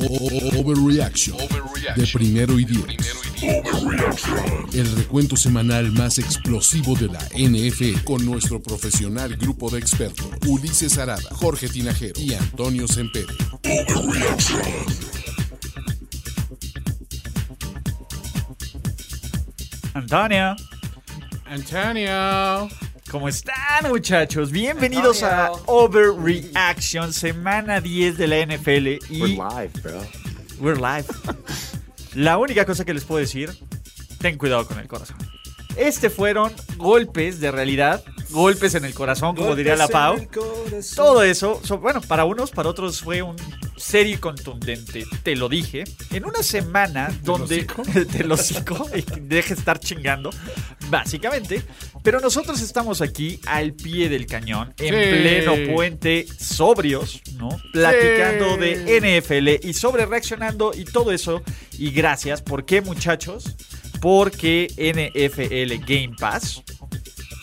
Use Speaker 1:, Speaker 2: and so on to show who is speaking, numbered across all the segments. Speaker 1: O- o- Overreaction, de primero y diez. El recuento semanal más explosivo de la NF con nuestro profesional grupo de expertos Ulises Arada, Jorge Tinajero y Antonio Sempere.
Speaker 2: Antonia,
Speaker 3: Antonio.
Speaker 2: ¿cómo están muchachos? Bienvenidos
Speaker 3: Antonio.
Speaker 2: a Overreaction, semana 10 de la NFL y
Speaker 3: We're live, bro.
Speaker 2: we're live. La única cosa que les puedo decir, ten cuidado con el corazón. Este fueron golpes de realidad, golpes en el corazón, como diría la Pau. Todo eso, so- bueno, para unos, para otros fue un serio y contundente, te lo dije, en una semana donde te lo cico y deje estar chingando, básicamente, pero nosotros estamos aquí al pie del cañón, en pleno puente, sobrios, ¿no? Platicando de NFL y sobre reaccionando y todo eso, y gracias, ¿por qué muchachos? Porque NFL Game Pass.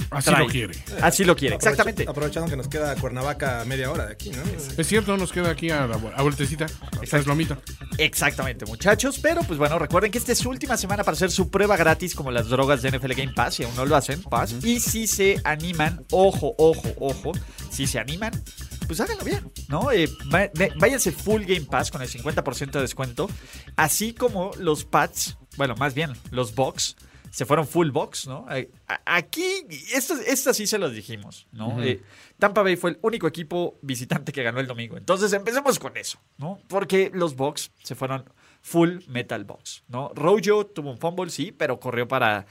Speaker 4: Así
Speaker 2: trae-
Speaker 4: lo quiere.
Speaker 2: Así lo quiere, exactamente.
Speaker 5: Aprovechando que nos queda Cuernavaca a media hora de aquí, ¿no?
Speaker 4: Es cierto, nos queda aquí a la vu- a vueltecita. Esta es lomita.
Speaker 2: Exactamente, muchachos. Pero pues bueno, recuerden que esta es su última semana para hacer su prueba gratis como las drogas de NFL Game Pass. Si aún no lo hacen, paz. Y si se animan, ojo, ojo, ojo. Si se animan, pues háganlo bien, ¿no? Eh, va- ve- váyanse full Game Pass con el 50% de descuento. Así como los pads, bueno, más bien los box. Se fueron full box, ¿no? Eh, a- Aquí, esto, esta sí se los dijimos, ¿no? Eh, Tampa Bay fue el único equipo visitante que ganó el domingo. Entonces empecemos con eso, ¿no? Porque los Bucks se fueron full metal box, ¿no? Rojo tuvo un fumble, sí, pero corrió para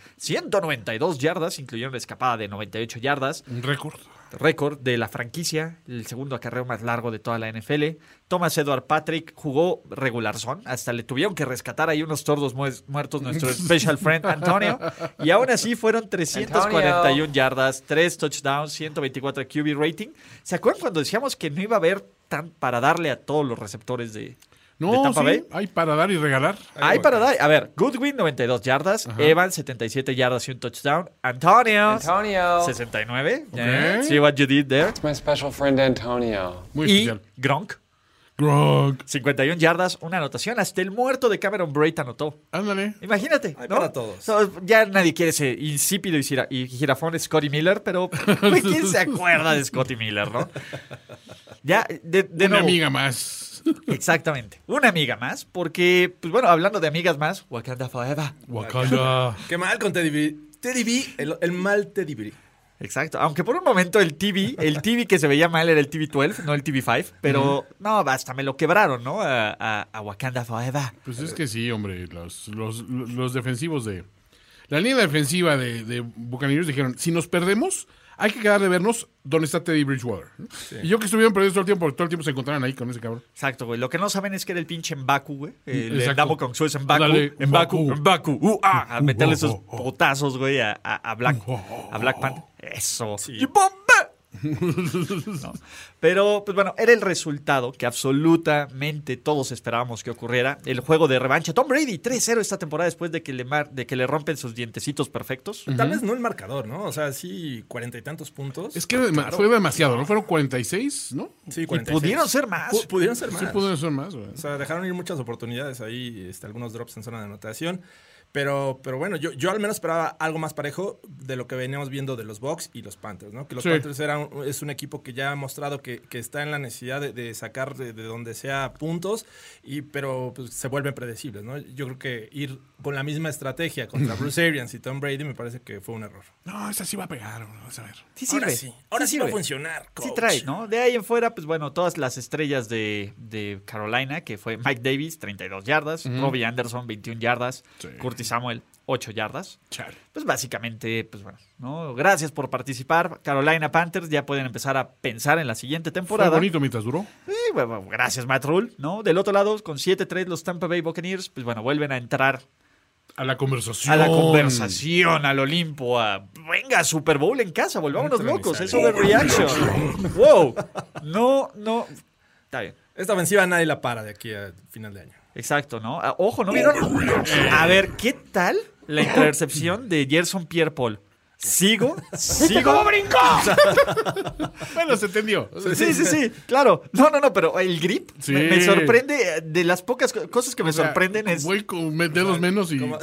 Speaker 2: 192 yardas, incluyó una escapada de 98 yardas,
Speaker 4: Un récord.
Speaker 2: récord de la franquicia, el segundo acarreo más largo de toda la NFL. Thomas Edward Patrick jugó regular son, hasta le tuvieron que rescatar ahí unos tordos mu- muertos nuestro special friend Antonio, y aún así fueron 341
Speaker 3: Antonio.
Speaker 2: yardas, 3 touchdowns, 124 QB rating. ¿Se acuerdan cuando decíamos que no iba a haber tan para darle a todos los receptores de, de
Speaker 4: No,
Speaker 2: Tampa
Speaker 4: sí,
Speaker 2: Bay?
Speaker 4: hay para dar y regalar.
Speaker 2: Hay para dar. A ver, Goodwin 92 yardas, Evans 77 yardas y un touchdown, Antonio,
Speaker 3: Antonio.
Speaker 2: 69. Yeah, See what you did there.
Speaker 6: My special friend Antonio.
Speaker 4: Muy
Speaker 2: y
Speaker 4: especial.
Speaker 2: Gronk,
Speaker 4: Grog.
Speaker 2: 51 yardas, una anotación. Hasta el muerto de Cameron Braid anotó.
Speaker 4: Ándale.
Speaker 2: Imagínate.
Speaker 5: Hay
Speaker 2: ¿no?
Speaker 5: para todos.
Speaker 2: So, ya nadie quiere ese insípido y, gira- y girafón Scotty Miller, pero güey, ¿quién se acuerda de Scotty Miller, no? Ya, de, de
Speaker 4: Una
Speaker 2: nuevo.
Speaker 4: amiga más.
Speaker 2: Exactamente. Una amiga más, porque, pues bueno, hablando de amigas más, Wakanda Forever.
Speaker 4: Wakanda.
Speaker 5: Qué mal con Teddy B. Teddy B, el, el mal Teddy B.
Speaker 2: Exacto. Aunque por un momento el TV, el TV que se veía mal era el TV12, no el TV5. Pero no, basta, me lo quebraron, ¿no? A, a- a Wakanda Forever.
Speaker 4: Pues es que sí, hombre. Los, los, los defensivos de. La línea defensiva de, de Buccaneers dijeron: si nos perdemos, hay que quedar de vernos dónde está Teddy Bridgewater. Y yo que estuvieron perdidos todo el tiempo, porque todo el tiempo se encontraron ahí con ese cabrón.
Speaker 2: Exacto, güey. Lo que no saben es que era el pinche Mbaku, güey. El
Speaker 4: Exacto.
Speaker 2: Dabo con su es Mbaku.
Speaker 4: Ándale,
Speaker 2: Mbaku,
Speaker 4: Mbaku.
Speaker 2: Mbaku. Uh, ah, a
Speaker 4: Uh,
Speaker 2: meterle
Speaker 4: oh,
Speaker 2: esos
Speaker 4: oh, oh.
Speaker 2: potazos, güey, a, a- a Black, a Black Panther. Eso. ¡Y bomba! No. pues Pero, pues bueno, era el resultado que absolutamente todos esperábamos que ocurriera. El juego de revancha. Tom Brady 3-0 esta temporada después de que le, mar- de que le rompen sus dientecitos perfectos.
Speaker 5: Tal vez no el marcador, ¿no? O sea, sí, cuarenta y tantos puntos.
Speaker 4: Es que era dema- fue demasiado, ¿no? Fueron 46, ¿no?
Speaker 5: Sí,
Speaker 2: Y
Speaker 5: 46.
Speaker 2: pudieron ser más.
Speaker 5: Pu- pudieron ser más.
Speaker 4: Sí, pudo ser más, güey.
Speaker 5: O sea, dejaron ir muchas oportunidades ahí, este, algunos drops en zona de anotación. Pero, pero bueno, yo, yo al menos esperaba algo más parejo de lo que veníamos viendo de los Bucks y los Panthers, ¿no? Que los
Speaker 4: Sí.
Speaker 5: Panthers era un- es un equipo que ya ha mostrado que, que está en la necesidad de, de sacar de, de donde sea puntos, y, pero pues, se vuelven predecibles, ¿no? Yo creo que ir con la misma estrategia contra Bruce Arians y Tom Brady me parece que fue un error.
Speaker 4: No, esa sí va a pegar, güey, vas a ver.
Speaker 2: Sí
Speaker 5: Ahora
Speaker 2: sirve.
Speaker 5: sí, ahora sí, va a
Speaker 2: sirve.
Speaker 5: funcionar, coach.
Speaker 2: Sí trae, ¿no? De ahí en fuera, pues bueno, todas las estrellas de, de Carolina, que fue Mike Davis, 32 yardas, Robbie Anderson, 21 yardas, Curtis Samuel, 8 yardas.
Speaker 4: Chale.
Speaker 2: Pues básicamente, pues bueno, ¿no? Gracias por participar. Carolina Panthers ya pueden empezar a pensar en la siguiente
Speaker 4: Fue
Speaker 2: temporada.
Speaker 4: bonito mientras duró.
Speaker 2: Eh, bueno, gracias, Matt Rule, ¿no? Del otro lado, con 7-3 los Tampa Bay Buccaneers, pues bueno, vuelven a entrar
Speaker 4: A la conversación.
Speaker 2: a la conversación, al Olimpo, a venga, Super Bowl en casa, volvámonos
Speaker 5: Entra,
Speaker 2: locos,
Speaker 5: sale.
Speaker 2: es overreaction. wow, no, no, está bien.
Speaker 5: Esta ofensiva nadie la para de aquí a final de año.
Speaker 2: Exacto, ¿no? Ah, Ojo, ¿no vieron? A ver, ¿qué tal la intercepción de Gerson Pierre-Paul? Sigo, sigo. brincó?
Speaker 4: Bueno, se entendió.
Speaker 2: Sí, sí, sí, claro. No, no, no, pero el grip
Speaker 4: Sí.
Speaker 2: me, me sorprende. eh, De las pocas co- cosas que me
Speaker 4: O sea,
Speaker 2: sorprenden es
Speaker 4: Güey, con me- dedos menos y.
Speaker 5: como-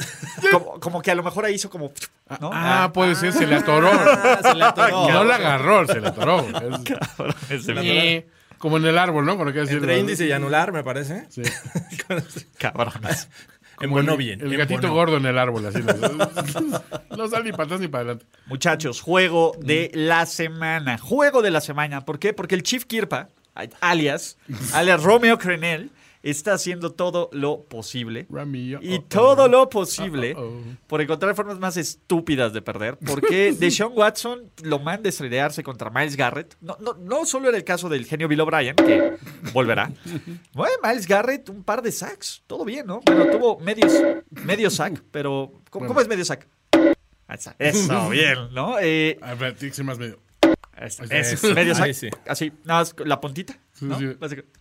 Speaker 2: como, como que a lo mejor ahí hizo como. ¿no?
Speaker 4: Ah, puede ser, se le atoró.
Speaker 5: Ah, se le atoró.
Speaker 4: No la agarró, se le atoró. Es-
Speaker 2: Ese
Speaker 4: Eh, Como en el árbol, ¿no? Con lo que decir.
Speaker 5: Pues Entre índice y anular, me parece.
Speaker 4: Sí. ah,
Speaker 2: Cabrones.
Speaker 5: Embonó bien.
Speaker 4: El gatito
Speaker 5: embonó.
Speaker 4: gordo en el árbol, así. No, no sale ni para atrás ni para adelante.
Speaker 2: Muchachos, juego de la semana. Juego de la semana. ¿Por qué? Porque el Chief Kirpa, alias, alias Romeo Crenel, está haciendo todo lo posible.
Speaker 4: Ramillo.
Speaker 2: Y
Speaker 4: oh,
Speaker 2: todo
Speaker 4: oh.
Speaker 2: lo posible
Speaker 4: Uh-oh.
Speaker 2: por encontrar formas más estúpidas de perder. Porque Deshaun Watson lo manda a estrellarse contra Miles Garrett. No, no, no solo era el caso del genio Bill O'Brien, que volverá. Bueno, Miles Garrett, un par de sacks. Todo bien, ¿no? Bueno, tuvo medios, medio sack, pero ¿cómo, cómo es medio sack? Ah, está. Eso, bien, ¿no? Eh,
Speaker 4: A ver, tiene que ser más medio.
Speaker 2: es,
Speaker 4: Ahí
Speaker 2: es
Speaker 4: está.
Speaker 2: medio sack.
Speaker 5: Ahí sí.
Speaker 2: Así, nada más con la puntita. ¿no?
Speaker 4: Sí, sí.
Speaker 2: Básicamente.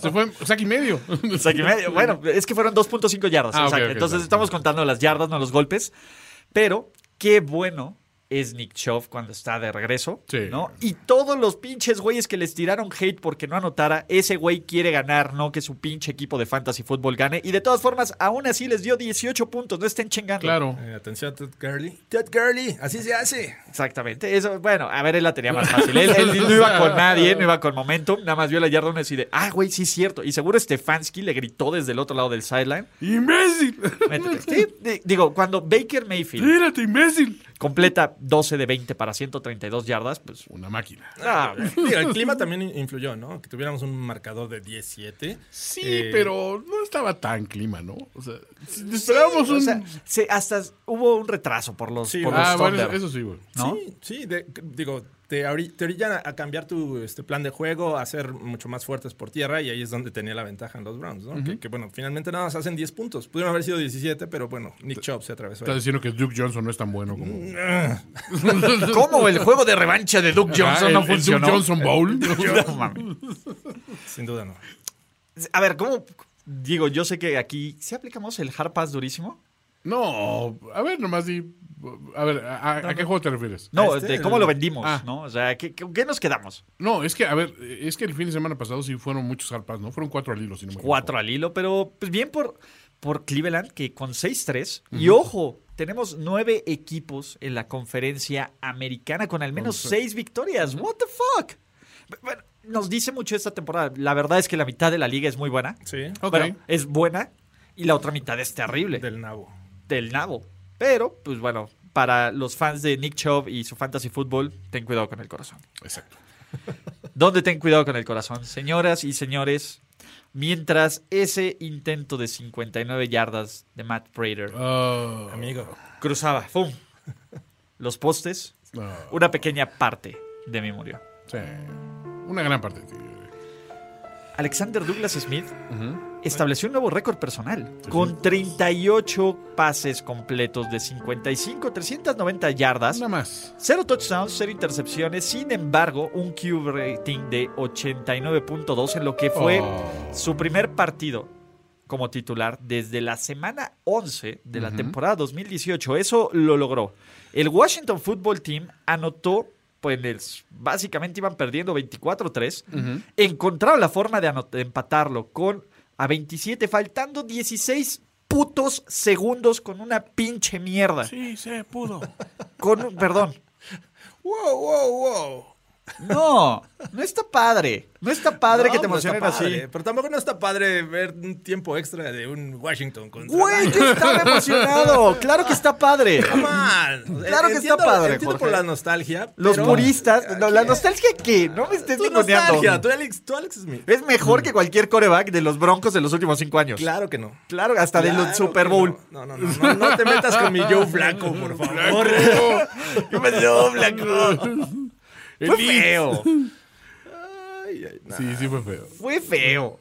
Speaker 4: Se fue saque y medio.
Speaker 2: O sea, que medio- bueno, es que fueron 2.5 yardas.
Speaker 4: Ah,
Speaker 2: o sea,
Speaker 4: ok,
Speaker 2: que
Speaker 4: ok,
Speaker 2: entonces
Speaker 4: claro.
Speaker 2: estamos contando las yardas, no los golpes. Pero qué bueno es Nick Chubb cuando está de regreso,
Speaker 4: Sí.
Speaker 2: ¿no? Y todos los pinches güeyes que les tiraron hate porque no anotara, ese güey quiere ganar, no que su pinche equipo de fantasy fútbol gane. Y de todas formas, aún así les dio 18 puntos, no estén chingando.
Speaker 4: Claro.
Speaker 5: Eh, atención, Ted Gurley. Ted Gurley, así se hace.
Speaker 2: Exactamente. Eso, bueno, a ver, él la tenía más fácil. Él, él no iba con nadie, no iba con momentum. Nada más vio la yarda una y de, ah, güey, sí es cierto. Y seguro Stefanski le gritó desde el otro lado del sideline.
Speaker 4: ¡Imbécil!
Speaker 2: Métete. Sí, di- digo, cuando Baker Mayfield
Speaker 4: ¡Mírate, imbécil!
Speaker 2: completa 12 de 20 para 132 yardas, pues.
Speaker 4: Una máquina.
Speaker 2: ah,
Speaker 5: Digo, el clima también in- influyó, ¿no? Que tuviéramos un marcador de 17.
Speaker 4: Sí,
Speaker 5: Eh,
Speaker 4: pero no estaba tan clima, ¿no? O sea, si- esperábamos
Speaker 2: o
Speaker 4: un.
Speaker 2: sea, se- hasta hubo un retraso por los,
Speaker 5: Sí,
Speaker 2: por los
Speaker 4: ah, bueno,
Speaker 2: Thunder,
Speaker 4: eso sí, güey.
Speaker 2: ¿no?
Speaker 5: Sí, sí, de- digo, te, ori- te orillan a, a cambiar tu este, plan de juego, a ser mucho más fuertes por tierra, y ahí es donde tenía la ventaja en los Browns, ¿no? que, que, bueno, finalmente nada más hacen 10 puntos. Pudieron haber sido 17, pero bueno, Nick Chubb se atravesó.
Speaker 4: Estás
Speaker 5: ahí.
Speaker 4: diciendo que Duke Johnson no es tan bueno
Speaker 5: Mm.
Speaker 4: como.
Speaker 2: ¿Cómo el juego de revancha de Duke
Speaker 4: Ah,
Speaker 2: Johnson
Speaker 4: el-
Speaker 2: no
Speaker 4: el Duke
Speaker 2: funcionó?
Speaker 4: Johnson Bowl.
Speaker 2: No mames.
Speaker 5: Sin duda no.
Speaker 2: A ver, ¿cómo? Digo, yo sé que aquí. ¿Sí aplicamos el hard pass durísimo?
Speaker 4: No, a ver, nomás di. A ver, ¿a, a- a qué juego te refieres?
Speaker 2: No,
Speaker 5: Este,
Speaker 2: de cómo
Speaker 5: el-
Speaker 2: lo vendimos,
Speaker 4: Ah.
Speaker 2: ¿no? O sea, ¿qué, qué- qué nos quedamos?
Speaker 4: No, es que, a ver, es que el fin de semana pasado sí fueron muchos harpas, ¿no? Fueron cuatro al hilo, si no me equivoco.
Speaker 2: cuatro al hilo, pero pues bien por, por Cleveland, que con 6-3. Y ojo, tenemos nueve equipos en la conferencia americana con al menos seis victorias. ¿What the fuck? B- bueno, nos dice mucho esta temporada. La verdad es que la mitad de la liga es muy buena.
Speaker 5: Sí,
Speaker 4: Ok.
Speaker 2: Bueno, es buena y la otra mitad es terrible. Del,
Speaker 5: del nabo.
Speaker 2: nabo. Pero, pues bueno, para los fans de Nick Chubb y su fantasy fútbol, ten cuidado con el corazón.
Speaker 4: Exacto.
Speaker 2: ¿Dónde ten cuidado con el corazón? Señoras y señores, mientras ese intento de 59 yardas de Matt Prater
Speaker 4: Ah,
Speaker 5: Amigo.
Speaker 2: cruzaba ¡fum! los postes,
Speaker 4: ah,
Speaker 2: una pequeña parte de mí murió.
Speaker 4: sí. Una gran parte.
Speaker 2: Alexander Douglas Smith estableció un nuevo récord personal con 38 pases completos de 55, 390 yardas.
Speaker 4: Nada más.
Speaker 2: Cero touchdowns, cero intercepciones, sin embargo, un QB rating de 89.2 en lo que fue
Speaker 4: Oh.
Speaker 2: su primer partido como titular desde la semana 11 de la temporada 2018. Eso lo logró. El Washington Football Team anotó, pues les- básicamente iban perdiendo 24-3. Encontraron la forma de, anot- de empatarlo con a 27, faltando 16 putos segundos con una pinche mierda.
Speaker 4: Sí, se pudo.
Speaker 2: Con un, perdón.
Speaker 5: Wow, wow, wow.
Speaker 2: No, no está padre. No está padre que te
Speaker 5: No, no está
Speaker 2: emocionen
Speaker 5: padre,
Speaker 2: así.
Speaker 5: Pero tampoco no está padre ver un tiempo extra de un Washington contra.
Speaker 2: Güey, que estaba emocionado. Claro que está padre.
Speaker 5: Come on.
Speaker 2: Claro que está padre,
Speaker 5: Entiendo por
Speaker 2: Jorge.
Speaker 5: la nostalgia.
Speaker 2: Los
Speaker 5: pero-
Speaker 2: puristas. No, la nostalgia que no me estés
Speaker 5: Tu Mm.
Speaker 2: ninguneando.
Speaker 5: nostalgia, tú Alex, tú Alex eh, Smith.
Speaker 2: Es mejor que cualquier coreback de los Broncos de los últimos cinco años.
Speaker 5: Claro que no.
Speaker 2: Claro, hasta de
Speaker 5: Claro
Speaker 2: los Super Bowl.
Speaker 5: que No, no, no, no, no, no te metas con mi Joe Flaco, por favor.
Speaker 2: ¿Qué pasó, Blanco? Fue feo.
Speaker 4: Sí, sí fue feo.
Speaker 2: Fue feo.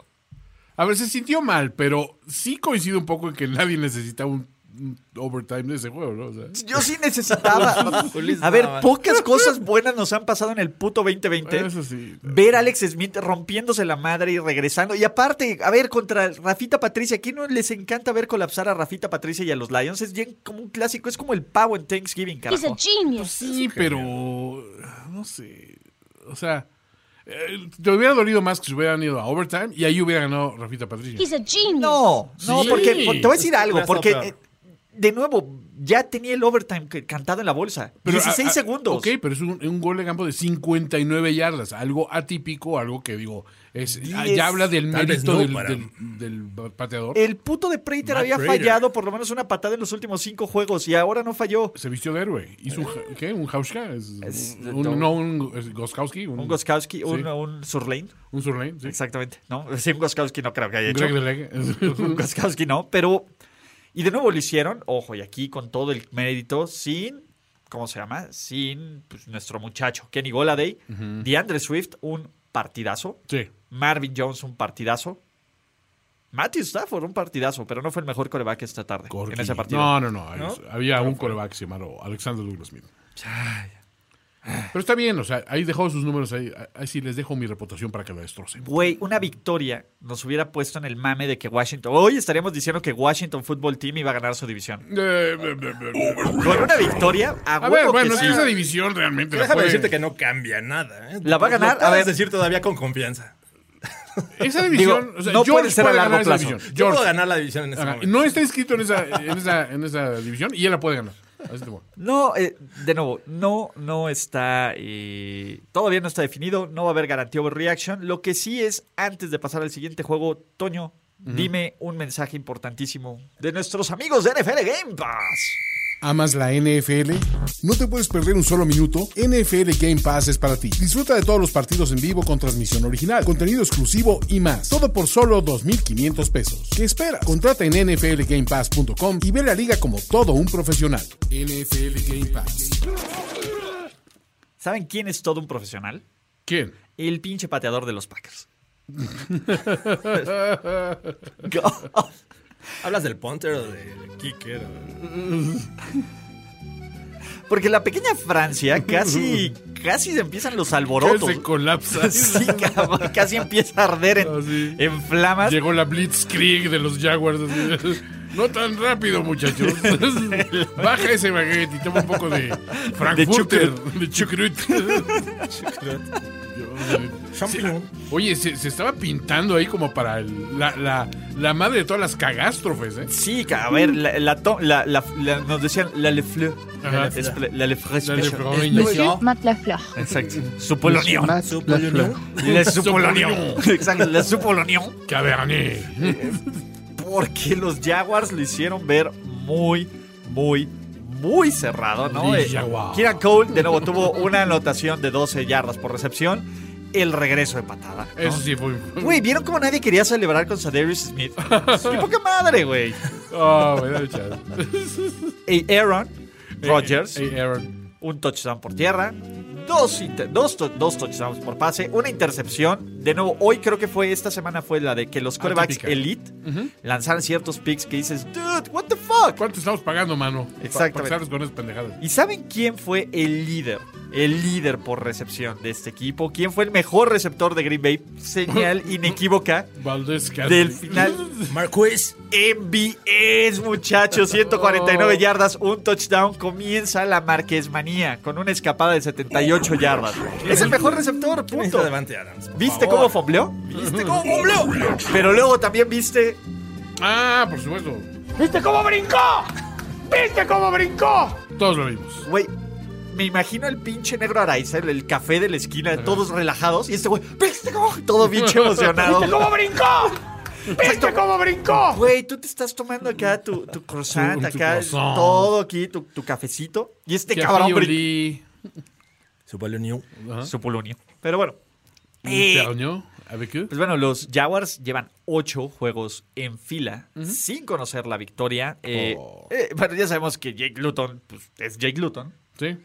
Speaker 4: A ver, se sintió mal, pero sí coincido un poco en que nadie necesitaba un, un overtime de ese juego, ¿no? O sea,
Speaker 2: Yo sí necesitaba. A ver, pocas cosas buenas nos han pasado en el puto 2020.
Speaker 4: eso sí.
Speaker 2: Ver a Alex Smith rompiéndose la madre y regresando. Y aparte, a ver, contra Rafita Patricia, ¿quién no les encanta ver colapsar a Rafita Patricia y a los Lions? Es bien como un clásico, es como el pavo en Thanksgiving,
Speaker 3: He's a
Speaker 2: carajo.
Speaker 3: genius.
Speaker 4: Sí, pero no sé. O sea, eh, te hubiera dolido más que se hubieran ido a overtime y ahí hubiera ganado Rafita Patricio.
Speaker 3: He's a genius.
Speaker 2: No, no,
Speaker 4: Sí.
Speaker 2: porque por- te voy a decir
Speaker 5: Es que
Speaker 2: algo,
Speaker 5: hubiera estado
Speaker 2: porque
Speaker 5: peor.
Speaker 2: eh, de nuevo, ya tenía el overtime que- cantado en la bolsa. 16
Speaker 4: a- a-
Speaker 2: segundos.
Speaker 4: ah, Ok, pero es un, un gol de campo de 59 yardas. Algo atípico, algo que digo. Es, ya-
Speaker 2: Diez.
Speaker 4: ya habla del
Speaker 5: Tal vez
Speaker 4: mérito
Speaker 5: no
Speaker 4: del,
Speaker 5: para-
Speaker 4: del- del pateador.
Speaker 2: El puto de Prater
Speaker 5: Matt
Speaker 2: había
Speaker 5: Prater.
Speaker 2: fallado por lo menos una patada en los últimos cinco juegos y ahora no falló.
Speaker 4: Se vistió de héroe. Hizo un, ja- ¿qué? ¿Un Hauschka? Eh. Es-
Speaker 2: Es-
Speaker 4: un- no, un es Goskowski. Un,
Speaker 2: Un Goskowski, un,
Speaker 4: Sí.
Speaker 2: un Surlane,
Speaker 4: Un Surlane, sí.
Speaker 2: exactamente. No, sí, un Goskowski no creo que haya
Speaker 4: Un
Speaker 2: hecho.
Speaker 4: Greg Deleg.
Speaker 2: Un Goskowski no, pero. Y de nuevo lo hicieron, ojo, y aquí con todo el mérito, sin. ¿Cómo se llama? Sin pues, nuestro muchacho, Kenny Goladay. DeAndre Swift, un partidazo.
Speaker 4: Sí.
Speaker 2: Marvin Jones, un partidazo. Matthew Stafford, un partidazo, pero no fue el mejor coreback esta tarde en ese partido.
Speaker 4: No, no, no. es- Había un coreback llamado Alexander Douglas Smith. Pero está bien, o sea, ahí dejó sus números, ahí, ahí sí les dejo mi reputación para que la destrocen.
Speaker 2: Güey, una victoria nos hubiera puesto en el mame de que Washington. Hoy estaríamos diciendo que Washington Football Team iba a ganar su división. Con una victoria, a,
Speaker 4: A ver,
Speaker 2: huevo
Speaker 4: bueno,
Speaker 2: que
Speaker 4: es
Speaker 2: sí.
Speaker 4: que esa división realmente la
Speaker 5: Déjame
Speaker 4: fue-
Speaker 5: decirte que no cambia nada. ¿eh?
Speaker 2: La va a
Speaker 5: Lo- lo
Speaker 2: ganar, a
Speaker 5: puedes
Speaker 2: ver.
Speaker 5: decir todavía con confianza.
Speaker 4: Esa división,
Speaker 2: Digo,
Speaker 4: o sea,
Speaker 2: no
Speaker 4: George
Speaker 2: puede ser a largo
Speaker 4: ganar esa
Speaker 2: plazo.
Speaker 4: división.
Speaker 5: Yo puedo
Speaker 4: George
Speaker 5: ganar la división en este
Speaker 4: ajá,
Speaker 5: momento.
Speaker 4: no está inscrito en esa, en esa, en esa división y él la puede ganar. Así que bueno.
Speaker 2: No, eh, de nuevo, no, no está. eh, todavía no está definido, no va a haber garantía overreaction. Lo que sí es, antes de pasar al siguiente juego, Toño, dime un mensaje importantísimo de nuestros amigos de NFL Game Pass.
Speaker 1: ¿Amas la NFL? No te puedes perder un solo minuto. NFL Game Pass es para ti. Disfruta de todos los partidos en vivo con transmisión original, contenido exclusivo y más. Todo por solo 2.500 pesos. ¿Qué esperas? Contrata en nflgamepass.com y ve la liga como todo un profesional. NFL Game Pass.
Speaker 2: ¿Saben quién es todo un profesional?
Speaker 4: ¿Quién?
Speaker 2: El pinche pateador de los Packers. God.
Speaker 5: ¿Hablas del punter o del kicker?
Speaker 2: Porque la pequeña Francia casi, casi empiezan los alborotos.
Speaker 4: Se colapsa.
Speaker 2: Sí, cabrón, casi empieza a arder en,
Speaker 4: Ah, sí.
Speaker 2: en flamas.
Speaker 4: Llegó la Blitzkrieg de los Jaguars. así. No tan rápido, muchachos. Baja ese baguette y toma un poco de Frankfurter, de chucrut.
Speaker 5: Champion.
Speaker 4: Oye, se, se estaba pintando ahí como para el- la, la- la madre de todas las catástrofes, ¿eh?
Speaker 2: Sí, ca- a ver, la, la to- la- la- la- nos decían la Le Fleur.
Speaker 4: Ajá.
Speaker 2: La Le Fleur. La Le Fleur
Speaker 4: La de
Speaker 2: Special.
Speaker 4: Freud.
Speaker 3: Matt LaFleur.
Speaker 2: Exacto. Su polonión. La su polonión. Exacto, la su polonión.
Speaker 4: Cabernet.
Speaker 2: Porque los Jaguars lo hicieron ver muy, muy, muy cerrado, ¿no?
Speaker 4: Sí,
Speaker 2: Eh,
Speaker 4: Jaguar.
Speaker 2: Kieran Cole, de nuevo, tuvo una anotación de 12 yardas por recepción. El regreso de patada. ¿no?
Speaker 4: Eso sí fue.
Speaker 2: Güey, ¿vieron cómo nadie quería celebrar con Sadarius Smith? ¡Qué poca madre, güey!
Speaker 4: Ah, me da chance.
Speaker 2: Y Aaron
Speaker 4: Eh,
Speaker 2: Rodgers,
Speaker 4: Ey, Aaron.
Speaker 2: un touchdown por tierra, dos, inter- dos, to- dos touchdowns por pase, una intercepción. De nuevo, hoy creo que fue, esta semana fue la de que los quarterbacks
Speaker 4: Atípica.
Speaker 2: elite lanzaran ciertos picks que dices, dude, what the fuck?
Speaker 4: ¿Cuánto estamos pagando, mano? Pa-
Speaker 2: Exactamente.
Speaker 4: Para estarnos con esas pendejadas.
Speaker 2: ¿Y saben quién fue el líder? El líder por recepción de este equipo. ¿Quién fue el mejor receptor de Green Bay? Señal inequívoca
Speaker 4: Valdés Catlin.
Speaker 2: del final.
Speaker 5: Marquis.
Speaker 2: MBS, muchachos. 149 yardas, un touchdown. Comienza la Marquesmanía con una escapada de 78 yardas. Es el mejor receptor,
Speaker 5: Punto.
Speaker 2: punto.
Speaker 5: Devante Adams. por
Speaker 2: ¿Viste
Speaker 5: favor.
Speaker 2: cómo fombleó? ¿Viste cómo fombleó? Pero luego también viste
Speaker 4: Ah, por supuesto.
Speaker 3: ¿Viste cómo brincó? ¿Viste cómo brincó?
Speaker 4: Todos lo vimos.
Speaker 2: Güey, me imagino el pinche negro Araiza, el, el café de la esquina, todos relajados. Y este güey, ¿viste cómo? Todo pinche emocionado.
Speaker 3: ¿Viste cómo brincó? ¿Viste cómo brincó?
Speaker 2: Güey, tú te estás tomando acá tu, tu croissant,
Speaker 4: Tu- tu
Speaker 2: acá
Speaker 4: croissant.
Speaker 2: todo aquí, tu, tu cafecito. Y este
Speaker 4: Que
Speaker 2: cabrón
Speaker 4: aquí
Speaker 2: brin-
Speaker 4: olí-
Speaker 5: Su polonio.
Speaker 2: su polonio. Pero bueno.
Speaker 4: ¿Te
Speaker 2: Eh,
Speaker 4: arañó? ¿A ver qué?
Speaker 2: Pues bueno, los Jaguars llevan ocho juegos en fila sin conocer la victoria. Eh,
Speaker 3: Oh.
Speaker 2: eh, bueno, ya sabemos que Jake Luton pues, es Jake Luton,
Speaker 4: Sí.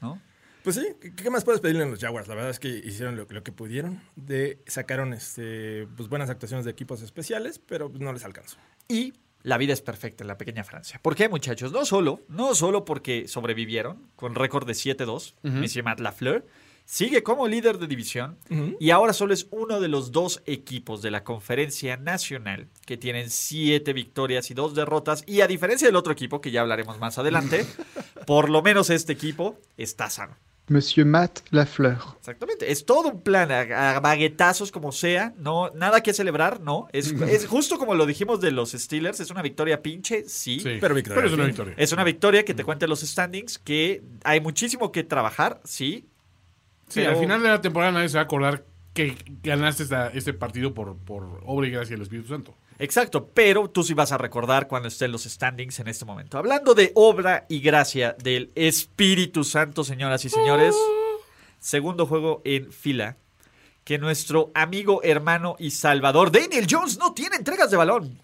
Speaker 2: ¿no?
Speaker 5: Pues sí, ¿qué- ¿qué más puedes pedirle a los Jaguars? La verdad es que hicieron lo, lo que pudieron. De, sacaron este, pues, buenas actuaciones de equipos especiales, pero pues, no les alcanzó.
Speaker 2: Y la vida es perfecta en la pequeña Francia. ¿Por qué, muchachos? No solo, no solo porque sobrevivieron con récord de 7-2, Monsieur Matt Lafleur. Sigue como líder de división y ahora solo es uno de los dos equipos de la conferencia nacional que tienen siete victorias y dos derrotas. Y a diferencia del otro equipo, que ya hablaremos más adelante, por lo menos este equipo está sano.
Speaker 7: Monsieur Matt Lafleur.
Speaker 2: Exactamente. Es todo un plan, a, a baguetazos como sea. No, nada que celebrar, no. Es, es justo como lo dijimos de los Steelers. Es una victoria pinche, sí.
Speaker 4: Sí. Mm.
Speaker 5: Pero victoria.
Speaker 4: Pero es una victoria.
Speaker 2: Es una victoria que te cuenta los standings, que hay muchísimo que trabajar, sí.
Speaker 4: Sí,
Speaker 2: pero-
Speaker 4: al final de la temporada nadie se va a acordar que ganaste esta- este partido por, por obra y gracia del Espíritu Santo.
Speaker 2: Exacto, pero tú sí vas a recordar cuando estén los standings en este momento. Hablando de obra y gracia del Espíritu Santo, señoras y señores. Segundo juego en fila. Que nuestro amigo, hermano y salvador Daniel Jones no tiene entregas de balón.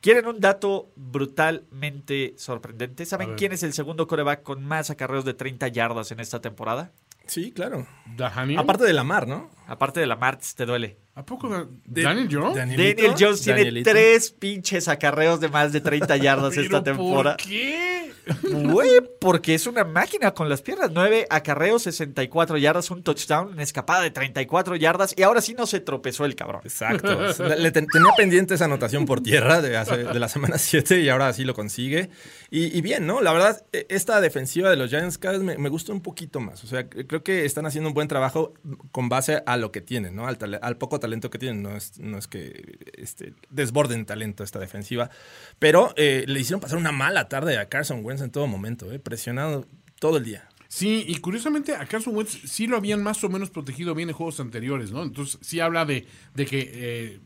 Speaker 2: ¿Quieren un dato brutalmente sorprendente? ¿Saben quién es el segundo coreback con más acarreos de 30 yardas en esta temporada?
Speaker 5: Sí, claro.
Speaker 4: ¿Daniel?
Speaker 5: Aparte de la mar, ¿no?
Speaker 2: Aparte de la Martz, te duele.
Speaker 4: ¿A poco Da- Daniel Jones?
Speaker 5: Danielito.
Speaker 2: Daniel Jones tiene
Speaker 5: Danielito.
Speaker 2: tres pinches acarreos de más de 30 yardas
Speaker 4: ¿Pero
Speaker 2: esta temporada.
Speaker 4: ¿Por qué?
Speaker 2: Güey, porque es una máquina con las piernas. Nueve acarreos, 64 yardas, un touchdown, una escapada de 34 yardas. Y ahora sí no se tropezó el cabrón.
Speaker 5: Exacto. Le- le ten- tenía pendiente esa anotación por tierra de, hace- de la semana 7 y ahora sí lo consigue. Y, y bien, ¿no? La verdad, e- esta defensiva de los Giants cada vez me, me gusta un poquito más. O sea, cre- creo que están haciendo un buen trabajo con base a lo que tienen, ¿no? Al, tale- al poco talento que tienen. No es, no es que este, desborden talento esta defensiva. Pero eh, le hicieron pasar una mala tarde a Carson Wentz en todo momento, ¿eh? Presionado todo el día.
Speaker 4: Sí, y curiosamente a Carson Wentz sí lo habían más o menos protegido bien en juegos anteriores, ¿no? Entonces sí habla de, de que eh,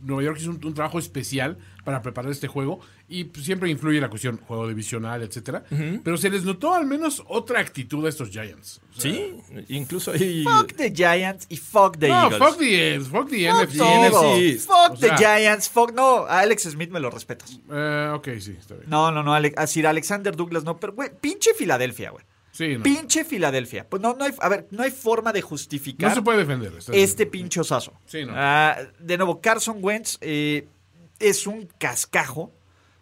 Speaker 4: Nueva York hizo un, un trabajo especial para preparar este juego y pues, siempre influye la cuestión juego divisional, etcétera. Pero se les notó al menos otra actitud a estos Giants. O sea,
Speaker 5: Sí, incluso. Y,
Speaker 2: Fuck the Giants y fuck the
Speaker 4: No,
Speaker 2: Eagles.
Speaker 4: fuck the, fuck the
Speaker 2: Fuck
Speaker 4: NFC.
Speaker 2: todo.
Speaker 5: NFC East.
Speaker 2: Fuck
Speaker 4: O
Speaker 2: the
Speaker 4: sea-
Speaker 2: Giants, fuck. No, a Alex Smith me lo respetas.
Speaker 4: Eh, ok, sí, está bien.
Speaker 2: No, no, no, Ale- a Sir Alexander Douglas no, pero güey, pinche Filadelfia, güey.
Speaker 4: Sí, no.
Speaker 2: Pinche Filadelfia. Pues no, no hay, a ver, no hay forma de justificar.
Speaker 4: No se puede defender. está bien.
Speaker 2: este pinche osazo.
Speaker 4: Sí, no.
Speaker 2: Ah, de nuevo, Carson Wentz eh, es un cascajo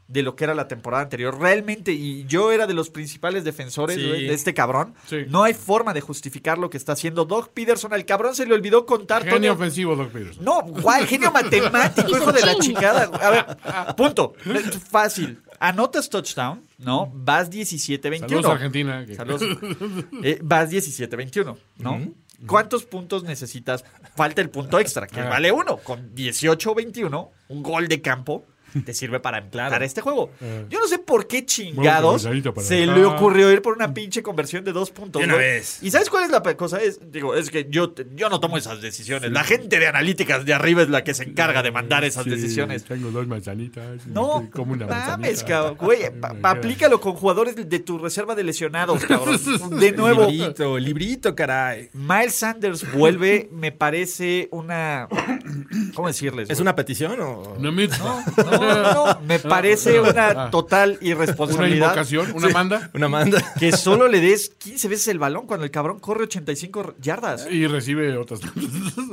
Speaker 2: de lo que era la temporada anterior. Realmente, y yo era de los principales defensores
Speaker 5: Sí.
Speaker 2: güey, de este cabrón.
Speaker 4: Sí.
Speaker 2: No hay forma de justificar lo que está haciendo Doc Peterson. Al cabrón se le olvidó contar
Speaker 4: Genio
Speaker 2: Toño.
Speaker 4: ofensivo, Doc Peterson.
Speaker 2: No, guay, genio matemático, hijo de la chingada. A ver, punto. Fácil. Anotas touchdown, ¿no? Vas 17-21.
Speaker 4: Saludos a Argentina. que-
Speaker 2: Saludos. Eh, vas 17-21, ¿no? ¿Cuántos puntos necesitas? Falta el punto extra, que vale uno. Con 18-21, un gol de campo te sirve para empatar este juego. Yo no sé por qué chingados
Speaker 4: cabezadito para
Speaker 2: se
Speaker 4: acá.
Speaker 2: le ocurrió ir por una pinche conversión de dos puntos.
Speaker 5: De una
Speaker 2: ¿no?
Speaker 5: vez.
Speaker 2: ¿Y sabes cuál es la pe- cosa? Es, digo, es que yo, te- yo no tomo esas decisiones. La gente de analíticas de arriba es la que se encarga de mandar esas
Speaker 4: Sí,
Speaker 2: decisiones.
Speaker 4: Tengo dos manzanitas. y
Speaker 2: No,
Speaker 4: estoy como una
Speaker 2: mames,
Speaker 4: manzanita.
Speaker 2: cabrón. Güey, pa-
Speaker 4: Me
Speaker 2: pa-
Speaker 4: queda-
Speaker 2: aplícalo con jugadores de- de tu reserva de lesionados, cabrón. De nuevo,
Speaker 5: Librito, librito, caray.
Speaker 2: Miles Sanders vuelve, me parece una. ¿Cómo decirles?
Speaker 5: ¿Es
Speaker 2: güey?
Speaker 5: una petición o.?
Speaker 4: Una mitzvah.
Speaker 2: No, no, no, me parece una
Speaker 4: Ah.
Speaker 2: total
Speaker 4: Una
Speaker 2: irresponsabilidad.
Speaker 4: invocación, una manda
Speaker 5: Una manda.
Speaker 2: Que solo le des 15 veces el balón cuando el cabrón corre 85 yardas.
Speaker 4: y recibe otras.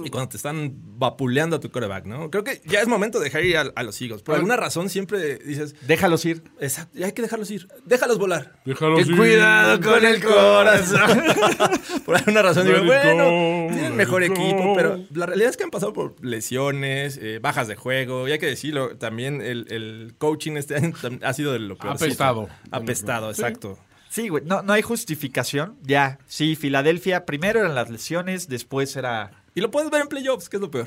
Speaker 5: Y cuando te están vapuleando a tu coreback, ¿no? Creo que ya es momento de dejar ir a, a los Eagles. Por alguna razón siempre dices,
Speaker 2: Déjalos ir.
Speaker 5: exacto, ya hay que dejarlos ir, déjalos volar.
Speaker 4: Déjalos
Speaker 5: Que
Speaker 4: ir.
Speaker 5: Cuidado con el corazón. por alguna razón digo,
Speaker 4: Let it
Speaker 5: bueno,
Speaker 4: go,
Speaker 5: tienen
Speaker 4: let
Speaker 5: mejor
Speaker 4: it
Speaker 5: equipo,
Speaker 4: go.
Speaker 5: pero la realidad es que han pasado por lesiones, eh, bajas de juego, y hay que decirlo, también el, el coaching este año tam- ha sido de lo peor.
Speaker 4: Apestado.
Speaker 5: Apestado, exacto.
Speaker 2: Sí, güey, no, no hay justificación. Ya, sí, Filadelfia, primero eran las lesiones, después era.
Speaker 5: Y lo puedes ver en playoffs, que es lo peor.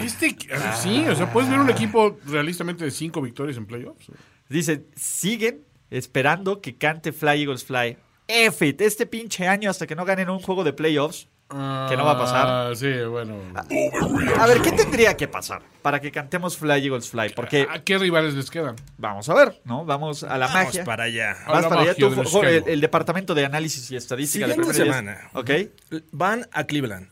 Speaker 4: Este, ah, sí, o sea, puedes ver un equipo realistamente de cinco victorias en playoffs.
Speaker 2: Dicen, siguen esperando que cante Fly Eagles Fly. F it, este pinche año hasta que no ganen un juego de playoffs. Que no va a pasar.
Speaker 4: Ah, sí, bueno.
Speaker 2: A ver, ¿qué tendría que pasar para que cantemos Fly Eagles Fly? Porque
Speaker 4: ¿A qué rivales les quedan?
Speaker 2: vamos a ver, ¿no? Vamos a la magia.
Speaker 5: para allá.
Speaker 2: Vas
Speaker 4: la
Speaker 2: para allá, tú,
Speaker 4: magia del
Speaker 2: jo- el,
Speaker 4: schedule.
Speaker 2: el departamento de análisis y estadística. de
Speaker 5: Siguiente
Speaker 2: Premier
Speaker 5: semana.
Speaker 2: League. Ok.
Speaker 5: Van a Cleveland.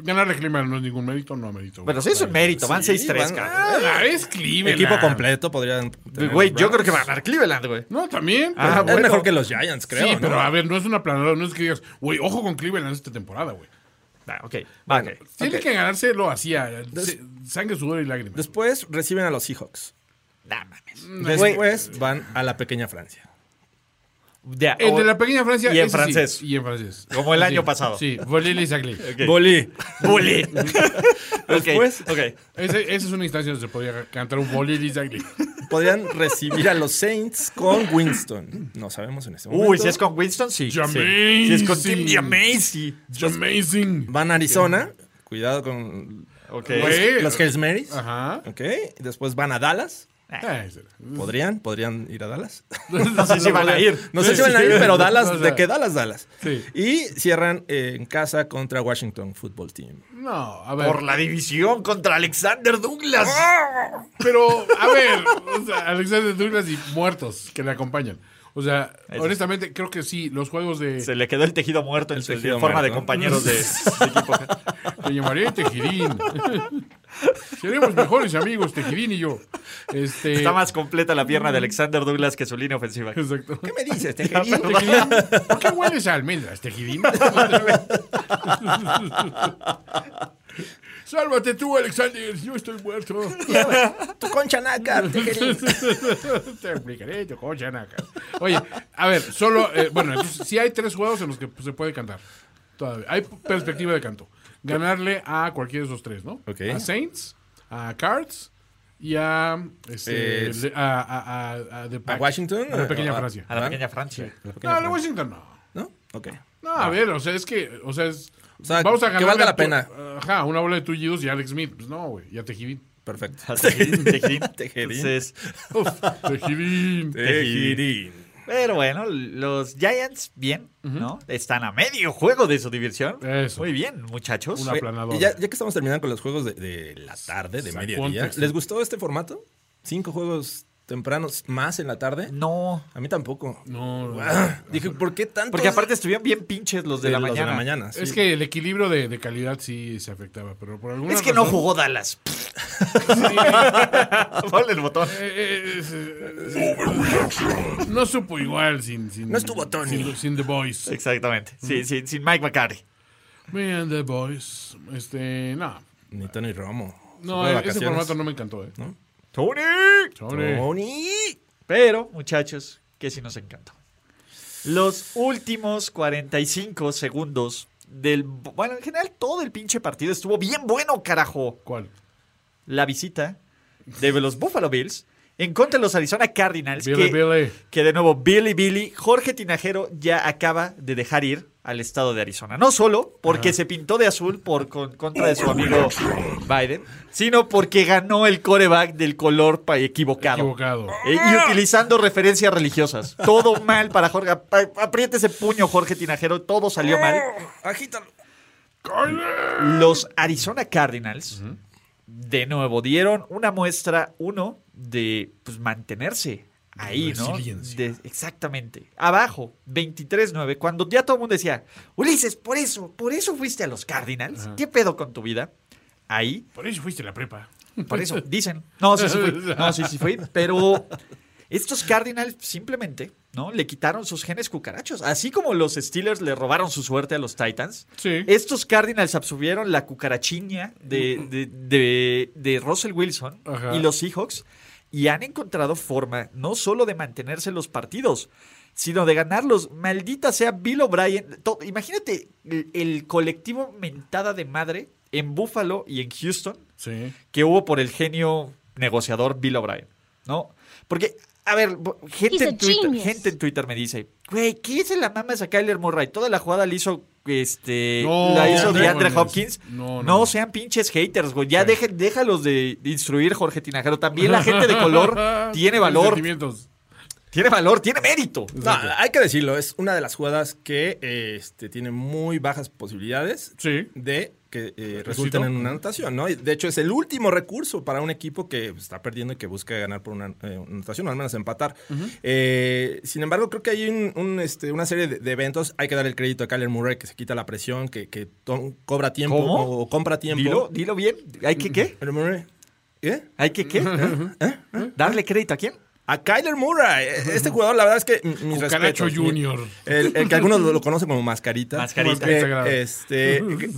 Speaker 4: Ganarle a Cleveland no es ningún mérito, no mérito.
Speaker 2: Pero sí es un mérito, van
Speaker 5: Sí,
Speaker 2: 6-3,
Speaker 5: van-
Speaker 2: cabrón.
Speaker 4: Ah, es Cleveland.
Speaker 5: Equipo completo podrían. tener
Speaker 2: Güey,
Speaker 5: los
Speaker 2: yo
Speaker 5: Browns.
Speaker 2: creo que va a ganar Cleveland, güey.
Speaker 4: No, también.
Speaker 2: Ah,
Speaker 4: pero-
Speaker 5: Es
Speaker 2: bueno.
Speaker 5: mejor que los Giants, creo.
Speaker 4: sí,
Speaker 5: ¿no?
Speaker 4: pero a ver, no es una planadora, no es que digas, güey, ojo con Cleveland esta temporada, güey.
Speaker 2: Ah, ok, va, ok.
Speaker 4: Tiene que ganárselo así, a- se- sangre, sudor y lágrimas.
Speaker 5: Después reciben a los Seahawks.
Speaker 2: Nah, mames.
Speaker 5: Después van a la pequeña Francia.
Speaker 2: Ya,
Speaker 4: El
Speaker 2: o-
Speaker 4: de la pequeña Francia.
Speaker 2: Y en
Speaker 4: ese sí,
Speaker 2: francés.
Speaker 4: y en francés.
Speaker 2: Como el
Speaker 4: Sí,
Speaker 2: año pasado.
Speaker 4: Sí, volé y Saclay.
Speaker 5: Bolí.
Speaker 2: Bully.
Speaker 5: Después-
Speaker 2: ok. ok.
Speaker 4: Ese- Esa es una instancia donde se podría cantar un volé y Saclay.
Speaker 5: Podrían recibir a los Saints con Winston. No sabemos en este momento.
Speaker 2: Uy, si es con Winston, sí. sí.
Speaker 4: Jamaica.
Speaker 2: Si es con Tim Jamaica, sí.
Speaker 4: Amazing.
Speaker 5: Van a Arizona. Cuidado con
Speaker 2: Ok.
Speaker 4: Güey.
Speaker 5: los Hells Marys.
Speaker 4: Ajá.
Speaker 5: Ok. Después van a Dallas.
Speaker 4: Ah, ese era.
Speaker 5: ¿Podrían? ¿Podrían ir a Dallas?
Speaker 2: No sé si van a ir.
Speaker 5: No sé si
Speaker 4: Sí,
Speaker 5: van a ir,
Speaker 4: sí.
Speaker 5: pero Dallas,
Speaker 4: O sea,
Speaker 5: ¿de qué Dallas? Dallas.
Speaker 4: sí.
Speaker 5: Y cierran eh, en casa contra Washington Football Team.
Speaker 4: No, a ver.
Speaker 2: Por la división contra Alexander Douglas.
Speaker 4: Pero, a ver, o sea, Alexander Douglas y muertos que le acompañan. O sea,
Speaker 2: Eso.
Speaker 4: honestamente, creo que sí, los juegos de.
Speaker 2: Se le quedó el tejido muerto en su
Speaker 5: tejido
Speaker 2: forma de
Speaker 5: muerto.
Speaker 2: compañeros de, de equipo.
Speaker 4: Te llamaría Tejirín. Seremos mejores amigos, Tejirín y yo. Este.
Speaker 2: Está más completa la pierna de Alexander Douglas que su línea ofensiva.
Speaker 4: Exacto.
Speaker 5: ¿Qué me dices? Te
Speaker 4: Tejirín, ¿Por qué hueles a almendras, Tejirín? Sálvate tú, Alexander. Yo estoy muerto.
Speaker 5: tu concha naca. te querí.
Speaker 4: Te explicaré, yo coche, naca. Oye, a ver, solo. eh, bueno, entonces, sí hay tres juegos en los que se puede cantar. Todavía. Hay perspectiva de canto. Ganarle a cualquiera de esos tres, ¿no?
Speaker 5: Ok.
Speaker 4: A Saints, a Cards y a. este,
Speaker 5: Es-
Speaker 4: le- a, a- a- a The Pack.
Speaker 5: Washington?
Speaker 4: A la pequeña
Speaker 5: ¿A- a-
Speaker 4: Francia.
Speaker 2: A la pequeña Francia.
Speaker 4: No, a la Washington no.
Speaker 5: ¿No? Ok.
Speaker 4: No,
Speaker 5: Ah.
Speaker 4: a ver, o sea, es que, o sea, es,
Speaker 5: O sea,
Speaker 4: vamos a
Speaker 5: que
Speaker 4: ganar
Speaker 5: valga la pena.
Speaker 4: Ajá, una bola de tullidos y Alex Smith. Pues no, güey, y a Tejirín.
Speaker 5: Perfecto.
Speaker 2: Tejirín, tejirín.
Speaker 5: Tejirín.
Speaker 2: Entonces,
Speaker 4: Uf, Tejirín.
Speaker 2: pero bueno, los Giants, bien, ¿no? Están a medio juego de su diversión.
Speaker 4: Eso.
Speaker 2: Muy bien, muchachos.
Speaker 4: Una aplanadora.
Speaker 5: Y ya, ya que estamos terminando con los juegos de, de la tarde, de
Speaker 4: Sacó
Speaker 5: mediodía,
Speaker 4: contexto.
Speaker 5: ¿les gustó este formato? ¿Cinco juegos tempranos más en la tarde?
Speaker 2: No.
Speaker 5: A mí tampoco. Ah,
Speaker 4: No, no.
Speaker 5: Dije, ¿por qué tanto?
Speaker 2: Porque aparte estuvieron bien pinches los de, la,
Speaker 5: los
Speaker 2: mañana.
Speaker 5: de la mañana. ah, sí.
Speaker 4: Es que el equilibrio de, de calidad sí se afectaba, pero por alguna
Speaker 2: Es que no
Speaker 4: razón-
Speaker 2: jugó Dallas. Ponle el botón.
Speaker 4: Eh, eh, es, eh, no supo igual sin, sin-
Speaker 5: No estuvo Tony.
Speaker 4: Sin, sin The Boys.
Speaker 2: Exactamente. Sí, sí, sin Mike McCarthy.
Speaker 4: Me and The Boys. Este, no.
Speaker 5: Ni Tony Romo. Se fue
Speaker 4: No,
Speaker 5: de
Speaker 4: eh, ese
Speaker 5: vacaciones.
Speaker 4: formato no me encantó, ¿eh?
Speaker 2: ¡Tony!
Speaker 4: Sobre-
Speaker 5: Tony.
Speaker 2: Pero, muchachos, que sí nos encantó. Los últimos 45 segundos del. Bueno, en general, todo el pinche partido estuvo bien bueno, carajo.
Speaker 4: ¿Cuál?
Speaker 2: La visita de los Buffalo Bills en contra de los Arizona Cardinals.
Speaker 4: Billy,
Speaker 2: que-
Speaker 4: Billy.
Speaker 2: Que de nuevo, Billy Billy, Jorge Tinajero ya acaba de dejar ir al estado de Arizona. No solo porque se pintó de azul por con- contra de su amigo Biden, sino porque ganó el coreback del color pa- equivocado.
Speaker 4: Equivocado.
Speaker 2: Eh, y utilizando referencias religiosas. Todo mal para Jorge. Ap- Apriete ese puño, Jorge Tinajero. Todo salió mal.
Speaker 5: Agítalo.
Speaker 2: Los Arizona Cardinals, de nuevo, dieron una muestra, uno, de pues, mantenerse ahí, ¿no?
Speaker 4: resiliencia.
Speaker 2: De- exactamente. Abajo, 23-9, cuando ya todo el mundo decía, Ulises, por eso, por eso fuiste a los Cardinals. ¿Qué pedo con tu vida? Ahí,
Speaker 4: Por eso fuiste a la prepa.
Speaker 2: por eso, dicen. No, sí, sí fui. No, sí, sí fui. Pero estos Cardinals simplemente, ¿no? Le quitaron sus genes cucarachos. Así como los Steelers le robaron su suerte a los Titans.
Speaker 4: Sí.
Speaker 2: Estos Cardinals absorbieron la cucarachiña de, de, de- de Russell Wilson
Speaker 4: Ajá.
Speaker 2: y los Seahawks y han encontrado forma no solo de mantenerse en los partidos, sino de ganarlos. Maldita sea Bill O'Brien. To- Imagínate el, el colectivo mentada de madre en Buffalo y en Houston
Speaker 4: Sí.
Speaker 2: que hubo por el genio negociador Bill O'Brien, ¿no? Porque, a ver, bo- gente en, Twitter, gente en Twitter me dice, güey, ¿qué es la mames a Kyler Murray? Toda la jugada le hizo este,
Speaker 4: No,
Speaker 2: la hizo
Speaker 4: no
Speaker 2: de Andre
Speaker 4: mames.
Speaker 2: Hopkins.
Speaker 4: No, no,
Speaker 2: No,
Speaker 4: no.
Speaker 2: sean pinches haters, güey. Ya deje- déjalos de instruir, Jorge Tinajero. También la gente de color tiene valor.
Speaker 4: Sentimientos.
Speaker 2: Tiene valor, tiene mérito.
Speaker 5: No, hay que decirlo, es una de las jugadas que eh, este, tiene muy bajas posibilidades
Speaker 4: Sí.
Speaker 5: de que eh, resulten en una anotación, ¿no? Y, De hecho, es el último recurso para un equipo que pues, está perdiendo y que busca ganar por una, eh, una anotación, o al menos empatar. Eh, sin embargo, creo que hay un- un, este, una serie de, de eventos. Hay que dar el crédito a Kyler Murray, que se quita la presión, que, que to- cobra tiempo
Speaker 2: ¿Cómo?
Speaker 5: o, o compra tiempo.
Speaker 2: Dilo, dilo bien. ¿Hay que qué?
Speaker 5: Kyler Murray. ¿Qué?
Speaker 2: ¿Hay que qué? ¿Eh? ¿Darle crédito a quién?
Speaker 5: A Kyler Murray. Este jugador, la verdad es que mm, mis
Speaker 4: Cucaracho
Speaker 5: respetos.
Speaker 4: Junior.
Speaker 5: El, el que algunos lo, lo conocen como mascarita.
Speaker 2: Mascarita.
Speaker 5: Eh,
Speaker 4: Sagrado.
Speaker 5: este, que-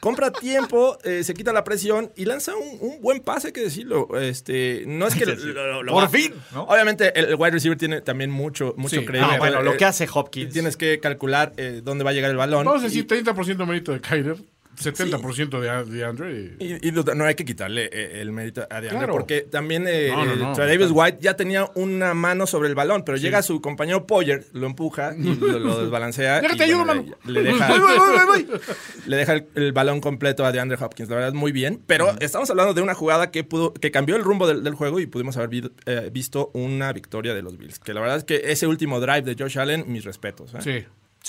Speaker 5: compra tiempo, eh, se quita la presión y lanza un, un buen pase, hay que decirlo. Este, no es que lo- lo- lo-
Speaker 2: Por
Speaker 5: va-
Speaker 2: fin, ¿no?
Speaker 5: Obviamente el, el wide receiver tiene también mucho, mucho
Speaker 4: Sí.
Speaker 5: crédito.
Speaker 2: Ah, bueno, lo
Speaker 5: Eh,
Speaker 2: que hace Hopkins.
Speaker 5: Tienes que calcular eh, dónde va a llegar el balón.
Speaker 4: Vamos a
Speaker 5: Y-
Speaker 4: decir 30% mérito de Kyler, 70% de, de Andre. y-
Speaker 5: Y, y lo- no hay que quitarle eh, el mérito a Diandre,
Speaker 4: Claro.
Speaker 5: porque también eh,
Speaker 4: No, no, no.
Speaker 5: eh, Tre'Davious White ya tenía una mano sobre el balón, pero llega su compañero Poyer, lo empuja y lo, lo desbalancea.
Speaker 4: Déjate,
Speaker 5: y,
Speaker 4: ayudo,
Speaker 5: bueno,
Speaker 4: mano.
Speaker 5: le, le deja,
Speaker 4: Voy, voy, voy, voy, voy.
Speaker 5: le deja el, el balón completo a DeAndre Hopkins. La verdad, muy bien. Pero estamos hablando de una jugada que pudo que cambió el rumbo del, del juego y pudimos haber vid- eh, visto una victoria de los Bills. Que la verdad es que ese último drive de Josh Allen, mis respetos. ¿eh?
Speaker 4: Sí.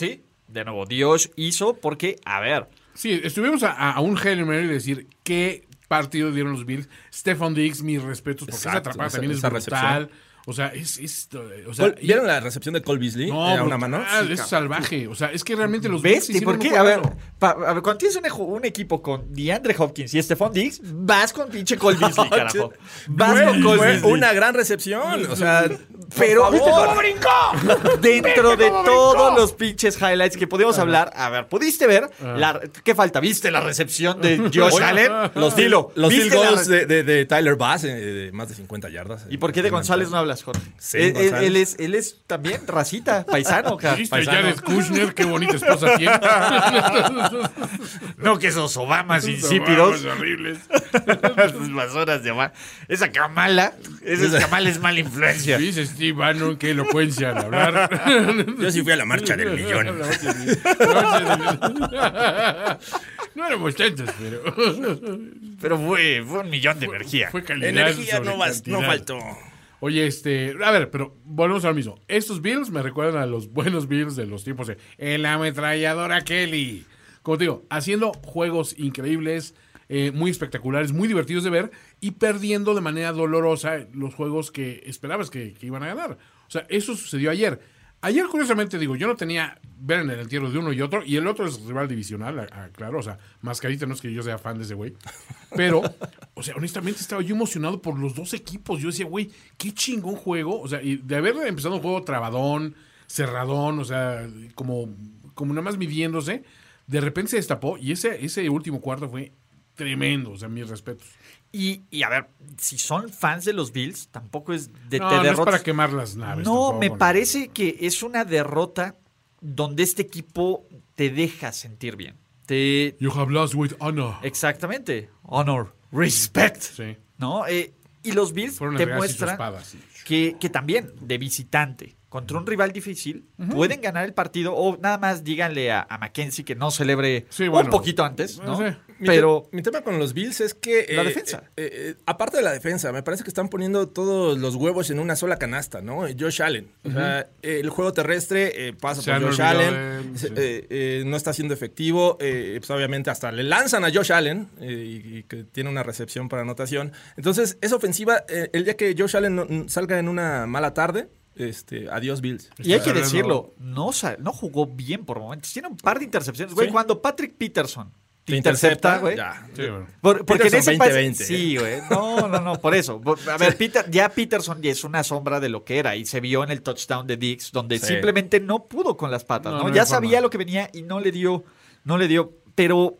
Speaker 2: Sí, de nuevo, Dios hizo porque, a ver,
Speaker 4: Sí, estuvimos a, a- a un Hail Mary de decir qué partido dieron los Bills. Stefan Diggs, mis respetos, porque esa
Speaker 5: Exacto,
Speaker 4: atrapada
Speaker 5: esa-
Speaker 4: también
Speaker 5: esa
Speaker 4: es brutal. O sea, es... es, o sea,
Speaker 5: Col- ¿Vieron la recepción de Cole Beasley?
Speaker 4: No,
Speaker 5: Era una
Speaker 4: brutal,
Speaker 5: mano. Sí,
Speaker 4: es salvaje. O sea, es que realmente los
Speaker 2: ¿ves? ¿Y
Speaker 4: hicieron
Speaker 2: por
Speaker 4: un
Speaker 2: qué? A ver,
Speaker 4: juegazo.
Speaker 2: pa- a ver, cuando tienes un, eju- un equipo con DeAndre Hopkins y Stephon Diggs, vas con pinche Cole Beasley, carajo. Vas
Speaker 5: Fue-
Speaker 2: con Cole
Speaker 5: fue
Speaker 2: Beasley.
Speaker 5: una gran recepción. O sea,
Speaker 2: Pero-
Speaker 5: por
Speaker 3: ¿Viste
Speaker 5: favor.
Speaker 3: cómo brincó?
Speaker 2: Dentro
Speaker 3: ¿Viste
Speaker 2: de
Speaker 3: cómo
Speaker 2: todos
Speaker 3: brincó?
Speaker 2: los pinches highlights que podíamos hablar, a ver, ¿pudiste ver? la- ¿Qué falta? ¿Viste la recepción de Josh Allen?
Speaker 5: los dilo, los
Speaker 2: ¿Viste
Speaker 5: field goals
Speaker 2: la-
Speaker 5: de, de- de Tyler Bass eh, de más de 50 yardas.
Speaker 2: ¿Y por qué de González no hablas, Jorge?
Speaker 5: Sí,
Speaker 2: él, él-
Speaker 5: González.
Speaker 2: él es, él es también racita, paisano, cara.
Speaker 4: ¿Viste
Speaker 2: paisano.
Speaker 4: Jared Kushner? Qué bonita esposa tiene.
Speaker 2: No que esos Obamas
Speaker 4: Vamos,
Speaker 2: insípidos.
Speaker 4: horribles.
Speaker 2: Sus basuras de Obama. Esa Kamala, esa Kamala es mala influencia.
Speaker 4: Dice Steve Bannon, qué elocuencia al hablar.
Speaker 5: Yo sí fui a la marcha del millón.
Speaker 4: No éramos tantos, pero
Speaker 2: Pero fue, fue un millón de energía.
Speaker 4: fue calidad.
Speaker 5: Energía
Speaker 4: sobre
Speaker 5: no, vas- no
Speaker 4: cantidad.
Speaker 5: faltó.
Speaker 4: Oye, este, a ver, pero volvemos al mismo. Estos Bills me recuerdan a los buenos Bills de los tiempos de el ametralladora Kelly. Como te digo, haciendo juegos increíbles, eh, muy espectaculares, muy divertidos de ver y perdiendo de manera dolorosa los juegos que esperabas que, que iban a ganar. O sea, eso sucedió ayer. Ayer, curiosamente, digo, yo no tenía ver en el entierro de uno y otro, y el otro es rival divisional, a- a- claro, o sea, mascarita no es que yo sea fan de ese güey, pero, o sea, honestamente estaba yo emocionado por los dos equipos, yo decía, güey, qué chingón juego, o sea, y de haber empezado un juego trabadón, cerradón, o sea, como, como nada más midiéndose, de repente se destapó y ese, ese último cuarto fue tremendo, o sea, mis respetos.
Speaker 2: Y, y a ver, si son fans de los Bills, tampoco es de
Speaker 4: No,
Speaker 2: te
Speaker 4: no es
Speaker 2: derrotas.
Speaker 4: para quemar las naves.
Speaker 2: No, me
Speaker 4: tampoco,
Speaker 2: parece que es una derrota donde este equipo te deja sentir bien. Te,
Speaker 4: You have lost with oh, honor.
Speaker 2: exactamente. Honor, respect.
Speaker 4: Sí.
Speaker 2: ¿No? Eh, y los Bills
Speaker 4: Fueron
Speaker 2: te
Speaker 4: las regadas y sus
Speaker 2: muestran
Speaker 4: espadas, sí.
Speaker 2: que, que también de visitante contra un rival difícil pueden ganar el partido o nada más díganle a, a Mackenzie que no celebre
Speaker 4: Sí, bueno.
Speaker 2: un poquito antes,
Speaker 4: Bueno,
Speaker 2: ¿no?
Speaker 4: sí.
Speaker 5: Mi
Speaker 2: Pero
Speaker 5: te- mi tema con los Bills es que.
Speaker 2: La defensa.
Speaker 5: eh, eh, aparte de la defensa, me parece que están poniendo todos los huevos en una sola canasta, ¿no? Eh, Josh Allen. O sea, eh, el juego terrestre eh, pasa
Speaker 4: Se
Speaker 5: por
Speaker 4: han
Speaker 5: Josh
Speaker 4: olvidado
Speaker 5: Allen.
Speaker 4: de él,
Speaker 5: se-
Speaker 4: sí.
Speaker 5: eh, eh, no está siendo efectivo. eh, pues obviamente hasta le lanzan a Josh Allen eh, y, y que tiene una recepción para anotación. Entonces, esa ofensiva, eh, el día que Josh Allen no- n- salga en una mala tarde, este, adiós Bills.
Speaker 2: Y hay que
Speaker 4: Claro,
Speaker 2: decirlo, no, sa- no jugó bien por momentos. Tiene un par de intercepciones. Güey,
Speaker 5: Sí.
Speaker 2: cuando Patrick Peterson te
Speaker 5: Te
Speaker 2: intercepta, güey.
Speaker 5: ya.
Speaker 4: Sí, bueno.
Speaker 2: Por- porque en
Speaker 5: Peterson
Speaker 2: ese pase-
Speaker 5: 20-20,
Speaker 2: Sí, güey. No, no, no, por eso. Por- A ver, Peter, ya Peterson ya es una sombra de lo que era y se vio en el touchdown de Dix, donde
Speaker 5: Sí.
Speaker 2: simplemente no pudo con las patas,
Speaker 4: No,
Speaker 2: ¿no?
Speaker 4: no había
Speaker 2: ya
Speaker 4: forma.
Speaker 2: sabía lo que venía y no le dio, no le dio. Pero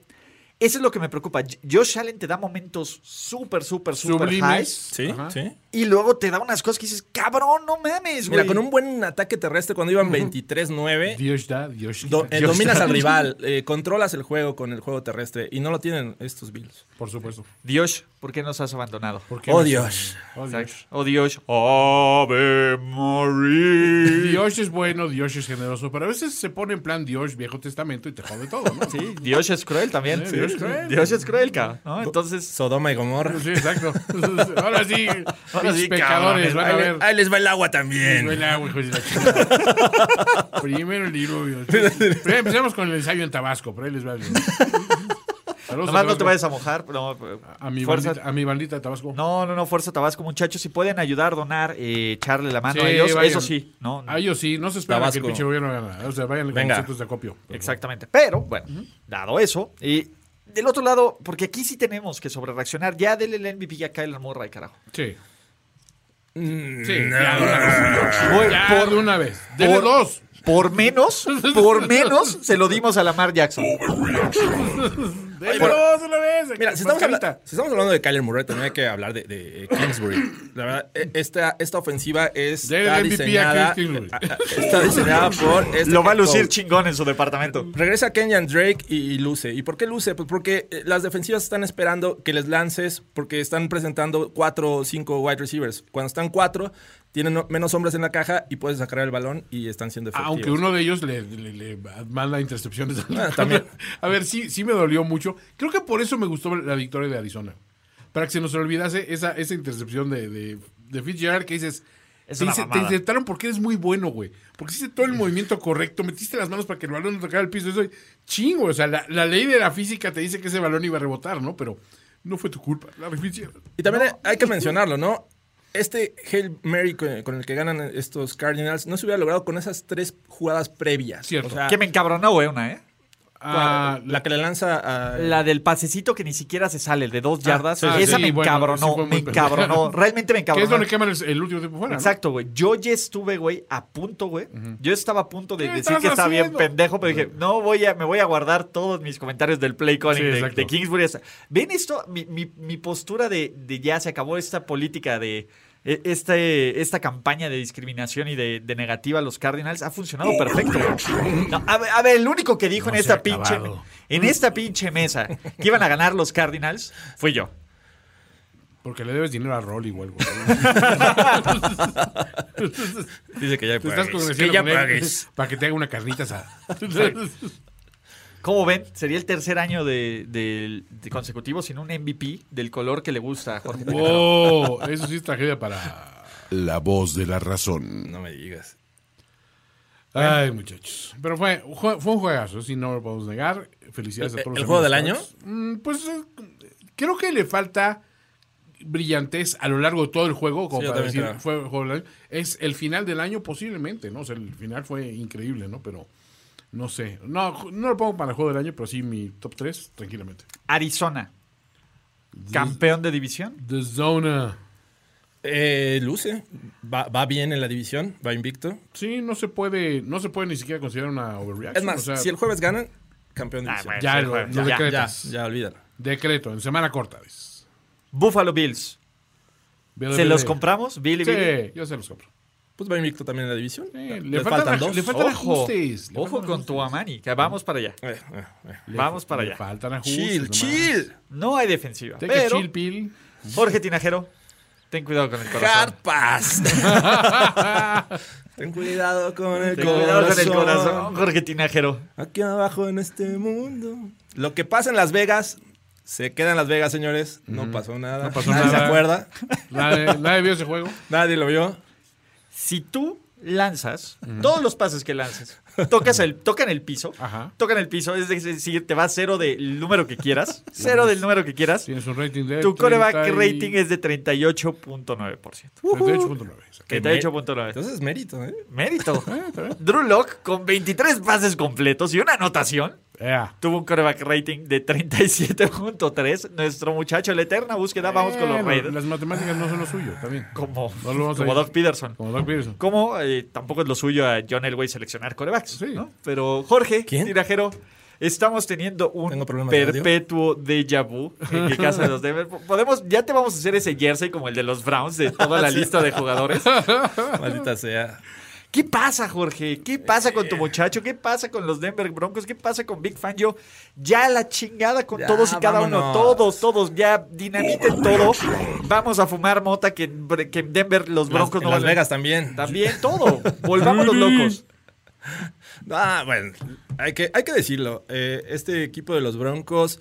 Speaker 2: Eso es lo que me preocupa. Josh Allen te da momentos súper, súper, súper highs.
Speaker 4: Sublimes.
Speaker 5: Sí,
Speaker 4: Ajá.
Speaker 5: sí.
Speaker 2: Y luego te da unas cosas que dices, cabrón, no mames,
Speaker 5: Mira,
Speaker 2: güey.
Speaker 5: con un buen ataque terrestre cuando iban 23-9,
Speaker 4: Dios da, Dios
Speaker 5: do-
Speaker 4: quita.
Speaker 5: eh, dominas al rival, eh, controlas el juego con el juego terrestre y no lo tienen estos Bills.
Speaker 4: Por supuesto.
Speaker 2: Dios, ¿por qué nos has abandonado?
Speaker 4: ¿Por qué
Speaker 5: Oh
Speaker 4: no?
Speaker 5: Dios.
Speaker 4: Oh, Dios.
Speaker 2: Exacto. Oh, Dios. Ave María.
Speaker 4: Dios es bueno, Dios es generoso, pero a veces se pone en plan Dios, Viejo Testamento y te jode todo, ¿no?
Speaker 2: Sí, Dios es cruel también.
Speaker 4: Sí, Dios es cruel.
Speaker 2: Dios es cruel, cabrón. ¿no? Entonces,
Speaker 5: Sodoma y Gomorra.
Speaker 4: Sí, exacto. Ahora sí,
Speaker 2: Ahora sí,
Speaker 4: pinches
Speaker 2: cabrones,
Speaker 4: pecadores, van a
Speaker 5: Ahí,
Speaker 4: ver.
Speaker 5: le- ahí les va el agua
Speaker 4: Fue
Speaker 5: también.
Speaker 4: el agua, hijos de la chingada. Primero el diluvio. Pero empezamos con el ensayo en Tabasco, por ahí les va. el- Saludos a
Speaker 2: nomás no
Speaker 4: Tabasco.
Speaker 2: te vayas a mojar. No,
Speaker 4: A mi,
Speaker 2: fuerza.
Speaker 4: bandita, a mi bandita de Tabasco.
Speaker 2: No, no, no, Fuerza Tabasco, muchachos. Si pueden ayudar, donar, eh, echarle la mano
Speaker 4: Sí,
Speaker 2: a ellos,
Speaker 4: vayan.
Speaker 2: eso sí, ¿no?
Speaker 4: A ellos sí, no se espera que el
Speaker 5: Tabasco.
Speaker 4: pinche gobierno haga nada. O sea, vayan con
Speaker 5: Venga.
Speaker 4: conceptos de acopio. Pero-
Speaker 2: Exactamente. Pero, bueno, dado eso, y del otro lado, porque aquí sí tenemos que sobre reaccionar, ya dele el MVP a Kyler Murray, carajo.
Speaker 4: Sí.
Speaker 5: Mm,
Speaker 4: Sí, ya de una vez.
Speaker 2: Voy
Speaker 4: Ya
Speaker 2: por-
Speaker 4: de una vez. Dele
Speaker 2: por-
Speaker 4: dos.
Speaker 2: Por menos, por menos se lo dimos a Lamar Jackson.
Speaker 4: Dele
Speaker 5: por-
Speaker 4: dos de una vez.
Speaker 5: Mira, si estamos,
Speaker 4: Mascarita.
Speaker 5: habla- si estamos hablando de Kyler Murray, también hay que hablar de, de, eh, Kingsbury. La verdad, eh, esta, esta ofensiva es
Speaker 4: Dele
Speaker 5: está
Speaker 4: el MVP a
Speaker 5: diseñada,
Speaker 4: Kingsbury.
Speaker 5: eh, a- a- está diseñada por... este
Speaker 2: Lo va a
Speaker 5: head
Speaker 2: lucir
Speaker 5: coach.
Speaker 2: chingón en su departamento.
Speaker 5: Regresa Kenyan Drake y, y luce. ¿Y por qué luce? Pues porque eh, las defensivas están esperando que les lances porque están presentando cuatro o cinco wide receivers. Cuando están cuatro, tienen no- menos hombres en la caja y puedes sacar el balón y están siendo efectivos.
Speaker 4: Aunque uno de ellos le, le- le manda intercepciones.
Speaker 5: Ah, también.
Speaker 4: A ver, sí, sí me dolió mucho. Creo que por eso me gustó la victoria de Arizona. Para que se nos olvidase esa, esa intercepción de, de, de Fitzgerald que dices...
Speaker 2: Es
Speaker 4: te,
Speaker 2: una
Speaker 4: hice- te
Speaker 2: mamada.
Speaker 4: interceptaron porque eres muy bueno, güey. Porque hiciste todo el movimiento correcto, metiste las manos para que el balón no tocara el piso. Eso, chingo, o sea, la, la ley de la física te dice que ese balón iba a rebotar, ¿no? Pero no fue tu culpa. La Fitzgerald.
Speaker 5: Y también hay- hay que mencionarlo, ¿no? Este Hail Mary con, con el que ganan estos Cardinals no se hubiera logrado con esas tres jugadas previas.
Speaker 4: Cierto.
Speaker 5: O sea,
Speaker 2: Que me encabronó, güey, una, ¿eh?
Speaker 4: Ah,
Speaker 5: la que le lanza a...
Speaker 2: La del pasecito que ni siquiera se sale, el de dos yardas.
Speaker 4: ah,
Speaker 2: esa
Speaker 4: sí,
Speaker 2: me
Speaker 4: bueno,
Speaker 2: encabronó,
Speaker 4: sí fue muy
Speaker 2: me encabronó.
Speaker 4: pendeja.
Speaker 2: Realmente me
Speaker 4: que es
Speaker 2: encabronó.
Speaker 4: donde queman el, el último tiempo fuera. ¿no?
Speaker 2: Exacto, güey. Yo ya estuve, güey, a punto, güey. Yo estaba a punto de
Speaker 4: ¿Qué
Speaker 2: decir
Speaker 4: estás
Speaker 2: que estaba bien
Speaker 4: haciendo?
Speaker 2: pendejo, pero dije, no voy a, me voy a guardar todos mis comentarios del play calling
Speaker 4: Sí,
Speaker 2: de,
Speaker 4: exacto.
Speaker 2: de Kingsbury. Ven esto, mi, mi- mi postura de, de ya se acabó esta política de e- este, esta campaña de discriminación y de, de negativa a los Cardinals ha funcionado perfecto. güey. No, a, ver, a ver, el único que dijo
Speaker 4: No
Speaker 2: en
Speaker 4: se
Speaker 2: esta
Speaker 4: ha
Speaker 2: pinche
Speaker 4: acabado.
Speaker 2: en esta pinche mesa que iban a ganar los Cardinals fui yo.
Speaker 4: Porque le debes dinero a Roll igual, güey.
Speaker 5: Dice que ya
Speaker 4: Te estás
Speaker 5: pagues,
Speaker 4: convenciendo
Speaker 5: que ya
Speaker 4: con él
Speaker 5: pagues.
Speaker 4: para que te haga una carnita asada.
Speaker 2: ¿Cómo ven? Sería el tercer año de, de- de consecutivo sin un MVP del color que le gusta a Jorge. Tejada.
Speaker 4: wow, eso sí es tragedia para...
Speaker 1: La voz de la razón.
Speaker 5: No me digas.
Speaker 4: Ay, muchachos. Pero fue, fue un juegazo, si no lo podemos negar. Felicidades a
Speaker 5: ¿El-
Speaker 4: todos.
Speaker 5: el
Speaker 4: los
Speaker 5: juego del
Speaker 4: amigos. Mm, Pues eh, creo que le falta brillantez a lo largo de todo el juego, como
Speaker 5: Sí, yo
Speaker 4: para
Speaker 5: también
Speaker 4: decir,
Speaker 5: creo.
Speaker 4: fue el juego del año. Es el final del año posiblemente, ¿no? O sea, el final fue increíble, ¿no? Pero no sé. No, ju- no lo pongo para el juego del año, pero sí mi top 3, tranquilamente.
Speaker 2: Arizona, campeón de división.
Speaker 4: The Zona.
Speaker 5: Eh, luce. Va, va bien en la división. Va invicto.
Speaker 4: Sí, no se puede, no se puede ni siquiera considerar una overreaction.
Speaker 5: Es más,
Speaker 4: o sea,
Speaker 5: si el jueves ganan, campeón de
Speaker 2: Ah,
Speaker 5: división.
Speaker 2: bueno,
Speaker 4: ya
Speaker 2: el
Speaker 4: lo,
Speaker 2: jueves,
Speaker 4: lo
Speaker 2: ya,
Speaker 5: ya,
Speaker 4: decretas.
Speaker 5: ya, olvídalo.
Speaker 4: Decreto, en semana corta. dices.
Speaker 2: Buffalo Bills.
Speaker 4: Vele,
Speaker 2: ¿Se los
Speaker 4: vele.
Speaker 2: compramos? Billy, Billy.
Speaker 4: Sí, yo se los compro.
Speaker 5: Pues va invicto también en la división.
Speaker 4: Sí,
Speaker 5: Les
Speaker 4: le, faltan, aj- le faltan
Speaker 2: Ojo,
Speaker 4: ajustes. le
Speaker 2: ojo
Speaker 4: faltan
Speaker 2: con tu Amani, que vamos para allá.
Speaker 5: Eh, eh, eh.
Speaker 4: ajustes.
Speaker 2: Vamos
Speaker 4: Le-
Speaker 2: para
Speaker 4: le
Speaker 2: allá.
Speaker 4: Faltan ajustes.
Speaker 5: Chill,
Speaker 4: nomás.
Speaker 5: chill.
Speaker 2: No hay defensiva.
Speaker 4: Take a
Speaker 2: pero,
Speaker 4: chill pill.
Speaker 2: Jorge Tinajero, ten cuidado con el corazón.
Speaker 5: Hard pass. Ten cuidado con el
Speaker 2: Ten
Speaker 5: corazón.
Speaker 2: cuidado con el corazón, Jorge Tinajero.
Speaker 5: Aquí abajo en este mundo. Lo que pasa en Las Vegas, se queda en Las Vegas, señores. No pasó nada. No
Speaker 4: pasó
Speaker 5: Nadie
Speaker 4: nada.
Speaker 5: se acuerda.
Speaker 4: Nadie, nadie vio ese juego.
Speaker 5: Nadie lo vio.
Speaker 2: Si tú lanzas, todos los pases que lanzas, tocas el, tocan el piso,
Speaker 4: Ajá.
Speaker 2: tocan el piso, es decir, te vas cero del número que quieras, cero del número que quieras,
Speaker 4: Tienes un rating de.
Speaker 2: tu coreback
Speaker 4: 30 y-
Speaker 2: rating es de 38.9%.
Speaker 4: 38.9. exacto.
Speaker 5: Qué
Speaker 2: 38.9%.
Speaker 5: Entonces, mérito, ¿eh?
Speaker 2: Mérito.
Speaker 4: Ah,
Speaker 2: Drew Locke, con 23 pases completos y una anotación,
Speaker 4: Ea.
Speaker 2: tuvo un coreback rating de 37.3. Nuestro muchacho, la eterna búsqueda, vamos con los
Speaker 4: Bueno,
Speaker 2: Raiders.
Speaker 4: Las matemáticas no son lo suyo también.
Speaker 2: Como,
Speaker 4: No lo vamos a
Speaker 2: como
Speaker 4: ir.
Speaker 2: Doug Peterson.
Speaker 4: Como Doug Peterson.
Speaker 2: Como eh, tampoco es lo suyo a John Elway seleccionar corebacks.
Speaker 4: Sí.
Speaker 2: ¿no? Pero Jorge,
Speaker 5: ¿Quién?
Speaker 2: tirajero, Estamos teniendo un
Speaker 5: Tengo problemas de audio.
Speaker 2: perpetuo déjà vu en mi casa de los Denver. Podemos, ya te vamos a hacer ese jersey como el de los Browns de toda la lista de jugadores.
Speaker 5: Maldita sea.
Speaker 2: ¿Qué pasa, Jorge? ¿Qué pasa con tu muchacho? ¿Qué pasa con los Denver Broncos? ¿Qué pasa con Big Fan? Yo, ya la chingada con
Speaker 5: Ya,
Speaker 2: todos y cada uno.
Speaker 5: vámonos.
Speaker 2: Todos, todos, ya dinamiten todo. Vamos a fumar mota que, en- que en Denver los
Speaker 5: Las,
Speaker 2: Broncos
Speaker 5: en
Speaker 2: no
Speaker 5: Las
Speaker 2: van a-
Speaker 5: Vegas también.
Speaker 2: También todo. Volvámonos locos.
Speaker 5: Ah, bueno, hay que, hay que decirlo. Eh, este equipo de los Broncos.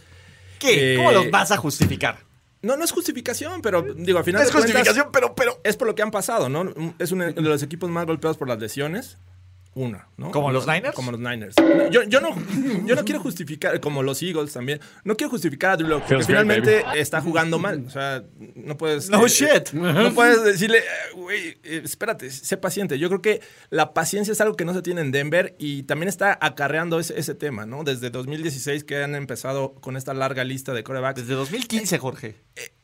Speaker 2: ¿Qué?
Speaker 5: Eh,
Speaker 2: ¿Cómo los vas a justificar?
Speaker 5: No, no es justificación, pero digo, al
Speaker 2: No
Speaker 5: final.
Speaker 2: es
Speaker 5: de cuentas,
Speaker 2: justificación, pero, pero.
Speaker 5: es por lo que han pasado, ¿no? Es uno de los equipos más golpeados por las lesiones. Una, ¿no?
Speaker 2: ¿Como los Niners?
Speaker 5: Como los Niners. Yo, yo no, yo no quiero justificar, como los Eagles también, no quiero justificar a Drew Lock, porque
Speaker 8: Feels great,
Speaker 5: finalmente está jugando mal. O sea, no puedes. eh,
Speaker 2: No shit.
Speaker 5: No puedes decirle, eh, güey, eh, espérate, sé paciente. Yo creo que la paciencia es algo que no se tiene en Denver y también está acarreando ese, ese tema, ¿no? Desde 2016 que han empezado con esta larga lista de corebacks.
Speaker 2: Desde 2015, Jorge.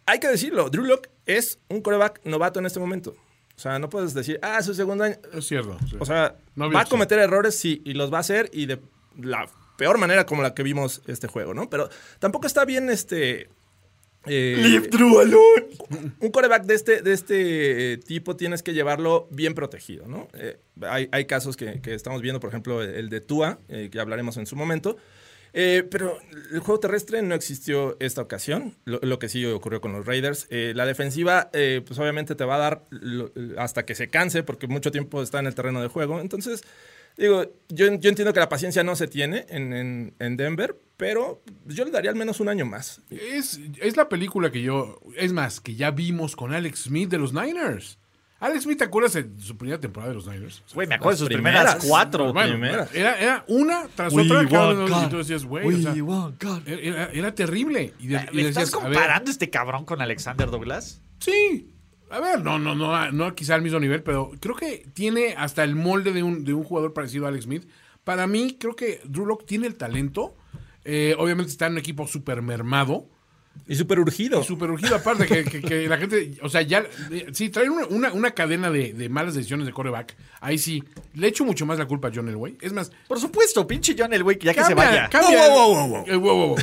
Speaker 5: Hay que decirlo, Drew Lock es un coreback novato en este momento. O sea, no puedes decir, ah, es su segundo año.
Speaker 4: Es cierto. sí.
Speaker 5: O sea,
Speaker 4: No había
Speaker 5: va a
Speaker 4: opción.
Speaker 5: cometer errores, sí, y los va a hacer, y de la peor manera como la que vimos este juego, ¿no? Pero tampoco está bien este. eh, un coreback de este, de este eh, tipo tienes que llevarlo bien protegido, ¿no? Eh, hay, hay casos que, que estamos viendo, por ejemplo, el, el de Tua, eh, que hablaremos en su momento. Eh, pero el juego terrestre no existió esta ocasión, lo, lo que sí ocurrió con los Raiders. Eh, la defensiva, eh, pues obviamente te va a dar lo- hasta que se canse, porque mucho tiempo está en el terreno de juego. Entonces, digo, yo, yo entiendo que la paciencia no se tiene en, en- en Denver, pero yo le daría al menos un año más.
Speaker 4: Es, es la película que yo. Es más, que ya vimos con Alex Smith de los Niners. Alex Smith, ¿te acuerdas de su primera temporada de los Niners? O sea,
Speaker 2: Güey, me acuerdo de sus primeras,
Speaker 5: primeras.
Speaker 2: cuatro.
Speaker 4: bueno,
Speaker 5: primera.
Speaker 4: era, era una tras otra. cada uno de los- y tú decías, güey, o sea, eh, era, era terrible. Y, de- y
Speaker 2: Ah, ¿Me estás
Speaker 4: decías, a ver,
Speaker 2: comparando este cabrón con Alexander Douglas?
Speaker 4: Sí. A ver, no, no, no, no quizá al mismo nivel, pero creo que tiene hasta el molde de un, de un jugador parecido a Alex Smith. Para mí, creo que Drew Locke tiene el talento. Eh, obviamente está en un equipo súper mermado.
Speaker 5: Y súper urgido.
Speaker 4: Súper urgido, aparte, que, que- que la gente, o sea, ya, eh, sí, traer una, una- una cadena de, de malas decisiones de coreback, ahí sí, le echo mucho más la culpa a John Elway. Es más,
Speaker 2: Por supuesto, pinche John el güey, ya que se
Speaker 4: Cambia,
Speaker 2: vaya.
Speaker 4: cambia.
Speaker 5: Wow, wow, wow, wow.
Speaker 4: Eh, wow, wow, wow.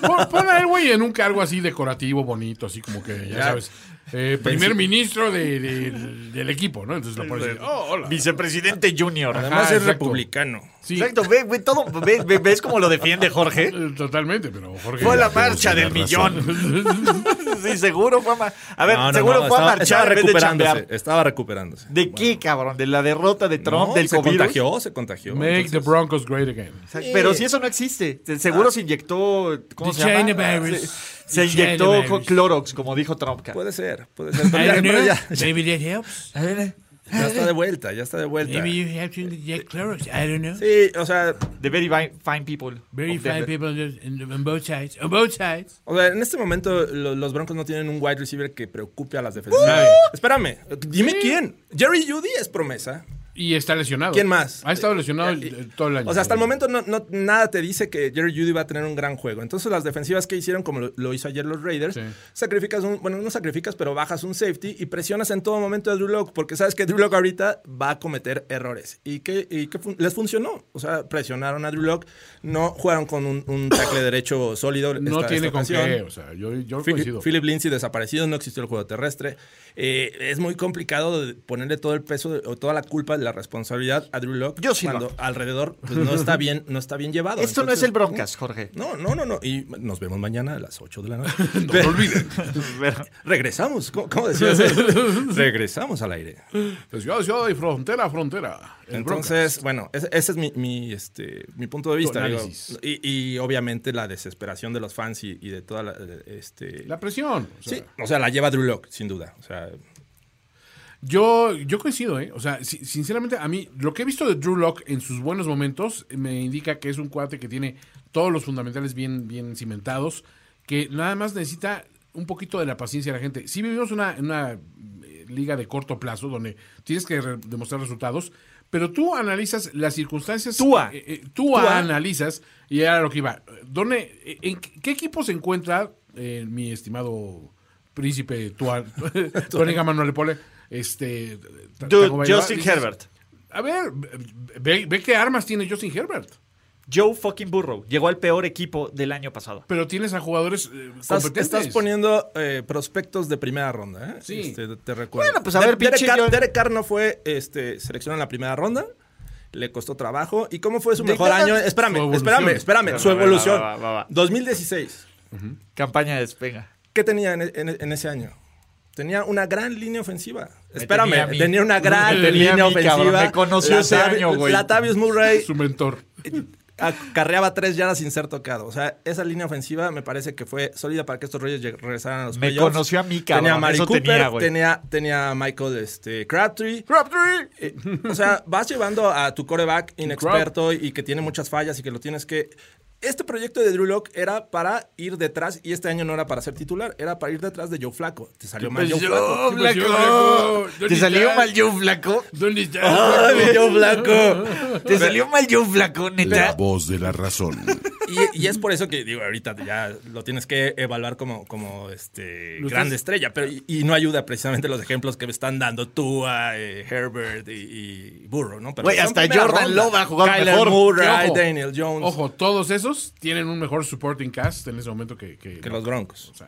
Speaker 4: Pon- Pon a Elway en un cargo así decorativo, bonito, así como que, ya,
Speaker 5: Ya.
Speaker 4: sabes, eh, primer ministro de- de- del equipo, ¿no? Entonces lo pones así, oh, hola.
Speaker 2: Vicepresidente Junior.
Speaker 4: Ajá,
Speaker 5: Además es
Speaker 4: exacto.
Speaker 5: republicano.
Speaker 4: Sí,
Speaker 2: Exacto, ve, ve todo, ve- ve- ves cómo lo defiende Jorge.
Speaker 4: eh, totalmente, pero Jorge...
Speaker 2: Fue la
Speaker 4: pero
Speaker 2: marcha
Speaker 4: tiene
Speaker 2: del
Speaker 4: razón.
Speaker 2: millón. sí, seguro fue a ma- A ver,
Speaker 5: No, no,
Speaker 2: seguro
Speaker 5: no,
Speaker 2: fue
Speaker 5: estaba-
Speaker 2: a marchar
Speaker 5: Estaba
Speaker 2: en vez de
Speaker 5: recuperándose.
Speaker 2: chambear.
Speaker 5: estaba recuperándose.
Speaker 2: ¿De qué, cabrón? ¿De la derrota de Trump,
Speaker 5: No,
Speaker 2: del
Speaker 5: se
Speaker 2: COVID?
Speaker 5: contagió, se contagió.
Speaker 4: Make the
Speaker 5: Entonces,
Speaker 4: Broncos great again.
Speaker 2: Pero si eso no existe. Se- Seguro se inyectó... ¿Cómo se llama?
Speaker 4: Chinavirus.
Speaker 2: Se, se
Speaker 4: The
Speaker 2: inyectó
Speaker 4: Chinavirus.
Speaker 2: con Clorox, como dijo Trump. cabrón.
Speaker 5: Puede ser, puede ser. Pero ya, pero ya-
Speaker 4: Maybe that helps.
Speaker 5: ya está de vuelta, ya está de vuelta.
Speaker 4: you have to inject Clorox. I don't know.
Speaker 5: Sí, o sea,
Speaker 2: The very vi- fine people. of Denver.
Speaker 4: people on both sides. On both sides.
Speaker 5: o sea, en este momento lo- los Broncos no tienen un wide receiver que preocupe a las defensas. Espérame, dime quién. Jerry Judy es promesa.
Speaker 4: Y está lesionado.
Speaker 5: ¿Quién más?
Speaker 4: Ha estado
Speaker 5: Eh,
Speaker 4: lesionado
Speaker 5: eh,
Speaker 4: eh, todo el año.
Speaker 5: O sea, hasta el momento no, no- nada te dice que Jerry Judy va a tener un gran juego. Entonces, las defensivas que hicieron, como lo, lo hizo ayer los Raiders,
Speaker 4: Sí.
Speaker 5: sacrificas un, bueno, no sacrificas, pero bajas un safety y presionas en todo momento a Drew Lock, porque sabes que Drew Lock ahorita va a cometer errores. ¿Y que les funcionó? O sea, presionaron a Drew Lock, no jugaron con un, un tackle derecho sólido.
Speaker 4: No
Speaker 5: esta-
Speaker 4: tiene
Speaker 5: esta
Speaker 4: con qué.
Speaker 5: ocasión.
Speaker 4: O sea, yo, yo
Speaker 5: Phil-
Speaker 4: coincido.
Speaker 5: Philip Lindsay desaparecido, no existió el juego terrestre. Eh, es muy complicado de ponerle todo el peso de- o toda la culpa de la responsabilidad a Drew Locke
Speaker 2: Yo sí lo
Speaker 5: cuando alrededor pues, no está bien, no está bien llevado.
Speaker 2: Esto no
Speaker 5: Entonces,
Speaker 2: es el Broncas, Jorge.
Speaker 5: No, no, no, no. Y nos vemos mañana a las 8 de la noche.
Speaker 4: No se olviden.
Speaker 5: Regresamos. ¿Cómo, cómo decías? Regresamos al aire.
Speaker 4: De ciudad a ciudad y frontera a frontera. El
Speaker 5: Entonces, bueno, ese, ese es mi, mi, este, mi punto de vista. digo.
Speaker 4: análisis.
Speaker 5: y, y obviamente la desesperación de los fans y, y de toda la... Este,
Speaker 4: Broncas. La presión. o sea,
Speaker 5: sí, o sea, la lleva Drew Locke, sin duda. O sea,
Speaker 4: Yo, yo coincido, ¿eh? O sea, si- sinceramente, a mí, lo que he visto de Drew Locke en sus buenos momentos me indica que es un cuate que tiene todos los fundamentales bien, bien cimentados, que nada más necesita un poquito de la paciencia de la gente. Si vivimos una, una eh, liga de corto plazo donde tienes que re- demostrar resultados, pero tú analizas las circunstancias.
Speaker 2: Tua.
Speaker 4: eh, eh, tú
Speaker 5: Tua.
Speaker 4: analizas, y era lo que iba. ¿Dónde, eh, en qué qué equipo se encuentra eh, mi estimado príncipe Tua, Tony Manuel Pole? Este,
Speaker 2: Dude,
Speaker 4: Tagovailoa?
Speaker 2: Justin
Speaker 4: Dices,
Speaker 2: Herbert.
Speaker 4: A ver, ve, ve qué armas tiene Justin Herbert.
Speaker 2: Joe fucking Burrow llegó al peor equipo del año pasado.
Speaker 4: Pero tienes a jugadores eh,
Speaker 5: Estás,
Speaker 4: competentes.
Speaker 5: estás poniendo eh, prospectos de primera ronda, ¿eh?
Speaker 4: Sí.
Speaker 5: Este, te recuerdo.
Speaker 2: Bueno, pues, a ver,
Speaker 5: Derek
Speaker 2: pinche
Speaker 5: Carr-
Speaker 2: John.
Speaker 5: Derek Carr no fue este, seleccionado en la primera ronda. Le costó trabajo. ¿Y cómo fue su
Speaker 2: De
Speaker 5: mejor
Speaker 2: nada-
Speaker 5: año? Espérame,
Speaker 4: Su evolución.
Speaker 5: espérame, espérame.
Speaker 2: Pero
Speaker 5: Su
Speaker 2: va, va,
Speaker 5: evolución.
Speaker 2: va, va, va.
Speaker 5: 2016.
Speaker 2: Campaña de despenga.
Speaker 5: ¿Qué tenía en, en- en ese año? Tenía una gran línea ofensiva. Espérame,
Speaker 2: tenía a mí.
Speaker 5: tenía, una gran
Speaker 2: Me tenía a
Speaker 5: línea
Speaker 2: mí, cabrón.
Speaker 5: ofensiva.
Speaker 2: Me conoció ese
Speaker 5: Latavi-
Speaker 2: año, güey.
Speaker 5: Latavius Murray
Speaker 4: Su mentor.
Speaker 5: acarreaba tres yardas sin ser tocado. O sea, esa línea ofensiva me parece que fue sólida para que estos Reyes lleg- regresaran a los
Speaker 2: Me
Speaker 5: playoffs.
Speaker 2: conoció a mí, cabrón.
Speaker 5: Tenía a Mari
Speaker 2: Eso
Speaker 5: Cooper,
Speaker 2: tenía,
Speaker 5: tenía,
Speaker 2: güey.
Speaker 5: tenía, a Michael este, Crabtree. Eh, o sea, vas llevando a tu coreback inexperto y que tiene muchas fallas y que lo tienes que... Este proyecto de Drew Lock era para ir detrás, y este año no era para ser titular, era para ir detrás de Joe Flaco. Te salió mal Joe Flaco.
Speaker 4: Pues yo, flaco. ¿Dónde
Speaker 2: ¿Te salió
Speaker 4: estás?
Speaker 2: mal Ah, Joe Flaco?
Speaker 4: ¿Dónde estás?
Speaker 5: Joe Flaco!
Speaker 2: ¿Te salió mal Joe Flaco,
Speaker 1: La
Speaker 2: neta?
Speaker 1: voz de la razón.
Speaker 5: Y, y es por eso que digo, ahorita ya lo tienes que evaluar como, como este
Speaker 4: Lo
Speaker 5: grande
Speaker 4: estás-
Speaker 5: estrella, pero y, y no ayuda precisamente los ejemplos que me están dando tú a Herbert y, y Burrow, ¿no? Pero
Speaker 2: Güey,
Speaker 5: son
Speaker 2: hasta
Speaker 5: primera
Speaker 2: Jordan
Speaker 5: ronda.
Speaker 2: Love ha jugado
Speaker 5: Kyler
Speaker 2: mejor.
Speaker 5: Murray,
Speaker 4: Ojo.
Speaker 5: Daniel Jones,
Speaker 4: Ojo, todos esos tienen un mejor supporting cast en ese momento que... que-
Speaker 5: que los Broncos.
Speaker 4: o sea.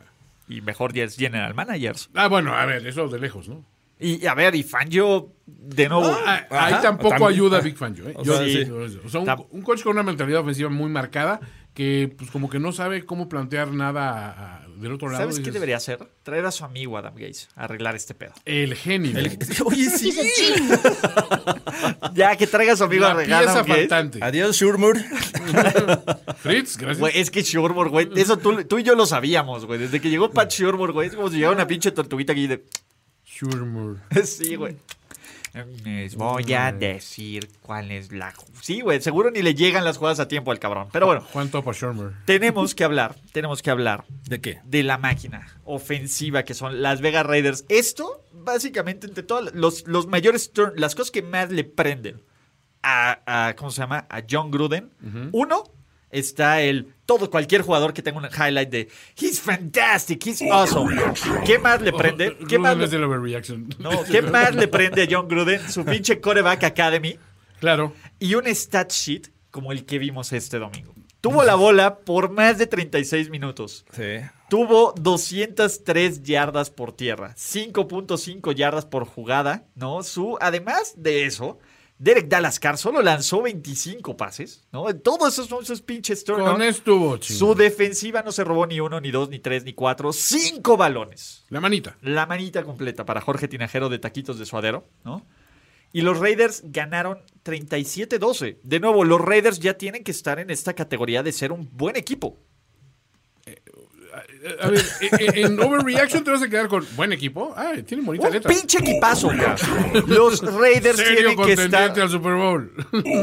Speaker 2: Y mejor yes, general managers.
Speaker 4: Ah, bueno, a ver, eso de lejos, ¿no?
Speaker 2: Y a ver, y Fangio, de nuevo.
Speaker 4: Ah,
Speaker 5: Ajá.
Speaker 4: Ahí tampoco
Speaker 5: También.
Speaker 4: ayuda a Big Fangio. ¿eh?
Speaker 5: O
Speaker 4: Yo-
Speaker 5: sea, sí.
Speaker 4: O sea,
Speaker 2: Tam-
Speaker 4: un, un coach con una mentalidad ofensiva muy marcada que, pues, como que no sabe cómo plantear nada a- a- del otro lado.
Speaker 2: ¿Sabes qué
Speaker 4: dices,
Speaker 2: debería hacer? Traer a su amigo Adam Gates a arreglar este pedo.
Speaker 4: El genio.
Speaker 5: El- Oye, sí.
Speaker 2: Ya, que traiga a su amigo a
Speaker 4: la
Speaker 2: arreglar
Speaker 4: pieza
Speaker 2: Adam Gates.
Speaker 4: faltante.
Speaker 5: Adiós, Shurmur.
Speaker 4: Fritz, gracias.
Speaker 2: Ah. Güey, es que Shurmur, güey, eso tú, tú y yo lo sabíamos, güey. Desde que llegó Pat Shurmur, güey, es como si llegara una pinche tortuguita aquí de...
Speaker 4: Schurmur.
Speaker 2: Sí, güey. Les voy a decir cuál es la... ju- Sí, güey, seguro ni le llegan las jugadas a tiempo al cabrón. Pero bueno,
Speaker 4: Juan Topa Schurmur.
Speaker 2: tenemos que hablar, tenemos que hablar
Speaker 5: ¿De qué?
Speaker 2: de la máquina ofensiva que son las Vegas Raiders. Esto, básicamente, entre todas los, los mayores turn, las cosas que más le prenden a, a- ¿cómo se llama? A John Gruden. Uno, está el todo, cualquier jugador que tenga un highlight de He's fantastic, he's awesome. ¿Qué más le prende? ¿Qué
Speaker 4: Gruden
Speaker 2: más
Speaker 4: es
Speaker 2: le,
Speaker 4: del overreaction.
Speaker 2: no, ¿qué más le prende a John Gruden? Su pinche coreback academy
Speaker 4: Claro.
Speaker 2: y un stat sheet como el que vimos este domingo. Tuvo la bola por más de 36 minutos.
Speaker 5: Sí.
Speaker 2: Tuvo 203 yardas por tierra, 5.5 yardas por jugada, ¿no? Su, además de eso, Derek Dalascar solo lanzó 25 pases, ¿no? Todos esos son sus pinches
Speaker 4: Con
Speaker 2: turnovers.
Speaker 4: estuvo,
Speaker 2: Su
Speaker 4: chingo.
Speaker 2: defensiva no se robó ni uno, ni dos, ni tres, ni cuatro, cinco balones.
Speaker 4: La manita.
Speaker 2: La manita completa para Jorge Tinajero de Taquitos de Suadero, ¿no? Y los Raiders ganaron 37-12. De nuevo, los Raiders ya tienen que estar en esta categoría de ser un buen equipo.
Speaker 4: A ver, e- e- en Overreaction te vas a quedar con buen equipo. Ah, tiene bonita
Speaker 2: Un
Speaker 4: letra.
Speaker 2: pinche equipazo. güey. Los Raiders
Speaker 4: Serio
Speaker 2: tienen que estar
Speaker 4: contendiente al Super Bowl.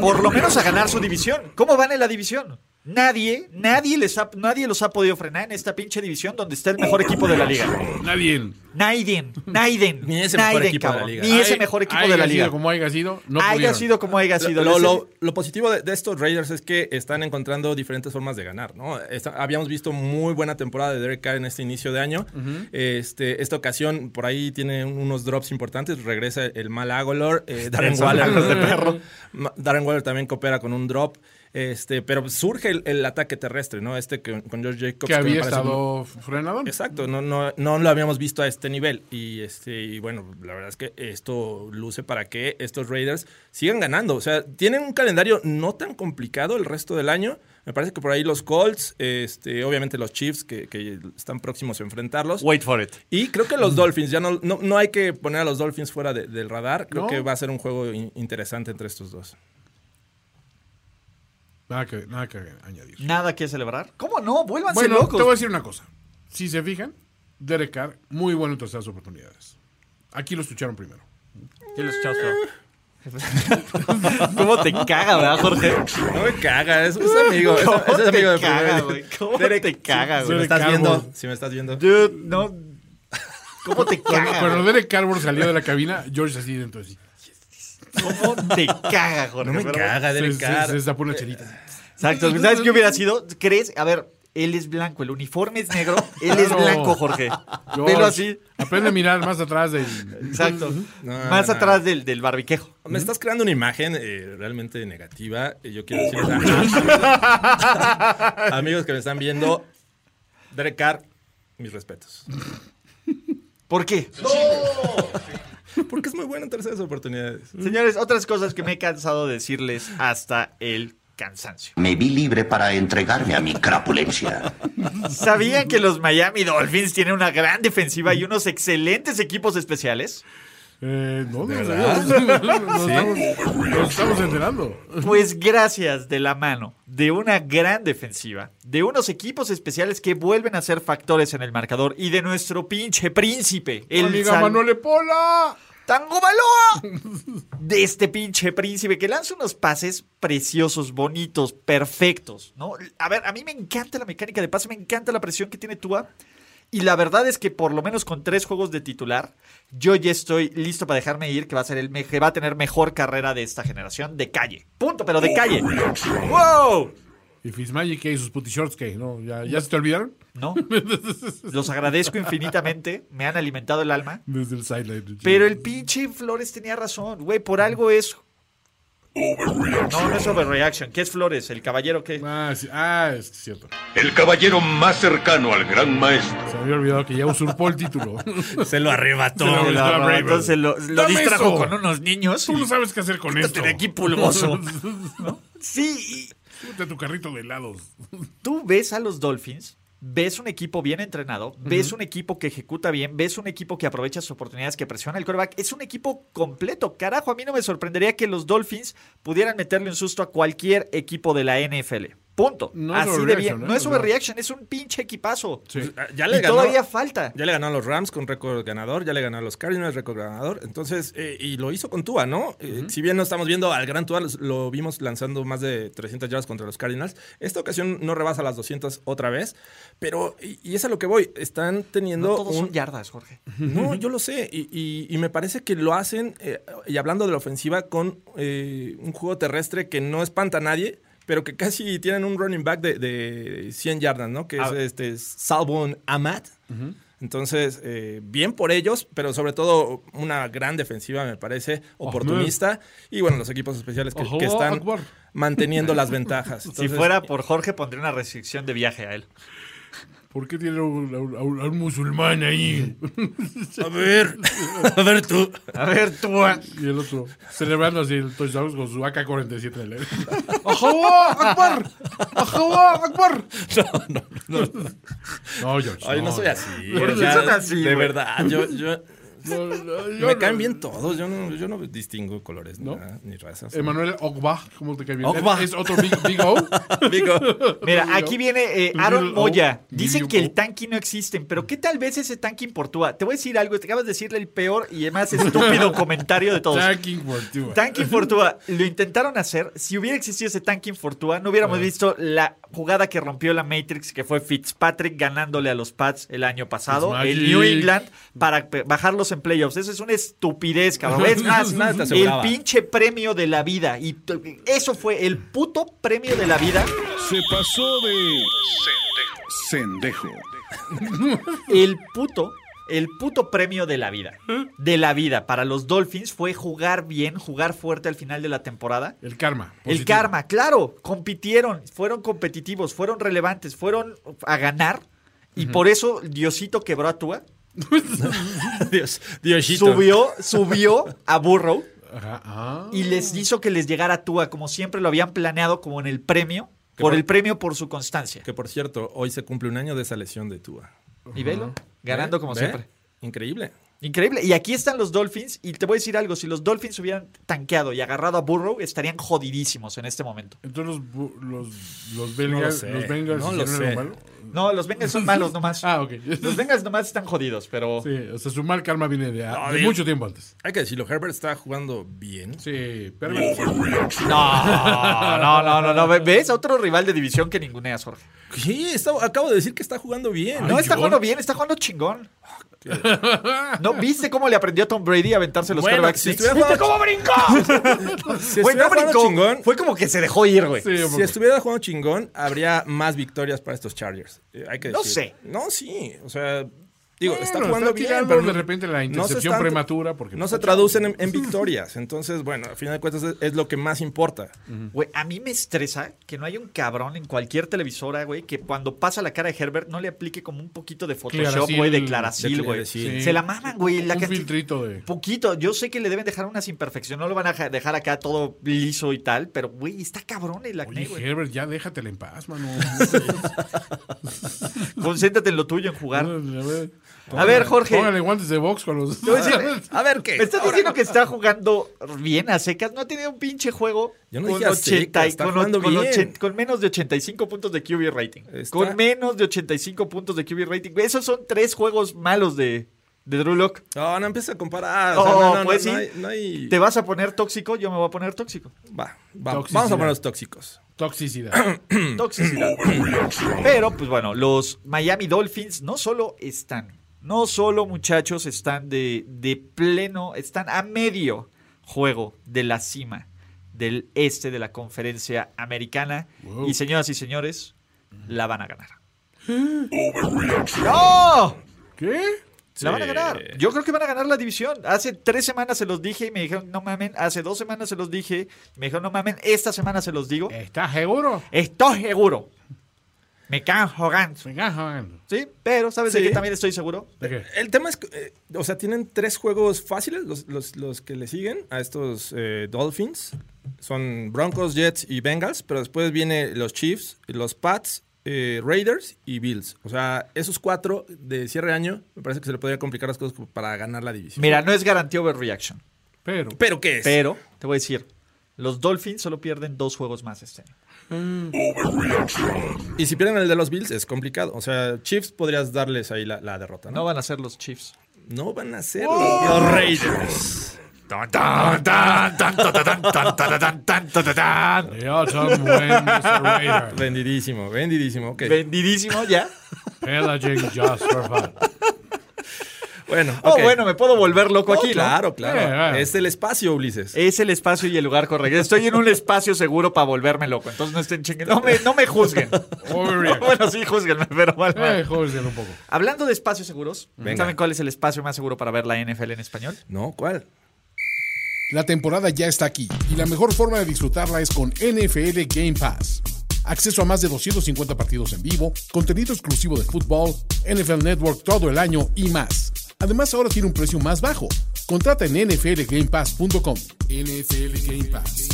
Speaker 2: por lo menos a ganar su división. ¿Cómo van en la división? Nadie, nadie les ha, nadie los ha podido frenar en esta pinche división donde está el mejor equipo de la liga.
Speaker 4: Nadie.
Speaker 2: Naiden, Naiden,
Speaker 5: Ni ese mejor
Speaker 2: Naiden,
Speaker 5: equipo de la
Speaker 2: cabrón.
Speaker 5: liga.
Speaker 2: Ni ese
Speaker 4: Ay-
Speaker 2: mejor equipo
Speaker 4: haya
Speaker 2: de la
Speaker 4: sido
Speaker 2: liga.
Speaker 4: como haya sido, no
Speaker 2: haya
Speaker 4: pudieron.
Speaker 2: sido como haya sido.
Speaker 5: Lo,
Speaker 2: Les-
Speaker 5: lo- lo positivo de, de estos Raiders es que están encontrando diferentes formas de ganar, ¿no? Está- habíamos visto muy buena temporada de Derek Carr en este inicio de año. este, esta ocasión, por ahí tiene un- unos drops importantes. Regresa el mal Agolor. eh, Darren
Speaker 2: Son
Speaker 5: Waller.
Speaker 2: manos de perro.
Speaker 5: Ma- Darren Waller también coopera con un drop. Este, pero surge el, el ataque terrestre, ¿no? Este que- con George Jacobs.
Speaker 4: Que
Speaker 5: me
Speaker 4: había
Speaker 5: parece muy-
Speaker 4: estado frenado.
Speaker 5: Exacto, no, no, no lo habíamos visto a este nivel. Y este, y bueno, la verdad es que esto luce para que estos Raiders sigan ganando. O sea, tienen un calendario no tan complicado el resto del año. Me parece que por ahí los Colts, este, obviamente los Chiefs, que, que están próximos a enfrentarlos.
Speaker 2: Wait for it.
Speaker 5: Y creo que los Dolphins, ya no, no, no hay que poner a los Dolphins fuera de- del radar. Creo
Speaker 4: No.
Speaker 5: que va a ser un juego in- interesante entre estos dos.
Speaker 4: Nada que, nada que añadir.
Speaker 2: Nada que celebrar. ¿Cómo no? Vuélvanse
Speaker 4: Bueno,
Speaker 2: locos.
Speaker 4: te voy a decir una cosa. Si se fijan, Derek Carr, muy bueno en terceras oportunidades. Aquí lo escucharon primero.
Speaker 2: Sí, los chavos, pero- ¿Cómo te caga, verdad, Jorge?
Speaker 5: No me caga, es, es amigo. Es, es
Speaker 2: te
Speaker 5: amigo de
Speaker 2: caga,
Speaker 5: primera-
Speaker 2: güey? ¿Cómo te caga,
Speaker 5: si
Speaker 2: güey?
Speaker 5: me estás
Speaker 4: Derek
Speaker 5: viendo,
Speaker 4: Carr,
Speaker 5: si me estás viendo.
Speaker 2: Dude, no. ¿Cómo te
Speaker 4: Cuando,
Speaker 2: caga?
Speaker 4: cuando
Speaker 2: güey?
Speaker 4: Derek Carr salió de la cabina, George así dentro así.
Speaker 2: ¿Cómo te caga, Jorge?
Speaker 5: No me
Speaker 2: Pero-
Speaker 5: caga,
Speaker 4: Se,
Speaker 5: Derek
Speaker 4: se,
Speaker 5: Carr.
Speaker 4: se destapó una chelita.
Speaker 2: Exacto. ¿Sabes qué hubiera sido? ¿Crees? A ver, Él es blanco, el uniforme es negro, él es
Speaker 4: Claro.
Speaker 2: blanco, Jorge.
Speaker 4: George,
Speaker 2: Velo así.
Speaker 4: Aprende a mirar más atrás del.
Speaker 2: Exacto.
Speaker 5: No,
Speaker 2: Más
Speaker 5: no.
Speaker 2: atrás del, del barbiquejo.
Speaker 5: Me estás creando una imagen eh, realmente negativa. y Yo quiero decir, amigos que me están viendo, Derek Carr, mis respetos.
Speaker 2: ¿Por qué?
Speaker 5: Porque es muy bueno en terceras oportunidades.
Speaker 2: Señores, otras cosas que me he cansado de decirles hasta el cansancio.
Speaker 8: Me vi libre para entregarme a mi crapulencia.
Speaker 2: ¿Sabían que los Miami Dolphins tienen una gran defensiva y unos excelentes equipos especiales?
Speaker 4: Eh, no, no,
Speaker 5: ¿De
Speaker 4: no,
Speaker 5: verdad?
Speaker 4: no, no, nos estamos- nos estamos enterando.
Speaker 2: Pues gracias de la mano de una gran defensiva, de unos equipos especiales que vuelven a ser factores en el marcador y de nuestro pinche príncipe, el
Speaker 4: Amiga
Speaker 2: San-
Speaker 4: Manuel Epola.
Speaker 2: Tango Baloa. De este pinche príncipe que lanza unos pases preciosos, bonitos, perfectos, ¿no? A ver, a mí me encanta la mecánica de pase, me encanta la presión que tiene Tua. Y la verdad es que por lo menos con tres juegos de titular, yo ya estoy listo para dejarme ir, que va a ser el me- que va a tener mejor carrera de esta generación de calle. Punto, pero de calle. ¡Wow!
Speaker 4: Y Fitzmagic y sus puti shorts que no, ya, ya se te olvidaron
Speaker 2: ¿No? Los agradezco infinitamente, me han alimentado el alma.
Speaker 4: desde el sideline.
Speaker 2: Pero el pinche Flores tenía razón, güey, por algo es. No, no es overreaction. ¿Qué es Flores? ¿El caballero qué?
Speaker 4: Ah, sí, ah, es cierto.
Speaker 8: El caballero más cercano al gran maestro.
Speaker 4: Se me había olvidado que ya usurpó el título.
Speaker 5: Se lo arrebató.
Speaker 4: Se lo
Speaker 2: No,
Speaker 4: arrebató a
Speaker 2: no,
Speaker 4: Braver.
Speaker 2: entonces lo, lo
Speaker 4: Dame
Speaker 2: distrajo
Speaker 4: eso.
Speaker 2: con unos niños.
Speaker 4: Tú
Speaker 2: y-
Speaker 4: no sabes qué hacer con
Speaker 2: Quítate
Speaker 4: esto.
Speaker 2: de aquí, pulgoso. sí, y
Speaker 4: Súbete a tu carrito de helados.
Speaker 2: tú ves a los Dolphins, ves un equipo bien entrenado, ves un equipo que ejecuta bien, ves un equipo que aprovecha sus oportunidades, que presiona el quarterback. Es un equipo completo. Carajo, a mí no me sorprendería que los Dolphins pudieran meterle un susto a cualquier equipo de la NFL. Punto.
Speaker 4: No
Speaker 2: Así
Speaker 4: es
Speaker 2: de bien.
Speaker 4: overreaction, ¿eh?
Speaker 2: No es
Speaker 4: O sea-
Speaker 2: overreaction, es un pinche equipazo.
Speaker 5: Pues, ah, Ya
Speaker 2: Y
Speaker 5: le ganó.
Speaker 2: todavía falta.
Speaker 5: Ya le ganó a los Rams con récord ganador, ya le ganó a los Cardinals récord ganador. Entonces, eh, y lo hizo con Tua, ¿no? Eh, si bien no estamos viendo al gran Tua, los- lo vimos lanzando más de 300 yardas contra los Cardinals. Esta ocasión no rebasa las 200 otra vez, pero, y, y es a lo que voy, están teniendo
Speaker 2: No todos
Speaker 5: un,
Speaker 2: son yardas, Jorge.
Speaker 5: no, yo lo sé. Y, y- y me parece que lo hacen, eh, y hablando de la ofensiva, con eh, un juego terrestre que no espanta a nadie, pero que casi tienen un running back de, de 100 yardas, ¿no? Que
Speaker 2: A
Speaker 5: es
Speaker 2: ver.
Speaker 5: este Salvon Amat. Entonces, eh, bien por ellos, pero sobre todo una gran defensiva, me parece, oportunista. Y bueno, los equipos especiales que, que están
Speaker 4: Akbar.
Speaker 5: manteniendo las ventajas.
Speaker 2: Si
Speaker 5: Entonces,
Speaker 2: fuera por Jorge, pondría una restricción de viaje a él.
Speaker 4: ¿Por qué tiene a un, a un- a un- a un musulmán ahí?
Speaker 5: A ver, a ver tú.
Speaker 2: A ver, tú. ah.
Speaker 4: Y el otro, celebrando así el touchdown con su AK-47 de la
Speaker 5: Akbar! Akbar! No, no, no.
Speaker 4: No, George.
Speaker 5: Ay, no soy así.
Speaker 2: ¿Por
Speaker 5: o
Speaker 2: qué
Speaker 5: sea,
Speaker 2: son así,
Speaker 5: De
Speaker 2: güey?
Speaker 5: verdad, yo, yo,
Speaker 4: No, no, yo
Speaker 5: me
Speaker 4: no.
Speaker 5: caen bien todos. Yo no, yo no distingo colores,
Speaker 4: ¿No?
Speaker 5: ¿no? Ni razas.
Speaker 4: Emanuel Ogba, ¿cómo te cae bien?
Speaker 5: Ogba.
Speaker 4: Es otro Big, big O.
Speaker 5: Digo,
Speaker 2: Mira, aquí viene eh, Aaron
Speaker 4: Little
Speaker 5: oh,
Speaker 2: Moya.
Speaker 4: O,
Speaker 2: Dicen
Speaker 4: Little
Speaker 2: que
Speaker 4: O.
Speaker 2: el tanque no existe, pero ¿qué tal vez ese tanque importúa? Te voy a decir algo, te acabas de decirle el peor y el más estúpido comentario de todos.
Speaker 4: Jacking Fortua.
Speaker 2: Tanque Fortúa, lo intentaron hacer. Si hubiera existido ese Tanque Fortúa,
Speaker 5: Ah.
Speaker 2: no hubiéramos visto la jugada que rompió la Matrix, que fue Fitzpatrick ganándole a los Pats el año pasado,
Speaker 4: Fitzmagic.
Speaker 2: el New England, para pe- bajarlos en playoffs. Eso es una estupidez, cabrón. Es más,
Speaker 5: Nada te
Speaker 2: el
Speaker 5: aseguraba.
Speaker 2: pinche premio de la vida. Y t- eso fue el puto premio de la vida.
Speaker 1: Se pasó de. Sendejo.
Speaker 2: el puto, el puto premio de la vida, de la vida para los Dolphins fue jugar bien, jugar fuerte al final de la temporada.
Speaker 4: El karma.
Speaker 2: El
Speaker 4: positivo.
Speaker 2: karma, claro, compitieron, fueron competitivos, fueron relevantes, fueron a ganar y por eso Diosito quebró a Tua,
Speaker 5: Dios, Diosito.
Speaker 2: subió, subió a Burrow
Speaker 4: Ajá, ah.
Speaker 2: y les hizo que les llegara a Tua como siempre lo habían planeado como en el premio, por el premio por su constancia.
Speaker 5: Que por cierto, hoy se cumple un año de esa lesión de Tua.
Speaker 2: Y velo, ganando
Speaker 5: ¿Ve?
Speaker 2: como
Speaker 5: ¿Eh? ¿Ve?
Speaker 2: siempre.
Speaker 5: Increíble.
Speaker 2: Increíble. Y aquí están los Dolphins. Y te voy a decir algo: si los Dolphins hubieran tanqueado y agarrado a Burrow, estarían jodidísimos en este momento.
Speaker 4: Entonces los, bu- los, los
Speaker 5: No lo
Speaker 4: Bengals,
Speaker 5: sé.
Speaker 4: los Bengals
Speaker 5: No lo
Speaker 4: hicieron
Speaker 5: sé.
Speaker 4: algo malo.
Speaker 2: No, los Bengals son malos nomás.
Speaker 4: Ah, ok.
Speaker 2: Los Bengals nomás están jodidos, pero.
Speaker 4: Sí, o sea, su mal karma viene de,
Speaker 5: No,
Speaker 4: de
Speaker 5: Dios.
Speaker 4: mucho tiempo antes.
Speaker 5: Hay que decirlo, Herbert está jugando bien.
Speaker 4: Sí, pero
Speaker 2: No, no, no, no, no. ¿Ves? Otro rival de división que ninguneas, Jorge.
Speaker 5: Sí, está- acabo de decir que está jugando bien.
Speaker 2: No, está
Speaker 4: George.
Speaker 2: jugando bien, está jugando chingón. ¿No viste cómo le aprendió a Tom Brady a aventarse los
Speaker 5: Bueno,
Speaker 2: quarterbacks
Speaker 5: si
Speaker 2: sneaks?
Speaker 5: estuviera
Speaker 2: ¿Viste
Speaker 5: jugando-
Speaker 2: cómo brincó?
Speaker 5: Si
Speaker 2: Güey, no
Speaker 5: estuviera jugando
Speaker 2: brincó.
Speaker 5: chingón-
Speaker 2: Fue como que se dejó ir, güey.
Speaker 5: si estuviera jugando chingón, habría más victorias para estos Chargers. Eh, hay que
Speaker 2: No
Speaker 5: decir.
Speaker 2: sé.
Speaker 5: No, sí. O sea, digo,
Speaker 4: Bueno,
Speaker 5: está
Speaker 4: está
Speaker 5: jugando bien,
Speaker 4: tirando
Speaker 5: pero
Speaker 4: de repente la
Speaker 5: se
Speaker 4: intercepción
Speaker 5: están-
Speaker 4: prematura porque-
Speaker 5: no se traducen en, en victorias. Entonces, bueno, al final de cuentas es, es lo que más importa.
Speaker 2: Güey, a mí me estresa que no haya un cabrón en cualquier televisora, güey, que cuando pasa la cara de Herbert no le aplique como un poquito de Photoshop,
Speaker 4: Claracil.
Speaker 2: güey, de
Speaker 5: De
Speaker 2: Claracil, güey.
Speaker 5: Claracil.
Speaker 2: Se la maman, güey. La
Speaker 4: Un
Speaker 2: cantidad-
Speaker 4: filtrito de.
Speaker 2: Poquito, yo sé que le deben dejar unas imperfecciones, no lo van a ja- dejar acá todo liso y tal, pero güey, está cabrón el acné,
Speaker 4: Oye,
Speaker 2: güey.
Speaker 4: Herbert, ya déjatela en paz, mano.
Speaker 2: Concéntrate en lo tuyo, en
Speaker 4: a
Speaker 2: jugar.
Speaker 4: ver,
Speaker 2: A ver, Jorge.
Speaker 4: Póngale guantes de box con los.
Speaker 2: te voy Pues, a decir-
Speaker 5: A ver qué.
Speaker 2: Me estás diciendo que está jugando bien a secas. No ha tenido un pinche juego
Speaker 5: Yo no
Speaker 2: con,
Speaker 5: dije a secas, está
Speaker 2: con,
Speaker 5: jugando
Speaker 2: con
Speaker 5: bien.
Speaker 2: ochen- con menos de 85 puntos de QB rating.
Speaker 5: Está-
Speaker 2: Con menos de 85 puntos de QB rating. Güey, Esos son tres juegos malos de, de Drew Lock.
Speaker 5: No, no empieza a comparar.
Speaker 2: No,
Speaker 5: Ah, O sea, no, no,
Speaker 2: pues
Speaker 5: no,
Speaker 2: sí.
Speaker 5: no hay- no hay-
Speaker 2: ¿Te vas a poner tóxico? Yo me voy a poner tóxico.
Speaker 5: Va, va,
Speaker 4: Toxicidad.
Speaker 5: vamos a poner los tóxicos.
Speaker 4: Toxicidad.
Speaker 2: Toxicidad. Pero, pues bueno, los Miami Dolphins no solo están, no solo muchachos están de, de pleno, están a medio juego de la cima del este de la conferencia americana. Y señoras y señores, la van a ganar. ¡No!
Speaker 4: ¿Qué?
Speaker 2: La van a ganar. Yo creo que van a ganar la división. Hace tres semanas se los dije y me dijeron, no mamen. Hace dos semanas se los dije. y Me dijeron, no mamen. Esta semana se los digo.
Speaker 4: ¿Estás seguro?
Speaker 2: Estoy seguro. Me cago jugando.
Speaker 4: Venga, joven.
Speaker 2: Sí, pero ¿sabes de
Speaker 5: Sí.
Speaker 2: qué también estoy seguro?
Speaker 4: ¿De qué?
Speaker 5: El tema es, que, eh, o sea, tienen tres juegos fáciles los, los- los que le siguen a estos eh, Dolphins. Son Broncos, Jets y Bengals, pero después viene los Chiefs, los Pats, eh, Raiders y Bills. O sea, esos cuatro de cierre de año me parece que se le podría complicar las cosas como para ganar la división.
Speaker 2: Mira, no es garantía overreaction.
Speaker 4: Pero.
Speaker 5: ¿Pero qué es?
Speaker 2: Pero te voy a decir, los Dolphins solo pierden dos juegos más este año.
Speaker 5: Y si pierden el de los Bills es complicado. O sea, Chiefs podrías darles ahí la, la derrota,
Speaker 2: No
Speaker 5: ¿no?
Speaker 2: van a ser los Chiefs.
Speaker 5: No van a ser los los Raiders.
Speaker 4: Yo soy buen Mr. Raider.
Speaker 5: Vendidísimo, vendidísimo. ok.
Speaker 2: Vendidísimo ya.
Speaker 4: Pelagic just for fun.
Speaker 5: bueno,
Speaker 2: Oh,
Speaker 5: ok.
Speaker 2: bueno, me puedo volver loco
Speaker 5: No,
Speaker 2: aquí. ¿no? Eh.
Speaker 5: Claro,
Speaker 4: Eh,
Speaker 5: claro.
Speaker 4: bueno.
Speaker 5: Es el espacio, Ulises.
Speaker 2: Es el espacio y el lugar correcto. Estoy en un espacio seguro para volverme loco. Entonces no estén chingando. No me, no me juzguen.
Speaker 4: Overreaction.
Speaker 2: bueno, sí, juzguenme, pero vale.
Speaker 4: Eh,
Speaker 2: madre.
Speaker 4: joder, un poco.
Speaker 2: Hablando de espacios seguros,
Speaker 5: Venga.
Speaker 2: ¿saben cuál es el espacio más seguro para ver la NFL en español?
Speaker 5: No, ¿cuál?
Speaker 1: La temporada ya está aquí y la mejor forma de disfrutarla es con NFL Game Pass. Acceso a más de 250 partidos en vivo, contenido exclusivo de fútbol, NFL Network todo el año y más. Además ahora tiene un precio más bajo. Contrata en nflgamepass.com. NFL Game Pass.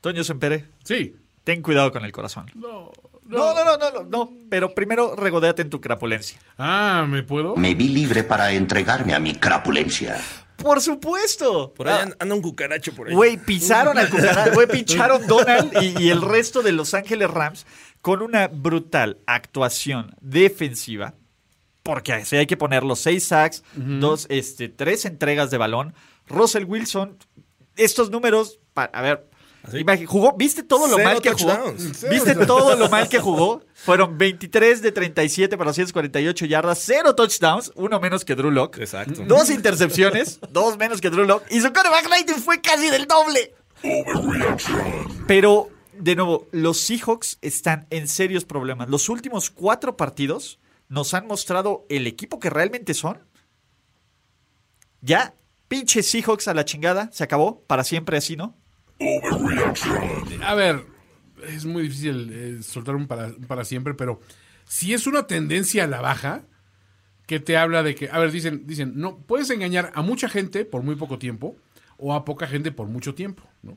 Speaker 2: Toño Sempere,
Speaker 4: Sí.
Speaker 2: ten cuidado con el corazón.
Speaker 4: No.
Speaker 2: No, no, no, no, no, no. Pero primero regodeate en tu crapulencia.
Speaker 4: Ah, ¿me puedo?
Speaker 8: Me vi libre para entregarme a mi crapulencia.
Speaker 2: Por supuesto.
Speaker 5: Por ahí an- anda un cucaracho por ahí.
Speaker 2: Ah. Güey, pisaron al cucaracho, güey, pincharon Donald y, y el resto de Los Ángeles Rams con una brutal actuación defensiva. Porque así hay que poner los seis sacks, dos, este, tres entregas de balón. Russell Wilson, estos números, pa- a ver, imagi- jugó, ¿viste todo lo
Speaker 5: Cero
Speaker 2: mal que jugó?
Speaker 5: touchdowns.
Speaker 2: ¿Viste todo lo mal que jugó? Fueron 23 de 37 para 148 yardas, cero touchdowns, uno menos que Drew Lock.
Speaker 5: Exacto.
Speaker 2: Dos intercepciones, dos menos que Drew Lock. Y su quarterback rating fue casi del doble. Pero, de nuevo, los Seahawks están en serios problemas. Los últimos cuatro partidos nos han mostrado el equipo que realmente son. Ya, pinche Seahawks a la chingada, se acabó, para siempre así, ¿no?
Speaker 4: A ver, es muy difícil eh, soltar un para, un para siempre, pero si es una tendencia a la baja que te habla de que, a ver, dicen, dicen, no, puedes engañar a mucha gente por muy poco tiempo o a poca gente por mucho tiempo, ¿no?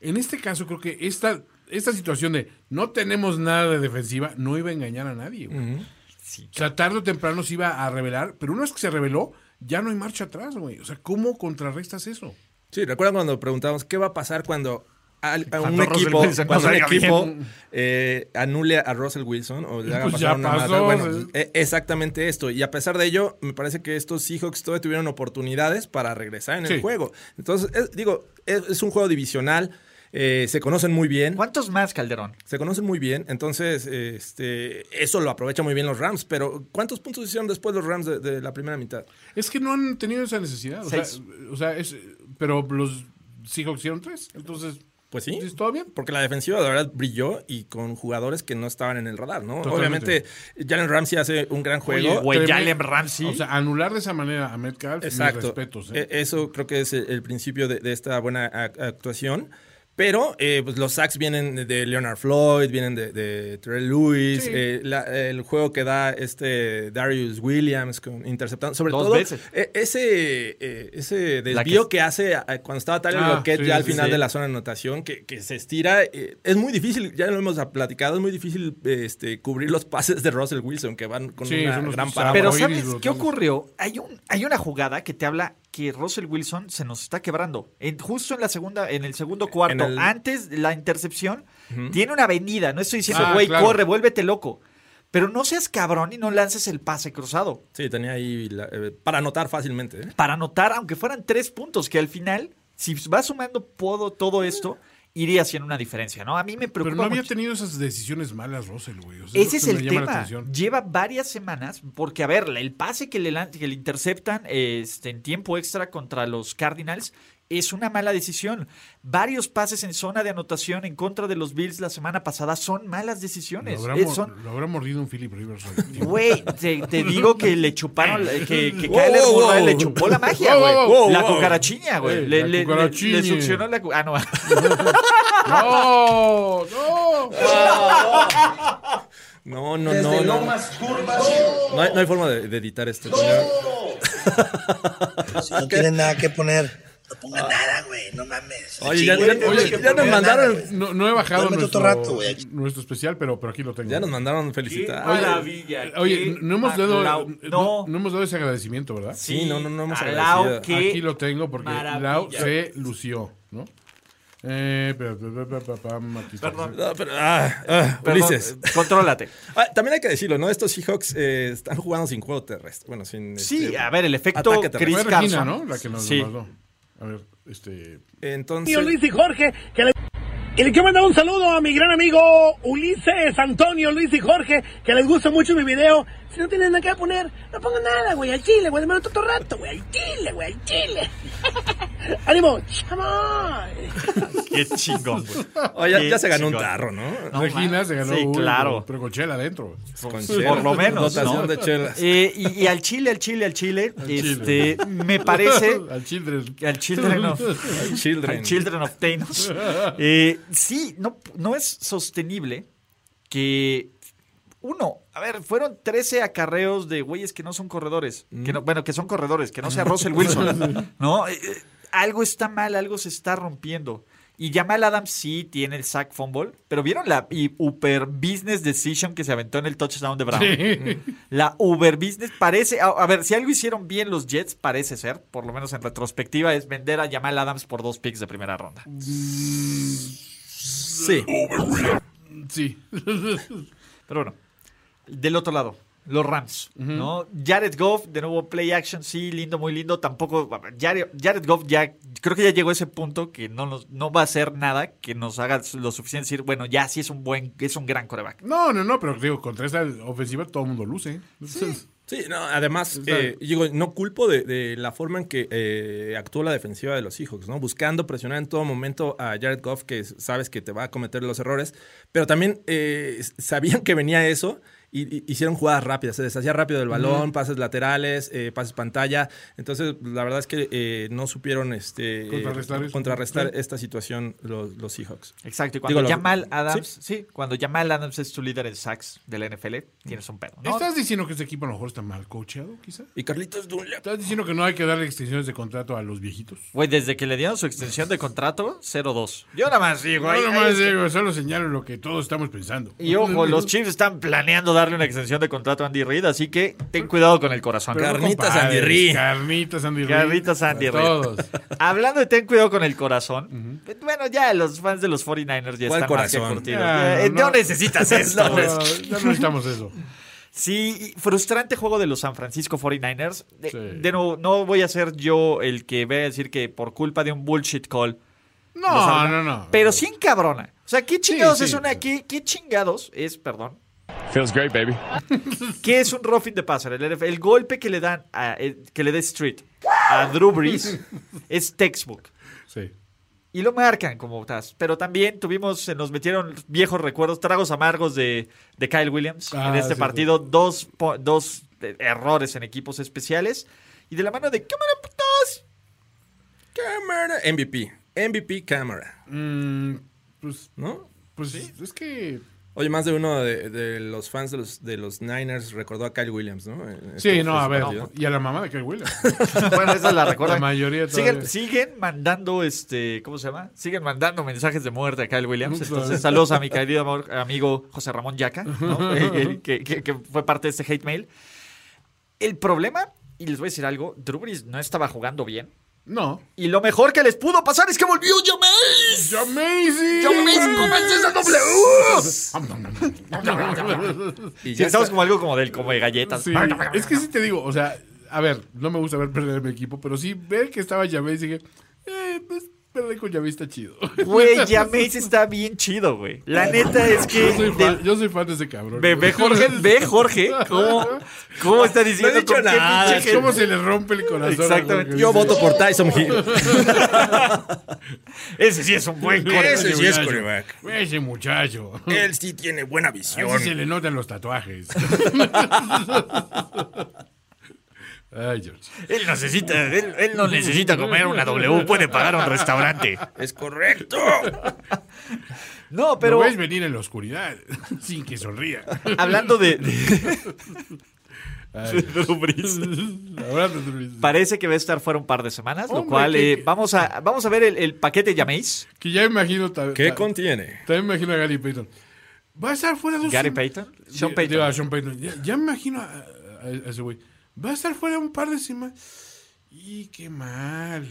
Speaker 4: En este caso creo que esta, esta situación de no tenemos nada de defensiva no iba a engañar a nadie, güey. O sea, tarde o temprano se iba a revelar, pero una vez que se reveló, ya no hay marcha atrás, güey. O sea, ¿cómo contrarrestas eso?
Speaker 5: Sí, ¿recuerdan cuando preguntamos qué va a pasar cuando al- a un
Speaker 2: Cuando Russell
Speaker 5: equipo,
Speaker 2: Wilson no
Speaker 5: cuando un
Speaker 2: salga
Speaker 5: equipo eh, anule a Russell Wilson o le haga
Speaker 4: Pues
Speaker 5: pasar
Speaker 4: ya
Speaker 5: una
Speaker 4: pasó,
Speaker 5: mala- Bueno,
Speaker 4: sí.
Speaker 5: eh, exactamente esto. Y a pesar de ello, me parece que estos Seahawks todavía tuvieron oportunidades para regresar en el
Speaker 4: Sí.
Speaker 5: juego. Entonces, es- digo, es, es un juego divisional. eh, se conocen muy bien.
Speaker 2: ¿Cuántos más, Calderón?
Speaker 5: Se conocen muy bien, entonces este, eso lo aprovechan muy bien los Rams, pero ¿cuántos puntos hicieron después los Rams de, de la primera mitad?
Speaker 4: Es que no han tenido esa necesidad. O sea,
Speaker 5: Seis.
Speaker 4: o sea, es, pero los Seahawks hicieron tres. Entonces,
Speaker 5: Pues sí.
Speaker 4: ¿todo bien?
Speaker 5: Porque la defensiva, de verdad, brilló y con jugadores que no estaban en el radar, ¿no?
Speaker 4: Totalmente.
Speaker 5: Obviamente, Jalen Ramsey hace un gran juego.
Speaker 4: Oye, tremendo. O sea, anular de esa manera a Metcalf, mis respetos. ¿eh?
Speaker 5: E- Eso creo que es el, el principio de, de esta buena ac- actuación. Pero eh, pues los sacks vienen de- de Leonard Floyd, vienen de, de Terrell Lewis,
Speaker 4: Sí.
Speaker 5: eh, la- el juego que da este Darius Williams con- interceptando. Sobre
Speaker 2: Dos
Speaker 5: todo
Speaker 2: veces.
Speaker 5: eh, ese, eh, ese
Speaker 2: La que-
Speaker 5: desvío que, hace a- a- cuando estaba Tyler
Speaker 4: Ah,
Speaker 5: Lockett
Speaker 4: sí,
Speaker 5: ya al
Speaker 4: sí,
Speaker 5: final
Speaker 4: sí.
Speaker 5: de la zona de anotación, que, que se estira. eh, es muy difícil, ya lo hemos platicado, es muy difícil eh, este, cubrir los pases de Russell Wilson, que van con
Speaker 4: Sí,
Speaker 5: una
Speaker 4: son unos
Speaker 5: gran
Speaker 4: Ah,
Speaker 5: parábola.
Speaker 2: Pero
Speaker 4: oír y
Speaker 2: ¿sabes
Speaker 4: lo
Speaker 2: qué
Speaker 4: tengo.
Speaker 2: ocurrió? Hay, un, hay una jugada que te habla que Russell Wilson se nos está quebrando. En- justo en la segunda, en el segundo cuarto,
Speaker 5: el-
Speaker 2: antes de la intercepción, tiene una avenida. No estoy diciendo,
Speaker 4: Ah,
Speaker 2: güey,
Speaker 4: claro.
Speaker 2: corre, vuélvete loco. Pero no seas cabrón y no lances el pase cruzado.
Speaker 5: Sí, tenía ahí la- eh, para anotar fácilmente. ¿eh?
Speaker 2: Para anotar, aunque fueran tres puntos, que al final, si vas sumando todo, todo esto, iría haciendo una diferencia, ¿no? A mí me preocupa
Speaker 4: Pero no había
Speaker 2: mucho-
Speaker 4: tenido esas decisiones malas, Russell, güey. O sea,
Speaker 2: Ese
Speaker 4: lo
Speaker 2: es
Speaker 4: que
Speaker 2: el
Speaker 4: me llama la
Speaker 2: tema.
Speaker 4: atención.
Speaker 2: Lleva varias semanas, porque a ver, el pase que le, lan- que le interceptan este, en tiempo extra contra los Cardinals es una mala decisión. Varios pases en zona de anotación en contra de los Bills la semana pasada son malas
Speaker 4: Lo
Speaker 2: decisiones.
Speaker 4: habrá,
Speaker 2: Eh,
Speaker 4: mor-
Speaker 2: son-
Speaker 4: lo habrá mordido un Philip Rivers. güey.
Speaker 2: Güey, te, te digo que le chuparon, la- que, que
Speaker 5: Wow,
Speaker 2: Kyler
Speaker 5: wow,
Speaker 2: Murray
Speaker 5: wow.
Speaker 2: le chupó la magia,
Speaker 4: Wow,
Speaker 2: güey.
Speaker 4: wow, wow,
Speaker 2: la
Speaker 4: wow.
Speaker 2: cucarachiña, güey.
Speaker 4: Ey,
Speaker 2: Le,
Speaker 4: la
Speaker 2: le- le-
Speaker 4: cucarachiña.
Speaker 2: le succionó la... cu- Ah, no.
Speaker 4: ¡No! ¡No!
Speaker 5: No, no, no. no. No hay, no hay forma de, de editar esto. señor.
Speaker 9: Si no tienen nada que poner, no
Speaker 8: Ah.
Speaker 9: pongan nada, güey, no mames.
Speaker 5: Oye, ya, ya-
Speaker 9: Oye,
Speaker 5: ya- ya nos mandaron,
Speaker 4: No, no he bajado
Speaker 9: Duérmete
Speaker 4: nuestro,
Speaker 9: otro rato, güey.
Speaker 4: nuestro especial, pero, pero aquí lo tengo.
Speaker 5: ya nos mandaron felicitar. Oye,
Speaker 4: Oye, oye, no hemos, dado,
Speaker 2: Lau-
Speaker 4: no-
Speaker 2: Ah, no.
Speaker 4: no hemos dado ese agradecimiento, ¿verdad?
Speaker 5: sí, no, no, Ah, no hemos
Speaker 2: a Lau
Speaker 5: agradecido.
Speaker 2: que- Qué
Speaker 4: Aquí lo tengo porque
Speaker 2: maravilla.
Speaker 4: Lau se lució, ¿no? Eh, pero, pero, pero, pero, pam, aquí está.
Speaker 5: Ah, pero- ah, ah,
Speaker 2: Perdón,
Speaker 5: Ulises.
Speaker 2: eh, Contrólate.
Speaker 5: Ah, también hay que decirlo, ¿no? Estos Seahawks eh, están jugando sin juego terrestre. Bueno, sin.
Speaker 2: Sí,
Speaker 5: este,
Speaker 2: a ver, el efecto
Speaker 5: ataque terrestre.
Speaker 2: Chris
Speaker 4: Fue Regina,
Speaker 2: Carson.
Speaker 4: ¿no? La que nos
Speaker 2: Sí.
Speaker 4: lo mandó. A ver, este.
Speaker 5: Entonces.
Speaker 10: Luis y Jorge, que le- y le quiero mandar un saludo a mi gran amigo Ulises, Antonio, Luis y Jorge, que les gusta mucho mi video. Si no tienen nada que poner, no pongan nada, güey, Ah, al chile, güey, hermano, todo rato, güey, al chile, güey, al chile. ¡Ánimo! ¡Chamoy!
Speaker 2: Qué chingón, güey.
Speaker 5: oh, ya,
Speaker 2: Qué
Speaker 5: ya se ganó un
Speaker 2: chingón.
Speaker 5: tarro, ¿no?
Speaker 4: Regina
Speaker 2: man.
Speaker 4: se ganó.
Speaker 2: Sí,
Speaker 4: uno,
Speaker 2: claro.
Speaker 4: Pero con chela adentro.
Speaker 5: Con
Speaker 2: Por
Speaker 5: chelas.
Speaker 2: lo menos.
Speaker 5: Dotación
Speaker 2: ¿no?
Speaker 5: de chelas.
Speaker 2: Eh, y, y al chile, al chile, al chile, este,
Speaker 4: chile.
Speaker 2: me parece.
Speaker 4: Al Children.
Speaker 2: Al Children of,
Speaker 5: Ay, Children.
Speaker 2: al children of Thanos. Eh, sí, no, no es sostenible que. Uno, a ver, fueron 13 acarreos de güeyes que no son corredores. Que no- bueno, que son corredores, que no sea Russell Wilson. ¿No? Eh, eh, algo está mal, algo se está rompiendo. Y Jamal Adams sí tiene el sack fumble, pero ¿vieron la y Uber Business Decision que se aventó en el touchdown de Brown? La Uber Business parece, a, a ver, si algo hicieron bien los Jets, parece ser, por lo menos en retrospectiva, es vender a Jamal Adams por dos picks de primera ronda.
Speaker 5: Sí.
Speaker 4: Sí.
Speaker 2: Pero bueno, del otro lado, los Rams, ¿no? Jared Goff, de nuevo play action, sí, lindo, muy lindo. Tampoco, a ver, Jared, Jared Goff ya, creo que ya llegó a ese punto que no, nos, no va a hacer nada que nos haga lo suficiente decir, bueno, ya sí es un buen, es un gran coreback.
Speaker 4: No, no, no, pero digo, contra esta ofensiva todo el mundo luce.
Speaker 5: Sí, no, además,
Speaker 4: sea-
Speaker 5: eh, digo, no culpo de, de la forma en que eh, actuó la defensiva de los Seahawks, ¿no? Buscando presionar en todo momento a Jared Goff, que s- sabes que te va a cometer los errores, pero también eh, s- sabían que venía eso y, y hicieron jugadas rápidas, se deshacía rápido del balón, pases laterales, eh, pases pantalla, entonces la verdad es que eh, no supieron este, eh,
Speaker 4: Contrarrestar eso.
Speaker 5: contrarrestar
Speaker 4: Sí.
Speaker 5: esta situación los, los Seahawks.
Speaker 2: Exacto, y cuando
Speaker 5: Digo, lo-
Speaker 2: Jamal Adams, ¿sí? cuando Jamal Adams es tu líder en sacks de la NFL, tienes un pedo, ¿no?
Speaker 4: ¿Estás diciendo que este equipo a lo mejor está mal coacheado, quizá?
Speaker 5: Y Carlitos Dunlap.
Speaker 4: ¿Estás diciendo que no hay que darle extensiones de contrato a los viejitos?
Speaker 2: Güey, desde que le dieron su extensión de contrato, 0-2. Yo nada más digo,
Speaker 4: No,
Speaker 2: ahí- ahí
Speaker 4: nomás
Speaker 2: es que-
Speaker 4: digo, solo señalo lo que todos estamos pensando.
Speaker 2: Y ojo, los Chiefs están planeando darle una extensión de contrato a Andy Reid, así que ten cuidado con el corazón.
Speaker 4: Pero no
Speaker 5: Carnitas
Speaker 4: compares,
Speaker 5: Andy Reid.
Speaker 4: Carnitas Andy Reid.
Speaker 2: Carnitas Andy
Speaker 4: A
Speaker 2: Reid.
Speaker 4: Todos.
Speaker 2: Hablando de ten cuidado con el corazón, bueno, ya los fans de los 49ers ya
Speaker 5: ¿Cuál
Speaker 2: están más
Speaker 5: corazón?
Speaker 2: que curtidos.
Speaker 4: Ya,
Speaker 2: Eh,
Speaker 4: Ah, no,
Speaker 2: no,
Speaker 4: no.
Speaker 2: necesitas esto.
Speaker 4: No, ya no necesitamos eso.
Speaker 2: Sí, frustrante juego de los San Francisco 49ers. De,
Speaker 4: Sí.
Speaker 2: de nuevo, no voy a ser yo el que vaya a decir que por culpa de un bullshit call Los
Speaker 4: No,
Speaker 2: habla.
Speaker 4: no, no.
Speaker 2: Pero sí encabrona. O sea, ¿qué chingados
Speaker 4: sí,
Speaker 2: es una. ¿qué, qué chingados es, perdón?
Speaker 11: Feels great, baby.
Speaker 2: ¿Qué es un roughing the passer? El, NFL? el golpe que le dan a, el- que le da Street a Drew Brees es textbook.
Speaker 4: Sí.
Speaker 2: Y lo marcan como tas. Pero también tuvimos, se nos metieron viejos recuerdos, tragos amargos de, de Kyle Williams
Speaker 4: Ah,
Speaker 2: en este
Speaker 4: sí,
Speaker 2: partido. Dos, po- dos eh, errores en equipos especiales. Y de la mano de cámara putos.
Speaker 5: Cámara. MVP. MVP cámara.
Speaker 4: pues,
Speaker 5: ¿No?
Speaker 4: Pues es que.
Speaker 5: Oye, más de uno de, de los fans de los, de los Niners recordó a Kyle Williams, ¿no? En
Speaker 4: Sí,
Speaker 5: este-
Speaker 4: no, a
Speaker 5: este
Speaker 4: ver.
Speaker 5: partido.
Speaker 4: Y a la mamá de Kyle Williams.
Speaker 2: Bueno, esa la recuerdan.
Speaker 4: La mayoría
Speaker 2: siguen,
Speaker 4: todavía.
Speaker 2: siguen mandando, este, ¿cómo se llama? Siguen mandando mensajes de muerte a Kyle Williams.
Speaker 4: Ups,
Speaker 2: Entonces,
Speaker 4: vale.
Speaker 2: saludos a mi querido amor- amigo José Ramón Yaca, ¿no? Eh, que, que- que fue parte de este hate mail. El problema, y les voy a decir algo, Drew Brees no estaba jugando bien.
Speaker 4: No.
Speaker 2: Y lo mejor que les pudo pasar es que volvió Jameis.
Speaker 4: Jameis.
Speaker 2: Jameis con esa W.
Speaker 4: Y
Speaker 2: Sí,
Speaker 4: ya
Speaker 2: estamos
Speaker 4: está.
Speaker 2: como algo como del como de galletas.
Speaker 4: Sí, es que sí te digo, o sea, a ver, no me gusta ver perder a mi equipo, pero sí ver que estaba Javé y dije, eh, pues perder con Javé está chido.
Speaker 2: Güey, Jameis está bien chido, güey. La neta es que
Speaker 4: Yo soy
Speaker 2: del-
Speaker 4: fan, yo soy fan de ese cabrón.
Speaker 2: Ve, ve, Jorge, ve Jorge, cómo, cómo está diciendo
Speaker 4: No he dicho
Speaker 2: con qué
Speaker 4: nada,
Speaker 2: pinche gente-
Speaker 4: cómo se le rompe el corazón a
Speaker 2: Exactamente.
Speaker 4: Jorge. Yo voto por Tyson Hill.
Speaker 2: Ese sí es un buen coreback.
Speaker 4: Ese sí es coreback.
Speaker 5: Ese
Speaker 4: muchacho.
Speaker 5: Él sí tiene buena visión.
Speaker 4: Así se le notan los tatuajes. Ay, George.
Speaker 2: Él necesita, él, él no necesita comer una W, puede pagar un restaurante.
Speaker 5: Es correcto.
Speaker 2: No, pero-
Speaker 4: Lo ves venir en la oscuridad sin que sonría.
Speaker 2: Hablando de-
Speaker 4: Ay, Dios.
Speaker 2: Drew Brees.
Speaker 4: Hablando de Drew Brees.
Speaker 2: Parece que va a estar fuera un par de semanas, lo
Speaker 4: Hombre,
Speaker 2: cual
Speaker 4: qué-
Speaker 2: eh, vamos, a, vamos a ver el, el paquete Jameis.
Speaker 4: Que ya imagino. ta-
Speaker 5: ¿Qué
Speaker 4: ta-
Speaker 5: contiene?
Speaker 4: También me imagino a Gary Payton. Va a estar fuera dos
Speaker 2: Gary
Speaker 4: sem-
Speaker 2: Payton?
Speaker 4: Di-
Speaker 2: Sean Payton.
Speaker 4: digo, a Sean Payton. Ya, ya me imagino a, a- a ese güey. Va a estar fuera un par de semanas. Y qué mal.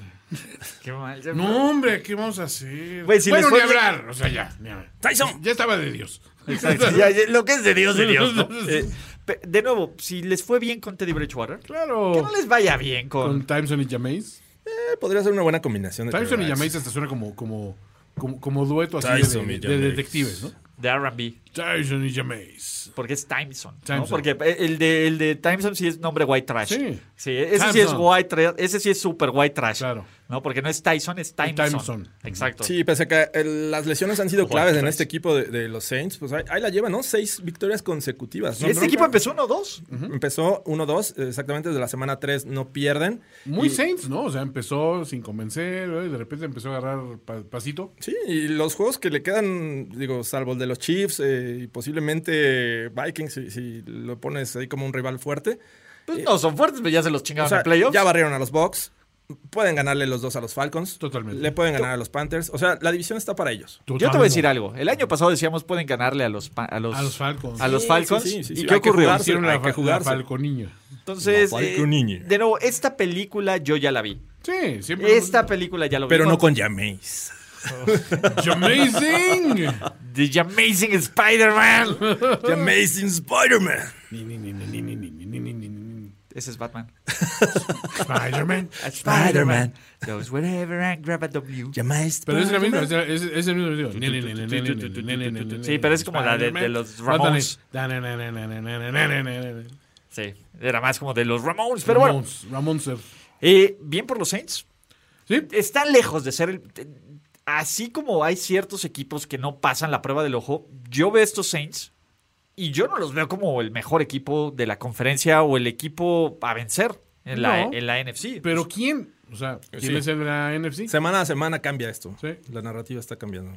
Speaker 2: Qué mal.
Speaker 4: No, hombre, ¿qué vamos a hacer?
Speaker 2: Güey, si
Speaker 4: bueno,
Speaker 2: les fue
Speaker 4: ni
Speaker 2: bien-
Speaker 4: hablar. O sea, ya. ni hablar.
Speaker 5: Tyson.
Speaker 4: Ya estaba de Dios.
Speaker 2: Exacto. Ya, ya, lo que es de Dios, de Dios. ¿no? Eh, pe- de nuevo, si les fue bien con Teddy Bridgewater,
Speaker 4: Claro.
Speaker 2: que no les vaya bien
Speaker 4: Con
Speaker 2: con...
Speaker 4: Timeson y Jameis.
Speaker 5: Eh, podría ser una buena combinación de
Speaker 4: Timeson y
Speaker 5: quarterbacks.
Speaker 4: Jameis hasta suena como, como, como, como dueto así de-
Speaker 5: Tyson
Speaker 4: de,
Speaker 5: y
Speaker 4: de
Speaker 5: Jameis.
Speaker 4: detectives, ¿no?
Speaker 2: de R&B.
Speaker 4: Tyson y Jameis.
Speaker 2: Porque es Timeson. ¿no?
Speaker 4: Timeson.
Speaker 2: Porque eh, el de, el de Timeson sí es nombre white trash.
Speaker 4: Sí.
Speaker 2: Sí, ese sí es
Speaker 4: Timeson.
Speaker 2: white trash. Ese sí es super white trash. Claro. No, porque no es Tyson, es Timeson.
Speaker 4: Timeson.
Speaker 2: Exacto.
Speaker 5: Sí, pese a que el- las lesiones han sido claves en este equipo de, de los Saints, pues ahí, ahí la llevan, ¿no? Seis victorias consecutivas. ¿no?
Speaker 2: este
Speaker 5: No,
Speaker 2: equipo
Speaker 5: no,
Speaker 2: empezó 1-2.
Speaker 5: Empezó 1-2, eh, exactamente desde la semana 3 no pierden.
Speaker 4: Muy
Speaker 5: Y-
Speaker 4: Saints, ¿no? O sea, empezó sin convencer, ¿eh? de repente empezó a agarrar pa- pasito.
Speaker 5: Sí, y los juegos que le quedan, digo, salvo el de los Chiefs eh, y posiblemente Vikings, si, si lo pones ahí como un rival fuerte.
Speaker 2: Pues no son fuertes, pero ya se los
Speaker 5: O
Speaker 4: Ah,
Speaker 2: chingaron
Speaker 5: sea,
Speaker 2: en playoffs.
Speaker 5: ya barrieron a los Bucks. Pueden ganarle los dos a los Falcons.
Speaker 4: Totalmente.
Speaker 5: Le pueden ganar a los Panthers. O sea, la división está para ellos.
Speaker 2: Yo te voy a decir algo. El año pasado decíamos pueden ganarle a los, pa- a los,
Speaker 4: A los Falcons.
Speaker 2: a los
Speaker 4: Sí,
Speaker 2: Falcons.
Speaker 4: sí, sí, sí,
Speaker 2: ¿Y
Speaker 4: sí.
Speaker 2: qué
Speaker 4: Hay que
Speaker 2: ocurrió?
Speaker 4: jugarse, Hicieron la hay que fa-
Speaker 2: jugar
Speaker 4: jugarse. la falconiña.
Speaker 2: Entonces,
Speaker 5: La
Speaker 2: eh,
Speaker 5: falconiña.
Speaker 2: de nuevo, esta película yo ya la vi.
Speaker 4: Sí, siempre.
Speaker 2: Esta película ya la vi.
Speaker 5: Pero no
Speaker 2: Bueno,
Speaker 5: con Jameis.
Speaker 4: ¡Amazing!
Speaker 2: The Amazing Spider-Man.
Speaker 5: The Amazing Spider-Man.
Speaker 4: Ni, ni, ni, ni, ni, ni, ni, ni, ni, ni, ni.
Speaker 2: Ese es Batman.
Speaker 4: Spider-Man.
Speaker 2: Spider-Man. Those wherever I grab a W.
Speaker 5: Jameis.
Speaker 4: Pero es la misma, es, es, es el mismo sentido. Ni, ni, ni, ni, ni, ni, ni, ni, ni, ni, ni, ni.
Speaker 2: Sí, pero es como la de- de los Ramones.
Speaker 4: Mátale. Na, na, na, na, na, na, na, na.
Speaker 2: Sí, era más como de los Ramones, pero bueno.
Speaker 4: Ramones, Ramones.
Speaker 2: Eh, bien por los Saints.
Speaker 4: Sí.
Speaker 2: Están lejos de ser el- de- Así como hay ciertos equipos que no pasan la prueba del ojo, yo veo estos Saints y yo no los veo como el mejor equipo de la conferencia o el equipo a vencer en, la,
Speaker 4: No.
Speaker 2: en la NFC.
Speaker 4: Pero ¿quién? O sea, ¿quién
Speaker 5: Sí.
Speaker 4: es el de la NFC?
Speaker 5: Semana a semana cambia esto.
Speaker 4: Sí.
Speaker 5: La narrativa está cambiando.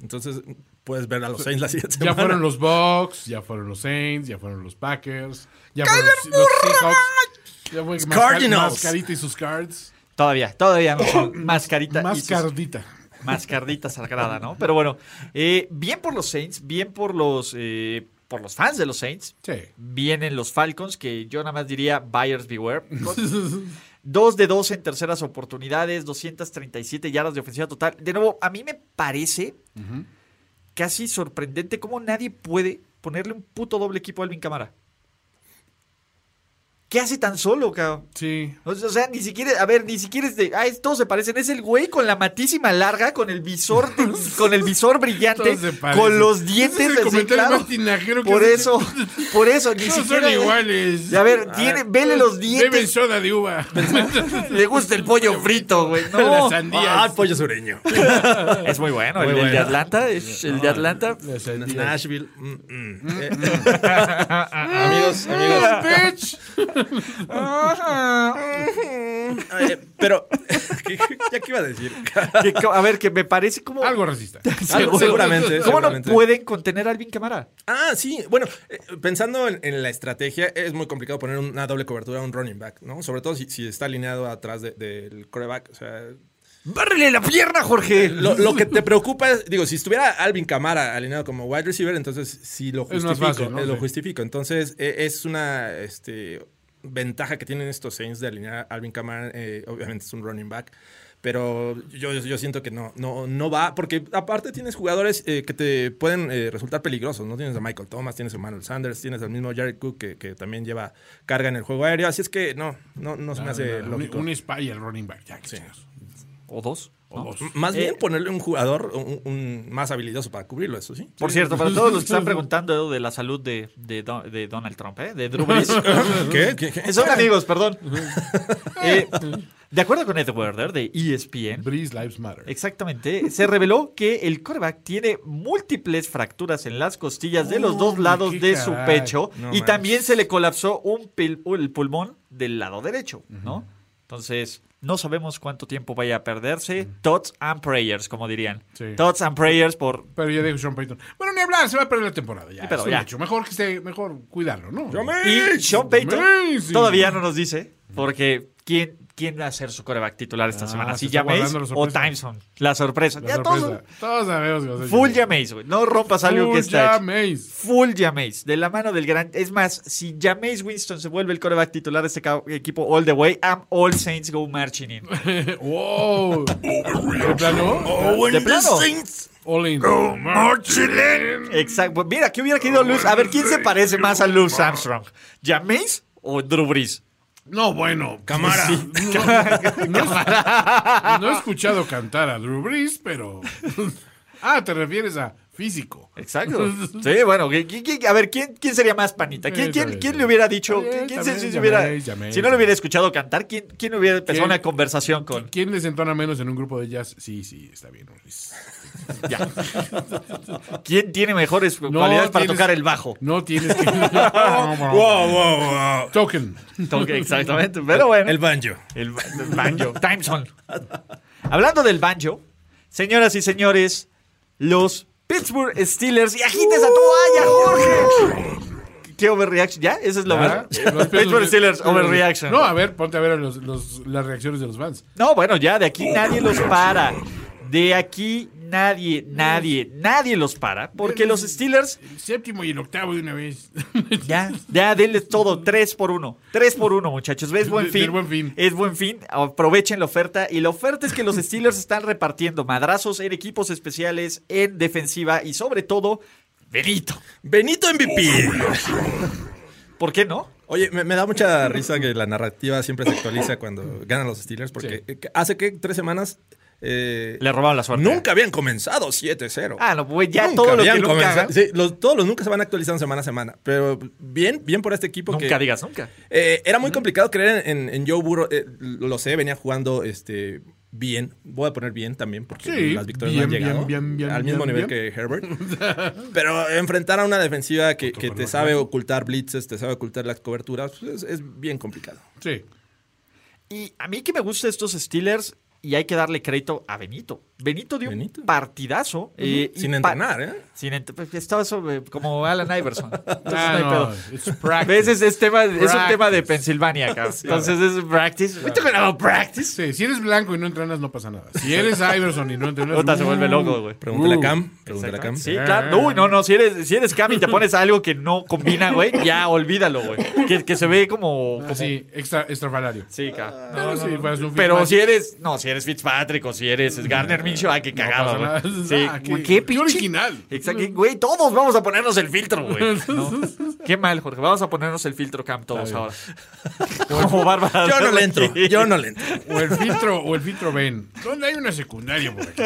Speaker 5: Entonces, puedes ver a los Saints la siguiente
Speaker 4: Ya
Speaker 5: semana.
Speaker 4: fueron los Bucks, ya fueron los Saints, ya fueron los Packers, ya fueron los, los Seahawks. Ya fue masca-
Speaker 5: Cardinals.
Speaker 4: Mascarita y sus cards.
Speaker 2: Todavía, todavía no son mascarita. y sus-
Speaker 4: Mascardita.
Speaker 2: mascardita sagrada, ¿no? Pero bueno, eh, bien por los Saints, bien por los, eh, por los fans de los Saints.
Speaker 4: Sí.
Speaker 2: Vienen los Falcons, que yo nada más diría buyers beware. Con- Dos de dos en terceras oportunidades, 237 yardas de ofensiva total. De nuevo, a mí me parece casi sorprendente cómo nadie puede ponerle un puto doble equipo a Alvin Camara. ¿Qué hace tan solo, cabrón?
Speaker 4: Sí.
Speaker 2: O sea, o sea, ni siquiera, a ver, ni siquiera es de, ah, es- todos se parecen. Es el güey con la matísima larga, con el visor, con el visor brillante,
Speaker 4: Todos se parecen.
Speaker 2: con los
Speaker 4: Ese
Speaker 2: dientes
Speaker 4: es el
Speaker 2: así,
Speaker 4: comentario
Speaker 2: claro.
Speaker 4: más tinajero que
Speaker 2: Por
Speaker 4: has
Speaker 2: eso, por eso, ni
Speaker 4: Todos son
Speaker 2: siquiera.
Speaker 4: iguales.
Speaker 2: A ver, tiene, vele los
Speaker 4: Beben
Speaker 2: dientes.
Speaker 4: soda de uva.
Speaker 2: Le gusta el pollo frito, güey. No.
Speaker 4: Las sandías.
Speaker 5: Ah, el pollo sureño.
Speaker 2: Es muy bueno, el,
Speaker 5: Muy
Speaker 2: el de
Speaker 5: bueno.
Speaker 2: Atlanta, es el de Atlanta.
Speaker 5: Nashville. mm, mm. Eh,
Speaker 2: amigos,
Speaker 4: amigos.
Speaker 5: eh, pero, ¿qué- qué- ¿ya qué iba a decir?
Speaker 2: a ver, que me parece como...
Speaker 4: Algo racista.
Speaker 2: Algo-
Speaker 5: Seguramente,
Speaker 2: ¿Cómo
Speaker 5: seguramente.
Speaker 2: no pueden contener a Alvin Camara?
Speaker 5: Ah, sí. Bueno, eh, pensando en, en la estrategia, es muy complicado poner una doble cobertura a un running back, ¿no? Sobre todo si, si está alineado atrás de- del coreback. O sea, eh,
Speaker 2: ¡Bárrele la pierna, Jorge!
Speaker 5: lo, lo que te preocupa es, digo, si estuviera Alvin Camara alineado como wide receiver, entonces sí lo
Speaker 4: Es
Speaker 5: justifico.
Speaker 4: más fácil, ¿no?
Speaker 5: eh, lo
Speaker 4: Sí.
Speaker 5: justifico. Entonces, e- es una este, ventaja que tienen estos Saints de alinear a Alvin Camara. eh, obviamente es un running back. Pero yo, yo siento que no, no, no va, porque aparte tienes jugadores eh, que te pueden eh, resultar peligrosos, ¿no? Tienes a Michael Thomas, tienes a Manuel Sanders, tienes al mismo Jared Cook que, que también lleva carga en el juego aéreo, así es que no, no, no se me hace
Speaker 4: Un-
Speaker 5: lógico.
Speaker 4: Un spy al running back. Ya, que chingados.
Speaker 2: O dos.
Speaker 4: O dos.
Speaker 5: M- Más
Speaker 2: Eh,
Speaker 5: bien ponerle un jugador un, un más habilidoso para cubrirlo, eso sí.
Speaker 2: Por cierto, para todos los que están preguntando de la salud de, de Don- de Donald Trump, ¿eh? de Drew Brees.
Speaker 5: ¿Qué? ¿Qué? ¿Qué?
Speaker 2: Son amigos, perdón. Eh, de acuerdo con Ed Werder de E ESPN,
Speaker 4: Breeze Lives Matter.
Speaker 2: Exactamente. Se reveló que el coreback tiene múltiples fracturas en las costillas de los dos
Speaker 4: Uy,
Speaker 2: lados
Speaker 4: qué
Speaker 2: de su
Speaker 4: caray.
Speaker 2: pecho
Speaker 5: No
Speaker 2: y
Speaker 5: manches.
Speaker 2: también se le colapsó un pil- el pulmón del lado derecho, ¿no? Entonces, no sabemos cuánto tiempo vaya a perderse. Thoughts and prayers, como dirían.
Speaker 4: Sí.
Speaker 2: Thoughts and prayers por...
Speaker 4: Pero ya dijo Sean Payton. Bueno, ni hablar, se va a perder la temporada. Ya,
Speaker 2: Sí, pero
Speaker 4: es un
Speaker 2: ya.
Speaker 4: hecho. Mejor que esté, mejor cuidarlo, ¿no?
Speaker 2: Y Sean Payton
Speaker 4: Amazing.
Speaker 2: todavía no nos dice porque quién, quién va a ser su coreback titular esta
Speaker 4: Ah,
Speaker 2: semana.
Speaker 4: se
Speaker 2: Si
Speaker 4: está
Speaker 2: James
Speaker 4: guardando la
Speaker 2: o
Speaker 4: sorpresa.
Speaker 2: Timeson. La sorpresa.
Speaker 4: La
Speaker 2: Ya todos-
Speaker 4: sorpresa. Todos sabemos que va a ser
Speaker 2: Full
Speaker 4: James.
Speaker 2: Jameis, güey. No rompas algo
Speaker 4: Full
Speaker 2: que está hecho.
Speaker 4: Jameis.
Speaker 2: Full Jameis, de la mano del gran. Es más, si Jameis Winston se vuelve el coreback titular de este ca- equipo all the way, I'm all Saints go marching in.
Speaker 4: wow. ¿De plano?
Speaker 2: ¿De plano?
Speaker 4: All in.
Speaker 2: Exacto. Mira, ¿qué hubiera querido Luz? A ver, ¿quién se parece más a Luz Armstrong? ¿Jameis o Drew Brees?
Speaker 4: No, bueno.
Speaker 5: Camara.
Speaker 4: No, no he escuchado cantar a Drew Brees, pero. Ah, te refieres a físico.
Speaker 2: Exacto. Sí, bueno, ¿qui- qui- qui- a ver, ¿quién, quién sería más panita? ¿Quién,
Speaker 4: Eh,
Speaker 2: quién-
Speaker 4: también.
Speaker 2: quién le hubiera dicho?
Speaker 4: También,
Speaker 2: ¿Quién se-
Speaker 4: también,
Speaker 2: si, hubiera-
Speaker 4: Jameis, Jameis.
Speaker 2: si no lo hubiera escuchado cantar, ¿quién, quién hubiera empezado
Speaker 4: ¿Quién?
Speaker 2: una conversación con.?
Speaker 4: ¿Quién desentona menos en un grupo de jazz? Sí, sí, está bien. Luis.
Speaker 2: Ya. ¿Quién tiene mejores cualidades para
Speaker 4: tienes-
Speaker 2: tocar el bajo?
Speaker 4: No tienes que.
Speaker 5: Wow, wow, wow.
Speaker 4: Token.
Speaker 2: Toque, Exactamente, pero bueno.
Speaker 5: El banjo.
Speaker 2: El, ba- el banjo. Timeson. Hablando del banjo, señoras y señores, los Pittsburgh Steelers. ¡Y agites a toalla, Jorge! ¿Qué overreaction? Uh. ¿Ya? ¿Esa es la
Speaker 4: Ah, los
Speaker 2: overreaction. Pittsburgh Steelers, overreaction.
Speaker 4: No,
Speaker 2: No,
Speaker 4: a ver, ponte a ver los- los- las reacciones de los fans.
Speaker 2: bueno, ya, de aquí nadie los para. De aquí nadie, nadie, nadie los para. Porque los Steelers,
Speaker 4: El séptimo y el octavo de una vez.
Speaker 2: ya, ya, denles todo. Tres por uno. Tres por uno, muchachos. ¿Ves? Buen
Speaker 4: Del-
Speaker 2: fin.
Speaker 4: del Buen Fin.
Speaker 2: Es buen fin, aprovechen la oferta. Y la oferta es que los Steelers están repartiendo madrazos en equipos especiales, en defensiva y sobre todo, Benito.
Speaker 5: Benito
Speaker 2: Oh,
Speaker 5: MVP.
Speaker 2: ¿Por qué no?
Speaker 5: Oye, me, me da mucha risa que la narrativa siempre se actualiza cuando ganan los Steelers, porque eh, hace que tres semanas. eh,
Speaker 2: Le robaron la suerte.
Speaker 5: Nunca habían comenzado 7-0.
Speaker 2: Ah, no, güey, ya
Speaker 5: Nunca
Speaker 2: todo lo que
Speaker 5: habían
Speaker 2: nunca
Speaker 5: comenzado-
Speaker 2: hagan,
Speaker 5: sí, los- todos los nunca se van actualizando semana a semana. Pero bien, bien por este equipo que.
Speaker 2: Nunca digas nunca.
Speaker 5: Eh, era muy complicado creer en, en- en Joe Burrow. eh, lo sé, venía jugando este, bien. Voy a poner bien también porque
Speaker 4: Sí,
Speaker 5: las victorias
Speaker 4: bien,
Speaker 5: no han
Speaker 4: bien,
Speaker 5: llegado
Speaker 4: bien, bien,
Speaker 5: al mismo
Speaker 4: bien,
Speaker 5: nivel
Speaker 4: bien.
Speaker 5: que Herbert. Pero enfrentar a una defensiva que, que te sabe ocultar blitzes, te sabe ocultar las coberturas, pues, es, es bien complicado.
Speaker 4: Sí.
Speaker 2: Y a mí que me gustan estos Steelers, y hay que darle crédito a Benito. Benito dio
Speaker 5: Benito.
Speaker 2: un partidazo. eh, y
Speaker 5: Sin
Speaker 2: pa-
Speaker 5: entrenar, ¿eh?
Speaker 2: Sin ent- pues, estaba sobre- como Alan Iverson. Entonces, no
Speaker 4: Ah,
Speaker 2: hay
Speaker 4: no,
Speaker 2: pedo.
Speaker 4: it's practice.
Speaker 2: ¿Ves? Es, es tema, es un
Speaker 4: Practice.
Speaker 2: tema de Pensilvania, cabrón. Entonces es practice. We talking about practice.
Speaker 4: Sí, si eres blanco y no entrenas, no pasa nada. Si eres Iverson y no entrenas.
Speaker 2: Puta, se vuelve
Speaker 4: uh,
Speaker 2: loco, güey.
Speaker 5: Pregúntale
Speaker 4: Uh,
Speaker 5: a Cam. Pregúntale a Cam.
Speaker 2: Sí, claro. Uy, no, no. Si eres, si eres Cam y te pones algo que no combina, güey, ya olvídalo, güey. Que, que se ve como. como- sí,
Speaker 4: Así, extra, extrafalario.
Speaker 2: cabrón.
Speaker 4: Pero sí, fueras un
Speaker 2: Pero
Speaker 4: Fitzmagic.
Speaker 2: si eres. No, si eres Fitzpatrick o si eres Garner Big Show. Ah, qué cagado,
Speaker 4: pasa
Speaker 2: güey.
Speaker 4: nada.
Speaker 2: Sí,
Speaker 4: Ah,
Speaker 2: güey,
Speaker 4: qué-
Speaker 2: qué
Speaker 4: qué
Speaker 2: pinche-
Speaker 4: original.
Speaker 2: Exacto. Güey, todos vamos a ponernos el filtro, güey. No. Qué mal, Jorge. Vamos a ponernos el filtro cam todos ahora. Como Bárbara.
Speaker 5: Yo no le entro, yo no le entro.
Speaker 4: O el filtro, o el filtro ven. ¿Dónde hay una secundaria por aquí?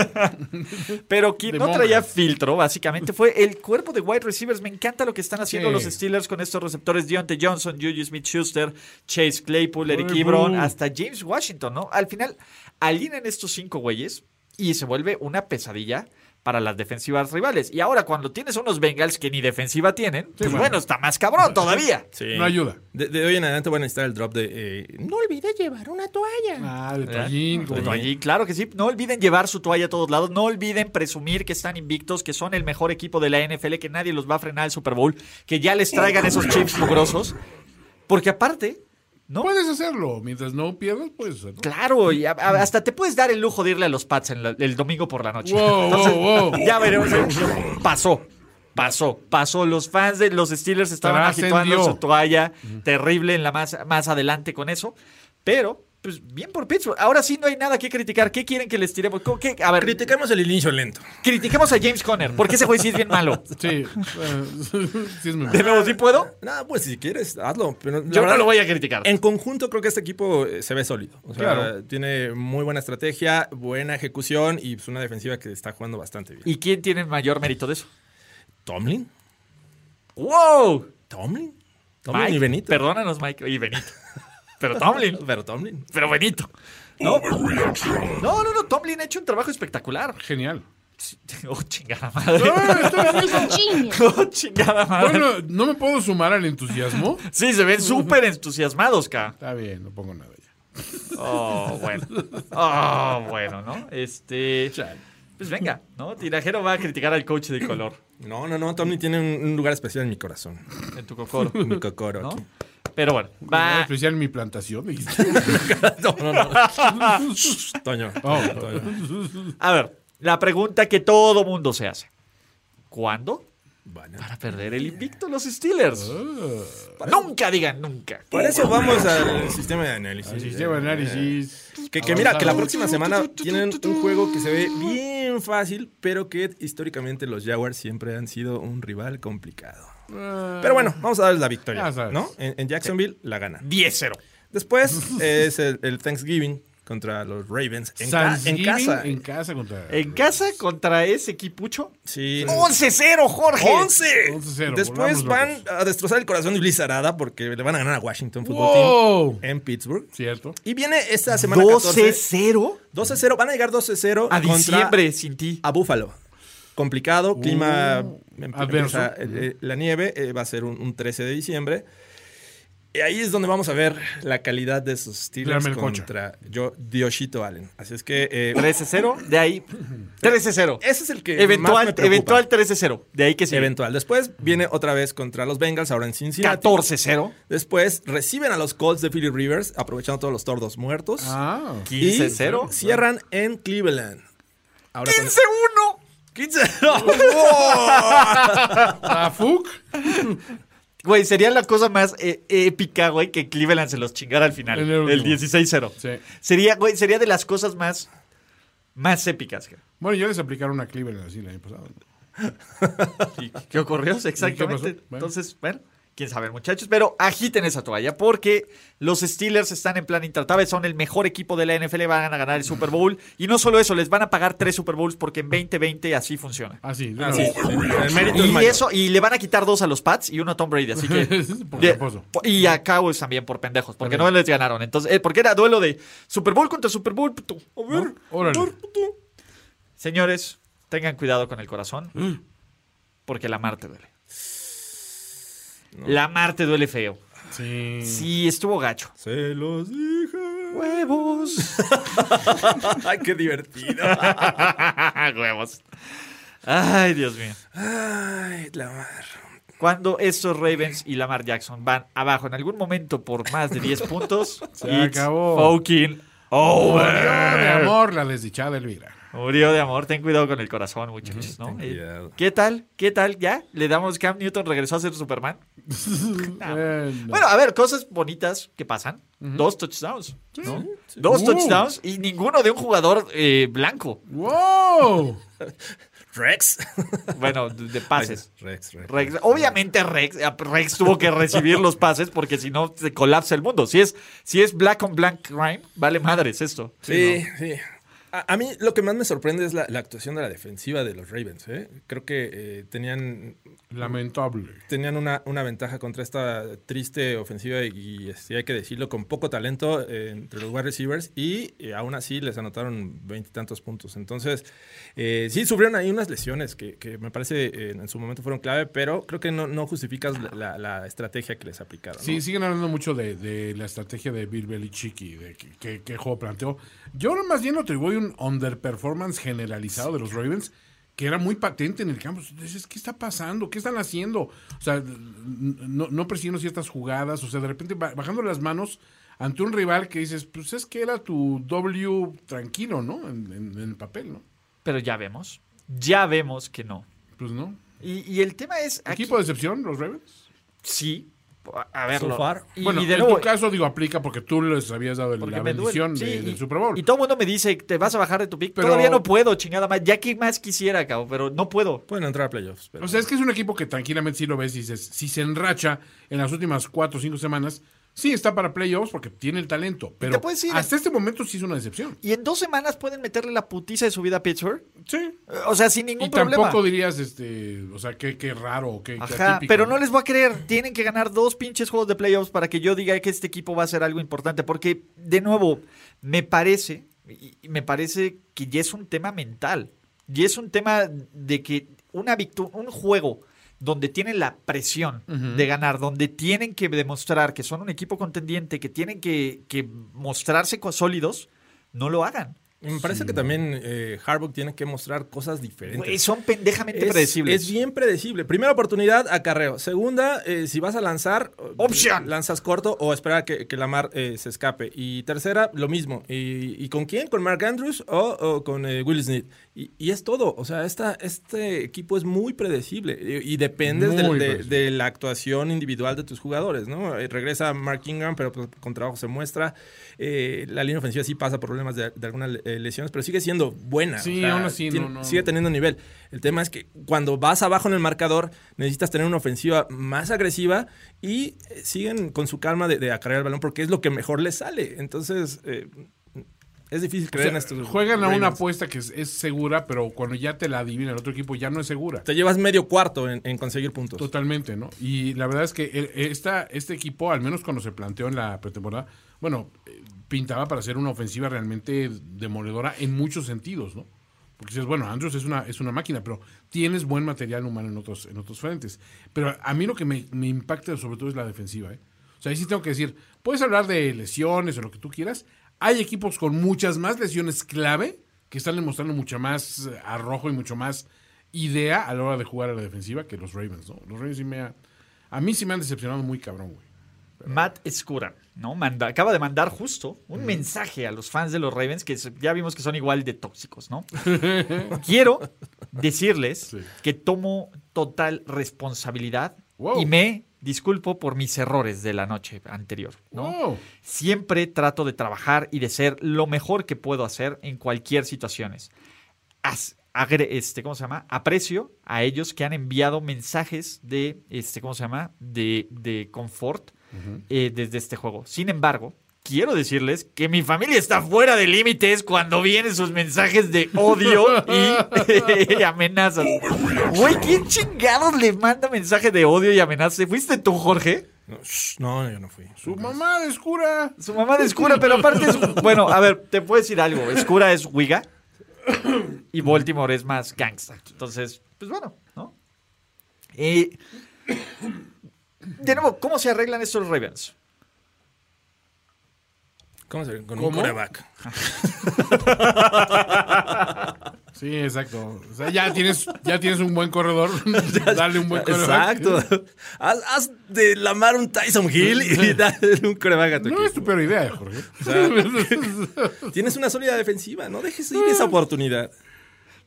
Speaker 2: Pero quien
Speaker 4: De
Speaker 2: no traía
Speaker 4: monjas.
Speaker 2: filtro, básicamente, fue el cuerpo de wide receivers. Me encanta lo que están haciendo
Speaker 4: Sí.
Speaker 2: los Steelers con estos receptores. Deontay Johnson, Juju Smith-Schuster, Chase Claypool, Eric
Speaker 4: Ay,
Speaker 2: Ebron,
Speaker 4: bro.
Speaker 2: hasta James Washington, ¿no? Al final, alinean estos cinco güeyes y se vuelve una pesadilla para las defensivas rivales. Y ahora, cuando tienes unos Bengals que ni defensiva tienen, pues
Speaker 5: bueno.
Speaker 2: bueno, está más cabrón todavía.
Speaker 5: Sí.
Speaker 4: No ayuda.
Speaker 5: De, de hoy en adelante van a necesitar el drop de. eh,
Speaker 12: No olvides llevar una toalla.
Speaker 4: Ah, de
Speaker 2: ¿Verdad?
Speaker 4: toallín.
Speaker 2: Pues
Speaker 4: como-
Speaker 2: no, allí, claro que sí. No olviden llevar su toalla a todos lados. No olviden presumir que están invictos, que son el mejor equipo de la NFL, que nadie los va a frenar al Super Bowl, que ya les traigan esos chips mugrosos. Porque aparte, ¿no?
Speaker 4: Puedes hacerlo. Mientras no pierdas, puedes hacerlo.
Speaker 2: Claro, y a- a- hasta te puedes dar el lujo de irle a los Pats en la- el domingo por la noche.
Speaker 4: Wow,
Speaker 2: Entonces,
Speaker 4: wow, wow.
Speaker 2: Ya veremos. Pasó. Pasó, pasó. Los fans de los Steelers estaban
Speaker 4: Trascendió.
Speaker 2: agitando su toalla terrible en la más, más adelante con eso. Pero, pues bien por Pittsburgh. Ahora sí no hay nada que criticar. ¿Qué quieren que les tiremos? ¿Cómo- qué? A ver,
Speaker 5: Criticamos el inicio lento.
Speaker 2: critiquemos a James Conner, porque ese juez sí es bien malo.
Speaker 4: Sí. eh, sí es muy
Speaker 2: De nuevo, ¿sí puedo?
Speaker 5: Nada, pues si quieres, hazlo. Pero la
Speaker 2: Yo no
Speaker 5: verdad-
Speaker 2: lo voy a criticar.
Speaker 5: En conjunto creo que este equipo eh, se ve sólido. O sea,
Speaker 4: Claro.
Speaker 5: tiene muy buena estrategia, buena ejecución y pues, una defensiva que está jugando bastante bien.
Speaker 2: ¿Y quién tiene el mayor mérito de eso?
Speaker 5: Tomlin?
Speaker 2: ¡Wow!
Speaker 5: Tomlin? Tomlin
Speaker 2: Mike,
Speaker 5: y Benito.
Speaker 2: Perdónanos, Mike. Y Benito. Pero Tomlin.
Speaker 5: Pero Tomlin.
Speaker 2: Pero Benito. No, no, no, no. Tomlin ha hecho un trabajo espectacular.
Speaker 4: Genial.
Speaker 2: Oh, chingada madre.
Speaker 4: Ah, está bien.
Speaker 2: Oh, chingada madre.
Speaker 4: Bueno, no me puedo sumar al entusiasmo.
Speaker 2: Sí, se ven súper entusiasmados, ca.
Speaker 4: Está bien, no pongo nada ya.
Speaker 2: Oh, bueno. Oh, bueno, ¿no? Este. Pues venga, ¿no? Tirajero va a criticar al coach de color
Speaker 5: No, no, no. Tomlin tiene un, un lugar especial en mi corazón.
Speaker 2: en tu cocoro,
Speaker 5: En mi cocoro.
Speaker 2: ¿no?
Speaker 5: aquí.
Speaker 2: Pero bueno,
Speaker 4: En
Speaker 2: va.
Speaker 4: especial mi plantación. dijiste.
Speaker 5: No, no, no. Shh, Toño. Toño.
Speaker 2: A ver, la pregunta que todo mundo se hace: ¿Cuándo
Speaker 5: Bueno.
Speaker 2: van a perder el invicto los Steelers?
Speaker 5: ah.
Speaker 2: Nunca digan nunca.
Speaker 5: Para eso vamos al sistema de análisis.
Speaker 4: El sistema de análisis.
Speaker 5: Que, que mira, que la
Speaker 4: Avanzado.
Speaker 5: próxima semana tienen un juego que se ve bien fácil, pero que históricamente los Jaguars siempre han sido un rival complicado. Pero bueno, vamos a darles la victoria.
Speaker 4: Ah. Ya sabes.
Speaker 5: ¿no? En, en Jacksonville la gana.
Speaker 2: 10-0.
Speaker 5: Después es el, el Thanksgiving contra los Ravens en, ca- en
Speaker 4: Thanksgiving
Speaker 5: casa.
Speaker 4: En casa contra.
Speaker 2: En casa contra ese equipucho.
Speaker 5: Sí.
Speaker 2: 11-0, Jorge.
Speaker 5: 11.
Speaker 4: 11-0,
Speaker 5: Después
Speaker 4: volamos
Speaker 5: van a destrozar el corazón de Blizzarada porque le van a ganar a Washington Football
Speaker 4: ¡Wow!
Speaker 5: Team en Pittsburgh.
Speaker 4: Cierto.
Speaker 5: Y viene esta semana 14.
Speaker 2: 12-0
Speaker 5: 12-0. Van a llegar 12-0
Speaker 2: a
Speaker 5: contra-
Speaker 2: diciembre sin ti.
Speaker 5: a Búfalo. Complicado, clima em-
Speaker 4: adverso.
Speaker 5: empieza, eh, eh, la nieve eh, va a ser un, un 13 de diciembre. Y ahí es donde vamos a ver la calidad de sus Steelers
Speaker 4: Clame el coche.
Speaker 5: contra yo, Dioshito Allen. Así es que eh,
Speaker 2: 13-0, de ahí 13-0.
Speaker 5: ese es el que más me
Speaker 2: Eventual,
Speaker 5: preocupa.
Speaker 2: eventual 13-0, de ahí que se
Speaker 5: Eventual. Después viene otra vez contra los Bengals, ahora en Cincinnati.
Speaker 2: 14-0,
Speaker 5: Después reciben a los Colts de Philip Rivers, aprovechando todos los tordos muertos.
Speaker 4: Ah.
Speaker 5: Y
Speaker 2: 15-0,
Speaker 5: Cierran en Cleveland. Ahora con-
Speaker 2: 15-1.
Speaker 5: 15-0.
Speaker 4: ¿A Fuck?
Speaker 2: Güey, sería la cosa más eh, épica, güey, que Cleveland se los chingara al final.
Speaker 4: El
Speaker 2: El,
Speaker 4: último.
Speaker 2: 16-0.
Speaker 4: Sí.
Speaker 2: Sería, güey, sería de las cosas más, más épicas. güey.
Speaker 4: Bueno, ya les aplicaron a Cleveland así el año pasado.
Speaker 2: ¿Y ¿Qué ocurrió?
Speaker 4: ¿Y
Speaker 2: Exactamente.
Speaker 4: qué pasó? Bueno.
Speaker 2: Entonces, bueno, quién sabe, muchachos. Pero agiten esa toalla porque los Steelers están en plan intratable. Son el mejor equipo de la NFL. Van a ganar el Super Bowl. Y no solo eso, les van a pagar tres Super Bowls porque en 2020 así funciona.
Speaker 4: Así. de
Speaker 5: Ah,
Speaker 4: una
Speaker 5: sí.
Speaker 4: vez.
Speaker 5: El mérito es
Speaker 2: Pues Y
Speaker 5: mayor.
Speaker 2: eso, y le van a quitar dos a los Pats y uno a Tom Brady, así que.
Speaker 4: Por
Speaker 2: de-
Speaker 4: reposo.
Speaker 2: y a Cowboys también por pendejos, porque no les ganaron. Entonces, eh, porque era duelo de Super Bowl contra Super Bowl, puto. A ver,
Speaker 4: Órale.
Speaker 2: a ver, puto. Señores, tengan cuidado con el corazón.
Speaker 4: Mm.
Speaker 2: Porque la Marte duele. La Marte duele feo.
Speaker 4: Sí.
Speaker 2: Sí, estuvo gacho.
Speaker 5: Se los dije.
Speaker 2: Huevos.
Speaker 5: Ay, qué divertido.
Speaker 2: Huevos. Ay, Dios mío.
Speaker 5: Ay, la mar.
Speaker 2: Cuando estos Ravens y Lamar Jackson van abajo en algún momento por más de 10 puntos,
Speaker 4: Se acabó.
Speaker 2: fucking over.
Speaker 4: Murió de amor la desdichada Elvira.
Speaker 2: Murió de amor, ten cuidado con el corazón, muchachos, ¿no? Eh, ¿Qué tal? ¿Qué tal? ¿Ya? ¿Le damos Cam Newton regresó a ser Superman? No.
Speaker 4: Eh,
Speaker 2: Bueno, a ver, cosas bonitas que pasan. Dos touchdowns, ¿no? Dos
Speaker 5: Uh.
Speaker 2: touchdowns y ninguno de un jugador eh, blanco.
Speaker 4: Uh.
Speaker 1: ¡Wow!
Speaker 5: Rex.
Speaker 2: Bueno, de de pases.
Speaker 5: Ay, Rex, Rex,
Speaker 2: Rex. Obviamente Rex, eh, Rex tuvo que recibir los pases porque si no se colapsa el mundo. Si es, si es black on black crime, vale madres esto.
Speaker 5: Sí,
Speaker 2: ¿no?
Speaker 5: sí. A, a mí lo que más me sorprende es la, la actuación de la defensiva de los Ravens. ¿eh? Creo que eh, tenían.
Speaker 1: Lamentable.
Speaker 5: Tenían una, una ventaja contra esta triste ofensiva y, y, este, hay que decirlo, con poco talento eh, entre los wide receivers y eh, aún así les anotaron veintitantos puntos. Entonces, eh, sí sufrieron ahí unas lesiones que, que me parece eh, en su momento fueron clave, pero creo que no, no justificas la, la- la estrategia que les aplicaron. ¿no?
Speaker 1: Sí, siguen hablando mucho de, de la estrategia de Bill Belichick y de que- que que juego planteó. Yo más bien lo atribuyo a un underperformance generalizado de los Ravens que era muy patente en el campo. Dices, ¿qué está pasando? ¿Qué están haciendo? O sea, n- no, no persiguiendo ciertas jugadas, o sea, de repente ba- bajando las manos ante un rival que dices, pues es que era tu W tranquilo, ¿no? En, en- en el papel, ¿no?
Speaker 2: Pero ya vemos. Ya vemos que no.
Speaker 1: Pues no.
Speaker 2: Y, y el tema es... aquí-
Speaker 1: ¿Equipo de excepción, los Ravens?
Speaker 2: Sí. A verlo.
Speaker 1: So far.
Speaker 2: Y,
Speaker 1: bueno,
Speaker 2: y de
Speaker 1: en
Speaker 2: nuevo,
Speaker 1: tu caso, digo, aplica porque tú les habías dado el-
Speaker 2: porque
Speaker 1: la
Speaker 2: me duele.
Speaker 1: bendición
Speaker 2: Sí,
Speaker 1: de-
Speaker 2: y-
Speaker 1: del Super Bowl.
Speaker 2: Y todo el mundo me dice, te vas a bajar de tu pick.
Speaker 1: Pero-
Speaker 2: Todavía no puedo, chingada más. Ya que más quisiera, cabrón, pero no puedo.
Speaker 5: Pueden entrar a playoffs. Pero...
Speaker 1: O sea, es que es un equipo que tranquilamente sí lo ves y dices, si se enracha en las últimas cuatro o cinco semanas, sí está para playoffs porque tiene el talento. Pero
Speaker 2: puedes ir.
Speaker 1: hasta este momento sí es una decepción.
Speaker 2: Y en dos semanas pueden meterle la putiza de su vida a Pittsburgh. Sí. O sea, sin ningún
Speaker 1: Y
Speaker 2: problema.
Speaker 1: tampoco dirías, este, o sea, qué, qué raro, o qué, qué
Speaker 2: Ajá,
Speaker 1: atípico,
Speaker 2: pero no les voy a creer. Tienen que ganar dos pinches juegos de playoffs para que yo diga que este equipo va a hacer algo importante. Porque, de nuevo, me parece, y- y me parece que ya es un tema mental. Y es un tema de que una victu- un juego donde tienen la presión
Speaker 13: Ujú.
Speaker 2: de ganar, donde tienen que demostrar que son un equipo contendiente, que tienen que, que mostrarse co- sólidos, no lo hagan.
Speaker 5: Me parece que también eh, Harbaugh tiene que mostrar cosas diferentes.
Speaker 2: Güey, son pendejamente
Speaker 5: es,
Speaker 2: predecibles.
Speaker 5: Es bien predecible. Primera oportunidad, acarreo. Segunda, eh, si vas a lanzar,
Speaker 2: Option.
Speaker 5: lanzas corto o espera que, que Lamar eh, se escape. Y tercera, lo mismo. ¿Y, y con quién? ¿Con Mark Andrews o, o con eh, Will Smith? Y, y es todo. O sea, esta, este equipo es muy predecible y, y dependes del-
Speaker 1: Muy
Speaker 5: de,
Speaker 1: predecible.
Speaker 5: de la actuación individual de tus jugadores, ¿no? Eh, regresa Mark Ingram, pero pues, con trabajo se muestra. Eh, la línea ofensiva sí pasa problemas de, de algunas eh, lesiones, pero sigue siendo buena.
Speaker 1: Sí, aún así, no,
Speaker 5: tiene-
Speaker 1: no.
Speaker 5: Sigue teniendo nivel. El tema es que cuando vas abajo en el marcador, necesitas tener una ofensiva más agresiva y eh, siguen con su calma de, de acarrear el balón porque es lo que mejor les sale. Entonces, eh, es difícil
Speaker 1: O
Speaker 5: creer
Speaker 1: sea,
Speaker 5: en estos.
Speaker 1: juegan a una
Speaker 5: Ravens.
Speaker 1: apuesta que es, es segura, pero cuando ya te la adivina el otro equipo ya no es segura.
Speaker 5: Te llevas medio cuarto en, en conseguir puntos.
Speaker 1: Totalmente, ¿no? Y la verdad es que el- esta, este equipo, al menos cuando se planteó en la pretemporada, bueno, eh, pintaba para ser una ofensiva realmente demoledora en muchos sentidos, ¿no? Porque dices, bueno, Andrews es una, es una máquina, pero tienes buen material humano en otros, en otros frentes. Pero a mí lo que me, me impacta sobre todo es la defensiva, ¿eh? O sea, ahí sí tengo que decir, puedes hablar de lesiones o lo que tú quieras. Hay equipos con muchas más lesiones clave que están demostrando mucho más eh, arrojo y mucho más idea a la hora de jugar a la defensiva que los Ravens, ¿no? Los Ravens sí me ha- A mí sí me han decepcionado muy cabrón, güey.
Speaker 2: Matt Escura, ¿no? Manda- acaba de mandar justo un mensaje a los fans de los Ravens que se- ya vimos que son igual de tóxicos, ¿no? Quiero decirles que tomo total responsabilidad y me disculpo por mis errores de la noche anterior, ¿no? Siempre trato de trabajar y de ser lo mejor que puedo hacer en cualquier situaciones. As- agre- este, ¿cómo se llama? Aprecio a ellos que han enviado mensajes de, este, ¿cómo se llama? De, de confort eh, desde este juego. Sin embargo, quiero decirles que mi familia está fuera de límites cuando vienen sus mensajes de odio y, y amenazas. Güey, ¿quién chingados le manda mensaje de odio y amenazas? ¿Fuiste tú, Jorge?
Speaker 5: No, shh, no, yo no fui.
Speaker 1: Su mamá es cura.
Speaker 2: Su mamá es cura, pero aparte es... Bueno, a ver, te puedo decir algo. Escura es Wiga y Baltimore es más gangsta. Entonces, pues bueno, ¿no? Eh, de nuevo, ¿cómo se arreglan estos Ravens?
Speaker 5: ¿Cómo se Con
Speaker 2: ¿Cómo?
Speaker 5: un quarterback.
Speaker 1: Sí, exacto. O sea, ya tienes, ya tienes un buen corredor. dale un buen corredor.
Speaker 5: Ah, Exacto. Haz, haz de la mar un Tyson Hill y dale un coreback a tu
Speaker 1: No
Speaker 5: equipo.
Speaker 1: es tu peor idea, Jorge.
Speaker 5: O sea, tienes una sólida defensiva, no dejes ir esa oportunidad.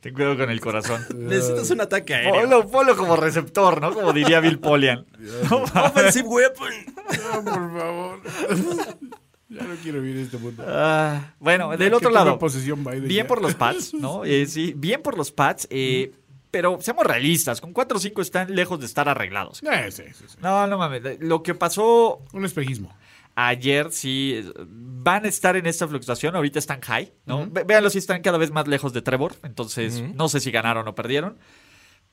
Speaker 2: Ten cuidado con el corazón.
Speaker 5: Necesitas un ataque aéreo.
Speaker 2: Polo, polo como receptor, ¿no? Como diría Bill Polian.
Speaker 5: Offensive weapon.
Speaker 1: No, por favor. Ya no quiero vivir este mundo.
Speaker 2: Ah, bueno,
Speaker 1: Ya
Speaker 2: del
Speaker 1: que
Speaker 2: otro
Speaker 1: tome
Speaker 2: lado.
Speaker 1: posesión Biden
Speaker 2: Bien
Speaker 1: ya.
Speaker 2: por los Pats, ¿no? Eh, sí, bien por los Pats. eh, pero seamos realistas, con 4 o 5 están lejos de estar arreglados.
Speaker 1: Eh, sí, sí, sí.
Speaker 2: No, no mames. Lo que pasó
Speaker 1: Un espejismo.
Speaker 2: ayer, sí, eh, van a estar en esta fluctuación. Ahorita están high, ¿no? Ve- Véanlo si están cada vez más lejos de Trevor. Entonces, no sé si ganaron o perdieron.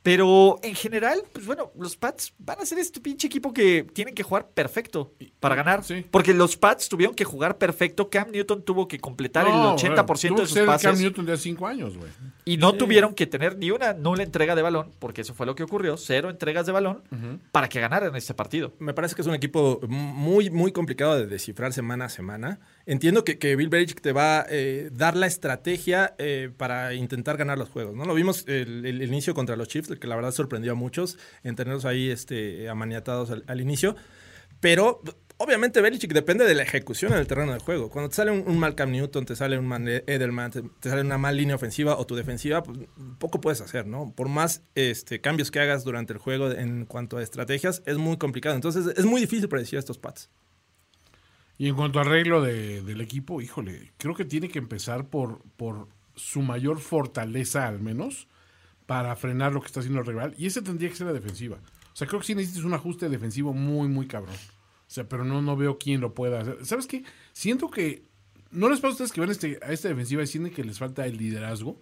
Speaker 2: Pero en general, pues bueno, los Pats van a ser este pinche equipo que tienen que jugar perfecto para ganar.
Speaker 1: Sí.
Speaker 2: Porque los Pats tuvieron que jugar perfecto. Cam Newton tuvo que completar
Speaker 1: No,
Speaker 2: el
Speaker 1: güey,
Speaker 2: 80%
Speaker 1: tuvo que
Speaker 2: de sus
Speaker 1: ser
Speaker 2: pases.
Speaker 1: Cam Newton de hace cinco años, güey.
Speaker 2: Y no tuvieron que tener ni una nula entrega de balón, porque eso fue lo que ocurrió, cero entregas de balón para que ganaran este partido.
Speaker 5: Me parece que es un equipo muy, muy complicado de descifrar semana a semana. Entiendo que, que Bill Belichick te va a eh, dar la estrategia eh, para intentar ganar los juegos, ¿no? Lo vimos el, el inicio contra los Chiefs, que la verdad sorprendió a muchos en tenerlos ahí este, amaniatados al, al inicio. Pero obviamente Belichick depende de la ejecución en el terreno de juego. Cuando te sale un, un mal Cam Newton, te sale un mal Edelman, te, te sale una mal línea ofensiva o tu defensiva, pues, poco puedes hacer, ¿no? Por más este, cambios que hagas durante el juego en cuanto a estrategias, es muy complicado. Entonces es muy difícil predecir estos pads.
Speaker 1: Y en cuanto a arreglo de- del equipo, híjole, creo que tiene que empezar por, por su mayor fortaleza, al menos, para frenar lo que está haciendo el rival. Y ese tendría que ser la defensiva. O sea, creo que sí necesitas un ajuste defensivo muy, muy cabrón. O sea, pero no, no veo quién lo pueda hacer. ¿Sabes qué? Siento que. ¿No les pasa a ustedes que ven este, a esta defensiva y sienten que les falta el liderazgo? O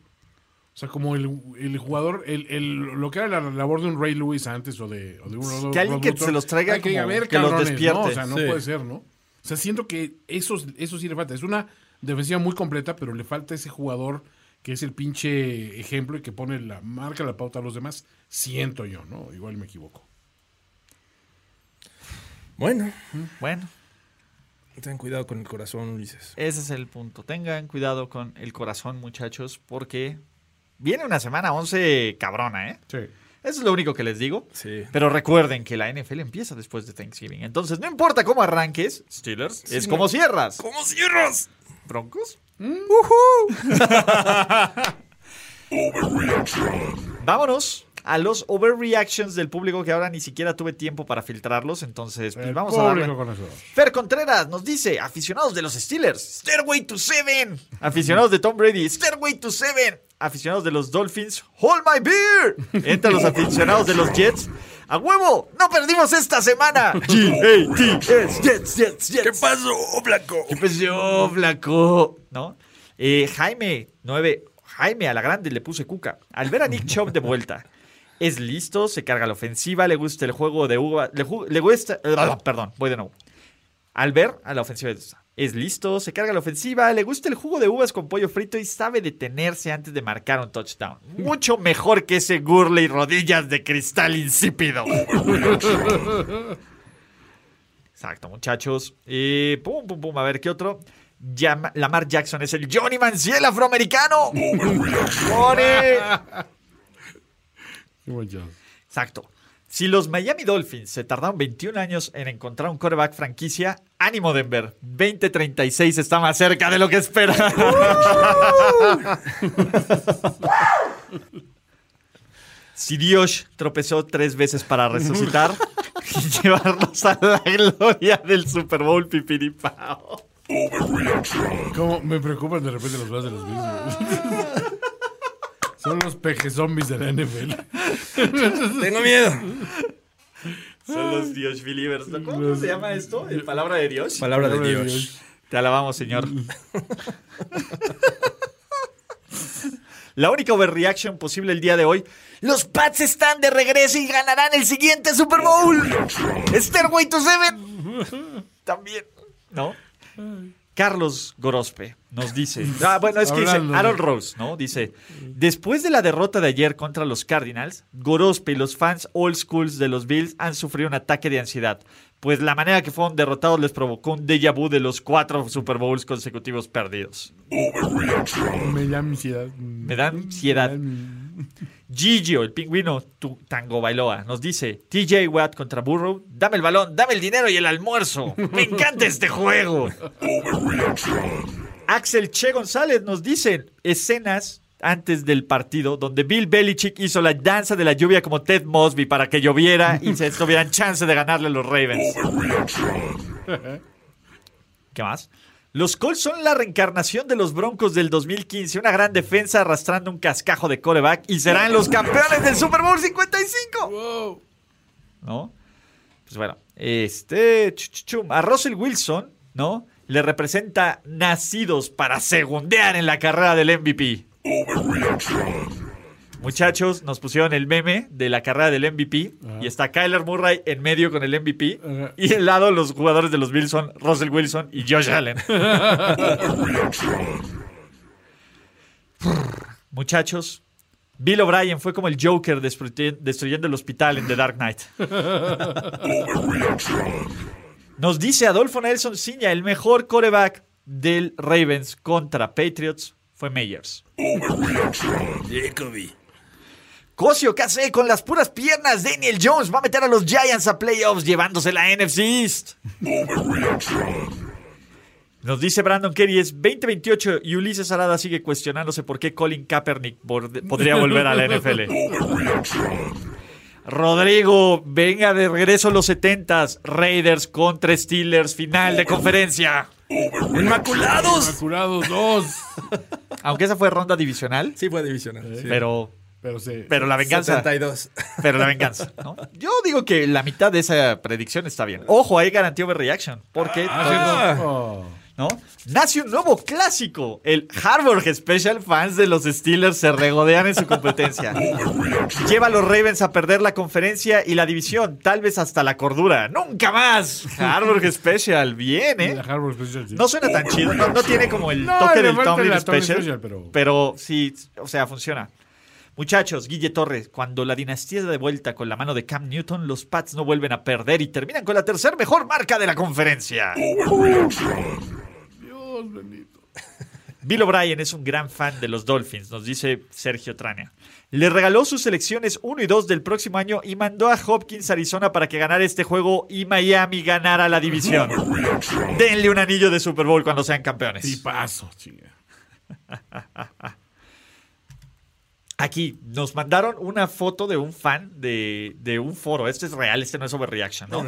Speaker 1: sea, como el, el jugador, el, el- lo que era la labor de un Ray Lewis antes o de, o de un Rod-
Speaker 2: Que alguien que
Speaker 1: Rod Woodson,
Speaker 2: se los traiga
Speaker 1: hay que,
Speaker 2: como
Speaker 1: a ver,
Speaker 2: que los
Speaker 1: cabrones, ¿no?
Speaker 2: despierte.
Speaker 1: O sea, no
Speaker 2: Sí.
Speaker 1: puede ser, ¿no? O sea, siento que eso, eso sí le falta. Es una defensiva muy completa, pero le falta ese jugador que es el pinche ejemplo y que pone la marca, la pauta a los demás. Siento yo, ¿no? Igual me equivoco.
Speaker 5: Bueno,
Speaker 2: Bueno,
Speaker 5: ten cuidado con el corazón, Ulises.
Speaker 2: ese es el punto. Tengan cuidado con el corazón, muchachos, porque viene una semana 11 cabrona, ¿eh?
Speaker 1: Sí.
Speaker 2: Eso es lo único que les digo.
Speaker 5: Sí.
Speaker 2: Pero recuerden que la NFL empieza después de Thanksgiving. Entonces, no importa cómo arranques, Steelers, es
Speaker 5: no.
Speaker 2: como cierras.
Speaker 5: ¿Cómo cierras?
Speaker 2: ¿Broncos? ¡Ujú! Vámonos a los overreactions del público que ahora ni siquiera tuve tiempo para filtrarlos, entonces pues
Speaker 1: El
Speaker 2: vamos a
Speaker 1: público
Speaker 2: darle.
Speaker 1: con eso.
Speaker 2: Fer Contreras nos dice, aficionados de los Steelers, Stairway to Seven. Aficionados de Tom Brady, Stairway to Seven. Aficionados de los Dolphins, Hold My Beer. Entre los aficionados de los Jets, a huevo, no perdimos esta semana. G-A-T-S, Jets, Jets, Jets.
Speaker 5: ¿Qué pasó, Blanco?
Speaker 2: ¿Qué pasó, flaco? ¿No? Eh, Jaime, 9. Jaime a la grande le puse cuca. Al ver a Nick Chubb de vuelta. Es listo, se carga la ofensiva, le gusta el juego de uva. Le, ju- le gusta. eh, Perdón, voy de nuevo. Al ver a la ofensiva de es listo, se carga la ofensiva, le gusta el jugo de uvas con pollo frito y sabe detenerse antes de marcar un touchdown. Mucho mejor que ese Gurley rodillas de cristal insípido. Exacto, muchachos. Y pum, pum, pum. A ver, ¿qué otro? Llama- Lamar Jackson es el Johnny Manciel afroamericano. ¡Johnny!
Speaker 1: Qué buen job.
Speaker 2: Exacto. Si los Miami Dolphins se tardaron 21 años en encontrar un quarterback franquicia, ánimo Denver. 2036 está más cerca de lo que espera. si Dios tropezó tres veces para resucitar y llevarnos a la gloria del Super Bowl pipiripao.
Speaker 1: ¿Cómo me preocupan de repente los brazos de los Bills? güey? Son los peje zombies de la NFL.
Speaker 5: Tengo miedo.
Speaker 2: Son los Dios believers. ¿no? ¿Cómo se llama esto? ¿El palabra de Dios?
Speaker 5: Palabra de
Speaker 1: Palabra de
Speaker 5: Dios. Mm.
Speaker 2: Te alabamos, señor. La única overreaction posible el día de hoy. Los Pats están de regreso y ganarán el siguiente Super Bowl. Stairway to Seven. También, ¿no? Carlos Gorospe nos dice. Ah, bueno, es que dice
Speaker 1: Hablando de-
Speaker 2: Harold Rose, Mm. ¿no? Dice: Después de la derrota de ayer contra los Cardinals, Gorospe y los fans old schools de los Bills han sufrido un ataque de ansiedad. pues la manera que fueron derrotados les provocó un déjà vu de los cuatro Super Bowls consecutivos perdidos.
Speaker 4: Me da ansiedad.
Speaker 2: Me da ansiedad. Gigio, el pingüino tu- Tango Bailoa, nos dice: TJ Watt contra Burrow, dame el balón, dame el dinero y el almuerzo. Me encanta este juego. Axel Che González nos dice: escenas antes del partido donde Bill Belichick hizo la danza de la lluvia como Ted Mosby para que lloviera y se tuvieran chance de ganarle a los Ravens. ¿Qué más? Los Colts son la reencarnación de los Broncos del 2015, una gran defensa arrastrando un cascajo de coreback y serán los campeones del Super Bowl 55. ¿No? Pues bueno, este chu, chu, chum, a Russell Wilson, ¿no? Le representa nacidos para segundear en la carrera del MVP. Muchachos, nos pusieron el meme de la carrera del MVP y está Kyler Murray en medio con el MVP y al lado los jugadores de los Wilson, Russell Wilson y Josh Allen. Muchachos, Bill O'Brien fue como el Joker destruy- destruyendo el hospital en The Dark Knight. Nos dice Adolfo Nelson Ciña, el mejor coreback del Ravens contra Patriots fue Meyers.
Speaker 9: Jacoby.
Speaker 2: Cosio, ¿qué hace con las puras piernas? Daniel Jones va a meter a los Giants a playoffs llevándose la NFC East. Nos dice Brandon Kerry, es 2028 y Ulises Arada sigue cuestionándose por qué Colin Kaepernick borde- podría volver a la NFL. Rodrigo, venga de regreso los 70s. Raiders contra Steelers, final de conferencia.
Speaker 4: ¡Inmaculados! ¡Inmaculados dos!
Speaker 2: Aunque esa fue ronda divisional.
Speaker 11: Sí, fue divisional. sí.
Speaker 2: Pero,
Speaker 4: Pero sí.
Speaker 2: pero la venganza.
Speaker 11: 72.
Speaker 2: Pero la venganza. ¿no? Yo digo que la mitad de esa predicción está bien. Ojo, ahí garantía overreaction. Porque.
Speaker 4: Ah,
Speaker 2: todos-
Speaker 4: oh.
Speaker 2: ¿no? Nace un nuevo clásico. El Harvard Special fans de los Steelers se regodean en su competencia. Lleva a los Ravens a perder la conferencia y la división, tal vez hasta la cordura. ¡Nunca más! Harvard Special, bien, ¿eh?
Speaker 4: La Harvard Special, sí.
Speaker 2: No suena tan chido, no, no tiene como el
Speaker 4: No,
Speaker 2: toque
Speaker 4: le
Speaker 2: del
Speaker 4: falta
Speaker 2: Tomlin
Speaker 4: la Tomlin
Speaker 2: Special,
Speaker 4: Special,
Speaker 2: pero...
Speaker 4: pero-
Speaker 2: sí, o sea, funciona. Muchachos, Guille Torres, cuando la dinastía está de vuelta con la mano de Cam Newton, los Pats no vuelven a perder y terminan con la tercer mejor marca de la conferencia.
Speaker 4: Dios bendito.
Speaker 2: Bill O'Brien es un gran fan de los Dolphins, nos dice Sergio Trania. Le regaló sus selecciones 1 y 2 del próximo año y mandó a Hopkins Arizona para que ganara este juego y Miami ganara la división. Denle un anillo de Super Bowl cuando sean campeones.
Speaker 4: Y paso, chinga.
Speaker 2: Aquí nos mandaron una foto de un fan de, de un foro. Este es real, este no es overreaction, ¿no?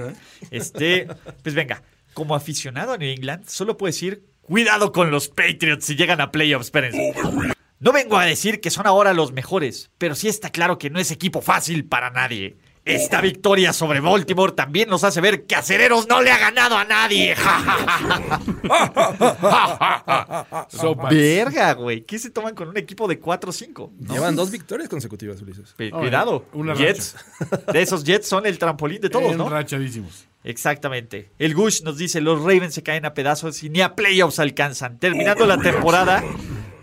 Speaker 2: Este, pues venga, como aficionado a New England, solo puedo decir, cuidado con los Patriots si llegan a playoffs, espérense. No vengo a decir que son ahora los mejores, pero sí está claro que no es equipo fácil para nadie. Esta victoria sobre Baltimore también nos hace ver que Acereros no le ha ganado a nadie. Ja, ja, ja, ja.
Speaker 1: Ah,
Speaker 4: Sopas.
Speaker 2: Verga, güey. ¿Qué se toman con un equipo de 4-5?
Speaker 11: Llevan dos victorias consecutivas, Ulises.
Speaker 2: Pe-
Speaker 4: Ah,
Speaker 2: Cuidado.
Speaker 4: una
Speaker 2: Jets. De esos Jets son el trampolín de todos, ¿no?
Speaker 4: Enrachadísimos.
Speaker 2: Exactamente. El Gush nos dice, los Ravens se caen a pedazos y ni a playoffs alcanzan. Terminando la temporada,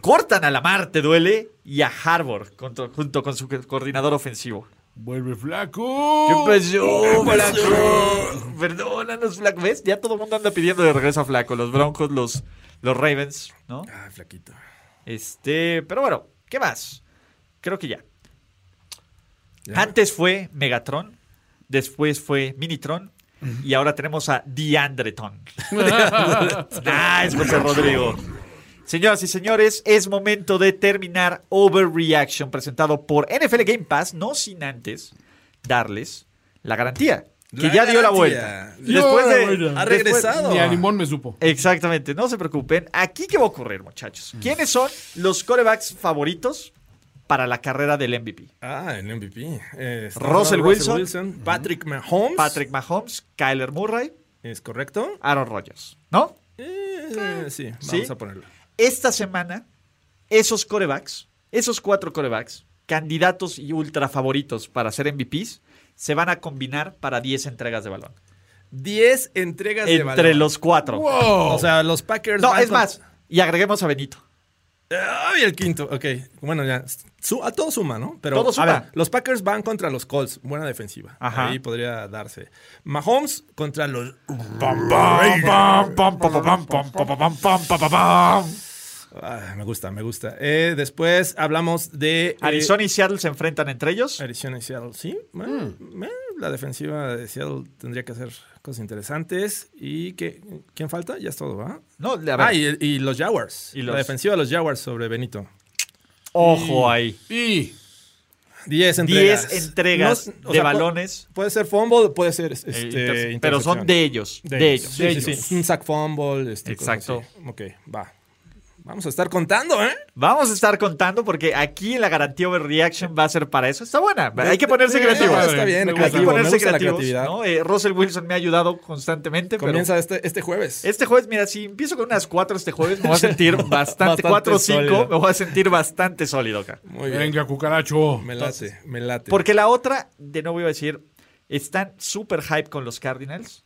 Speaker 2: cortan a Lamar, te duele, y a Harbour contra- junto con su coordinador ofensivo.
Speaker 4: Vuelve flaco.
Speaker 2: ¿Qué pasó, Flaco? Perdónanos, Flaco. ¿Ves? Ya todo el mundo anda pidiendo de regreso a Flaco. Los Broncos, los, los Ravens, ¿no?
Speaker 11: Ah, flaquito.
Speaker 2: Este, pero bueno, ¿qué más? Creo que ya. Antes fue Megatron, después fue Minitron y ahora tenemos a Diandretron. nice, José Rodrigo. Señoras y señores, es momento de terminar Overreaction presentado por NFL Game Pass, no sin antes darles la garantía. Que
Speaker 11: La
Speaker 2: ya dio
Speaker 11: garantía.
Speaker 2: la vuelta.
Speaker 4: Dio la vuelta.
Speaker 11: Ha
Speaker 2: después-
Speaker 11: regresado.
Speaker 5: Ah.
Speaker 4: Ni a limón me supo.
Speaker 2: Exactamente, no se preocupen. Aquí qué va a ocurrir, muchachos. ¿Quiénes son los corebacks favoritos para la carrera del MVP?
Speaker 11: Ah, el MVP. Eh, estamos
Speaker 2: Russell
Speaker 11: hablando de
Speaker 2: Wilson.
Speaker 11: Patrick Mahomes.
Speaker 2: Patrick Mahomes, Kyler Murray,
Speaker 11: ¿Es correcto?
Speaker 2: Aaron Rodgers, ¿no?
Speaker 11: Eh, sí, vamos
Speaker 2: Sí.
Speaker 11: a ponerlo.
Speaker 2: Esta semana, esos corebacks, esos cuatro corebacks, candidatos y ultra favoritos para ser MVPs, se van a combinar para 10 entregas de balón.
Speaker 11: 10 entregas de
Speaker 2: Entre
Speaker 11: balón.
Speaker 2: los cuatro.
Speaker 11: O sea, los Packers.
Speaker 2: No,
Speaker 11: van
Speaker 2: es
Speaker 11: con-
Speaker 2: más, y agreguemos a Benito.
Speaker 5: Ay, el quinto, ok. Bueno, ya. Su- a todo suma, ¿no? Pero
Speaker 2: Todo suma.
Speaker 5: A ver, los Packers van contra los Colts. Buena defensiva.
Speaker 2: Ajá.
Speaker 5: Ahí podría darse. Mahomes contra los. Ah, me gusta, me gusta. Eh, después hablamos de. eh,
Speaker 2: Arizona y Seattle se enfrentan entre ellos.
Speaker 5: Arizona y Seattle, sí. Bueno,
Speaker 2: Mm.
Speaker 5: eh, La defensiva de Seattle tendría que hacer cosas interesantes. ¿Y que quién falta? Ya es todo, ¿va?
Speaker 2: No, a ver.
Speaker 5: Ah, y, y los Jaguars.
Speaker 2: Y
Speaker 5: La
Speaker 2: los-
Speaker 5: defensiva de los Jaguars sobre Benito.
Speaker 2: Ojo ahí.
Speaker 4: Y
Speaker 5: 10 entregas.
Speaker 2: Diez entregas
Speaker 5: No, o
Speaker 2: de
Speaker 5: sea,
Speaker 2: balones. eh,
Speaker 5: pu- Puede ser fumble, puede ser. este,
Speaker 2: inter- pero son
Speaker 5: intercepción.
Speaker 2: de ellos, de ellos,
Speaker 5: Sí,
Speaker 2: de
Speaker 5: sí, sí.
Speaker 2: ellos.
Speaker 5: Un sack fumble. este, cosas
Speaker 2: Exacto.
Speaker 5: así. Ok, va. Vamos a estar contando, ¿eh?
Speaker 2: Vamos a estar contando porque aquí la garantía overreaction va a ser para eso. Está buena. Hay que ponerse creativo.
Speaker 5: Ah, está bien,
Speaker 4: Me
Speaker 2: Hay que
Speaker 5: creativo, me
Speaker 2: ponerse
Speaker 5: gusta la
Speaker 2: creativos.
Speaker 5: creatividad.
Speaker 2: ¿no? Eh, Russell Wilson me ha ayudado constantemente. pero-
Speaker 5: Comienza este, este jueves.
Speaker 2: Este jueves, mira, si empiezo con unas cuatro este jueves, me voy a sentir bastante,
Speaker 5: Bastante
Speaker 2: cuatro o cinco,
Speaker 5: sólido.
Speaker 2: me voy a sentir bastante sólido acá.
Speaker 5: Muy bien.
Speaker 4: venga, cucaracho.
Speaker 5: Me late, me late.
Speaker 2: Porque la otra, de nuevo iba a decir, están súper hype con los Cardinals.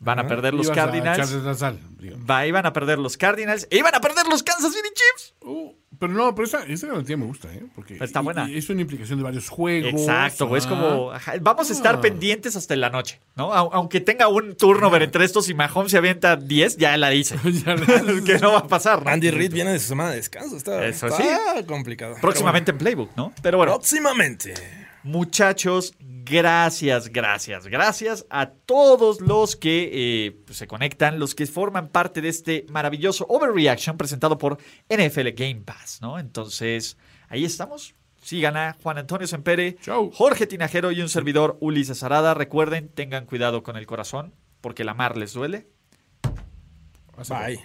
Speaker 2: Van a perder los
Speaker 4: Ibas a
Speaker 2: Cardinals.
Speaker 4: echarles la sal, digamos.
Speaker 2: Va, iban a perder los Cardinals. e iban a perder los Kansas City Chiefs.
Speaker 4: Uh, pero no, pero esa, esa garantía me gusta, ¿eh? Porque
Speaker 2: Pero está
Speaker 4: y-
Speaker 2: buena.
Speaker 4: y es una implicación de varios juegos.
Speaker 2: Exacto, güey, es
Speaker 4: Ah.
Speaker 2: como. ajá, vamos a estar pendientes hasta en la noche, ¿no? Au- aunque tenga un turno entre estos y Mahomes se avienta 10, ya la dice.
Speaker 4: Ya la-
Speaker 2: que no va a pasar. ¿no?
Speaker 5: Andy Reid viene de su semana de descanso. Está,
Speaker 2: Eso
Speaker 5: está
Speaker 2: sí.
Speaker 5: complicado.
Speaker 2: Próximamente en Playbook, ¿no? Pero
Speaker 5: Pero
Speaker 2: bueno.
Speaker 5: bueno, próximamente.
Speaker 2: Muchachos, gracias, gracias, gracias a todos los que eh, pues, se conectan, los que forman parte de este maravilloso Overreaction presentado por NFL Game Pass, ¿no? Entonces, ahí estamos. Sigan a Juan Antonio Sempere,
Speaker 4: Chau.
Speaker 2: Jorge Tinajero y un servidor Ulises Arada. Recuerden, tengan cuidado con el corazón, porque la mar les duele.
Speaker 5: Bye.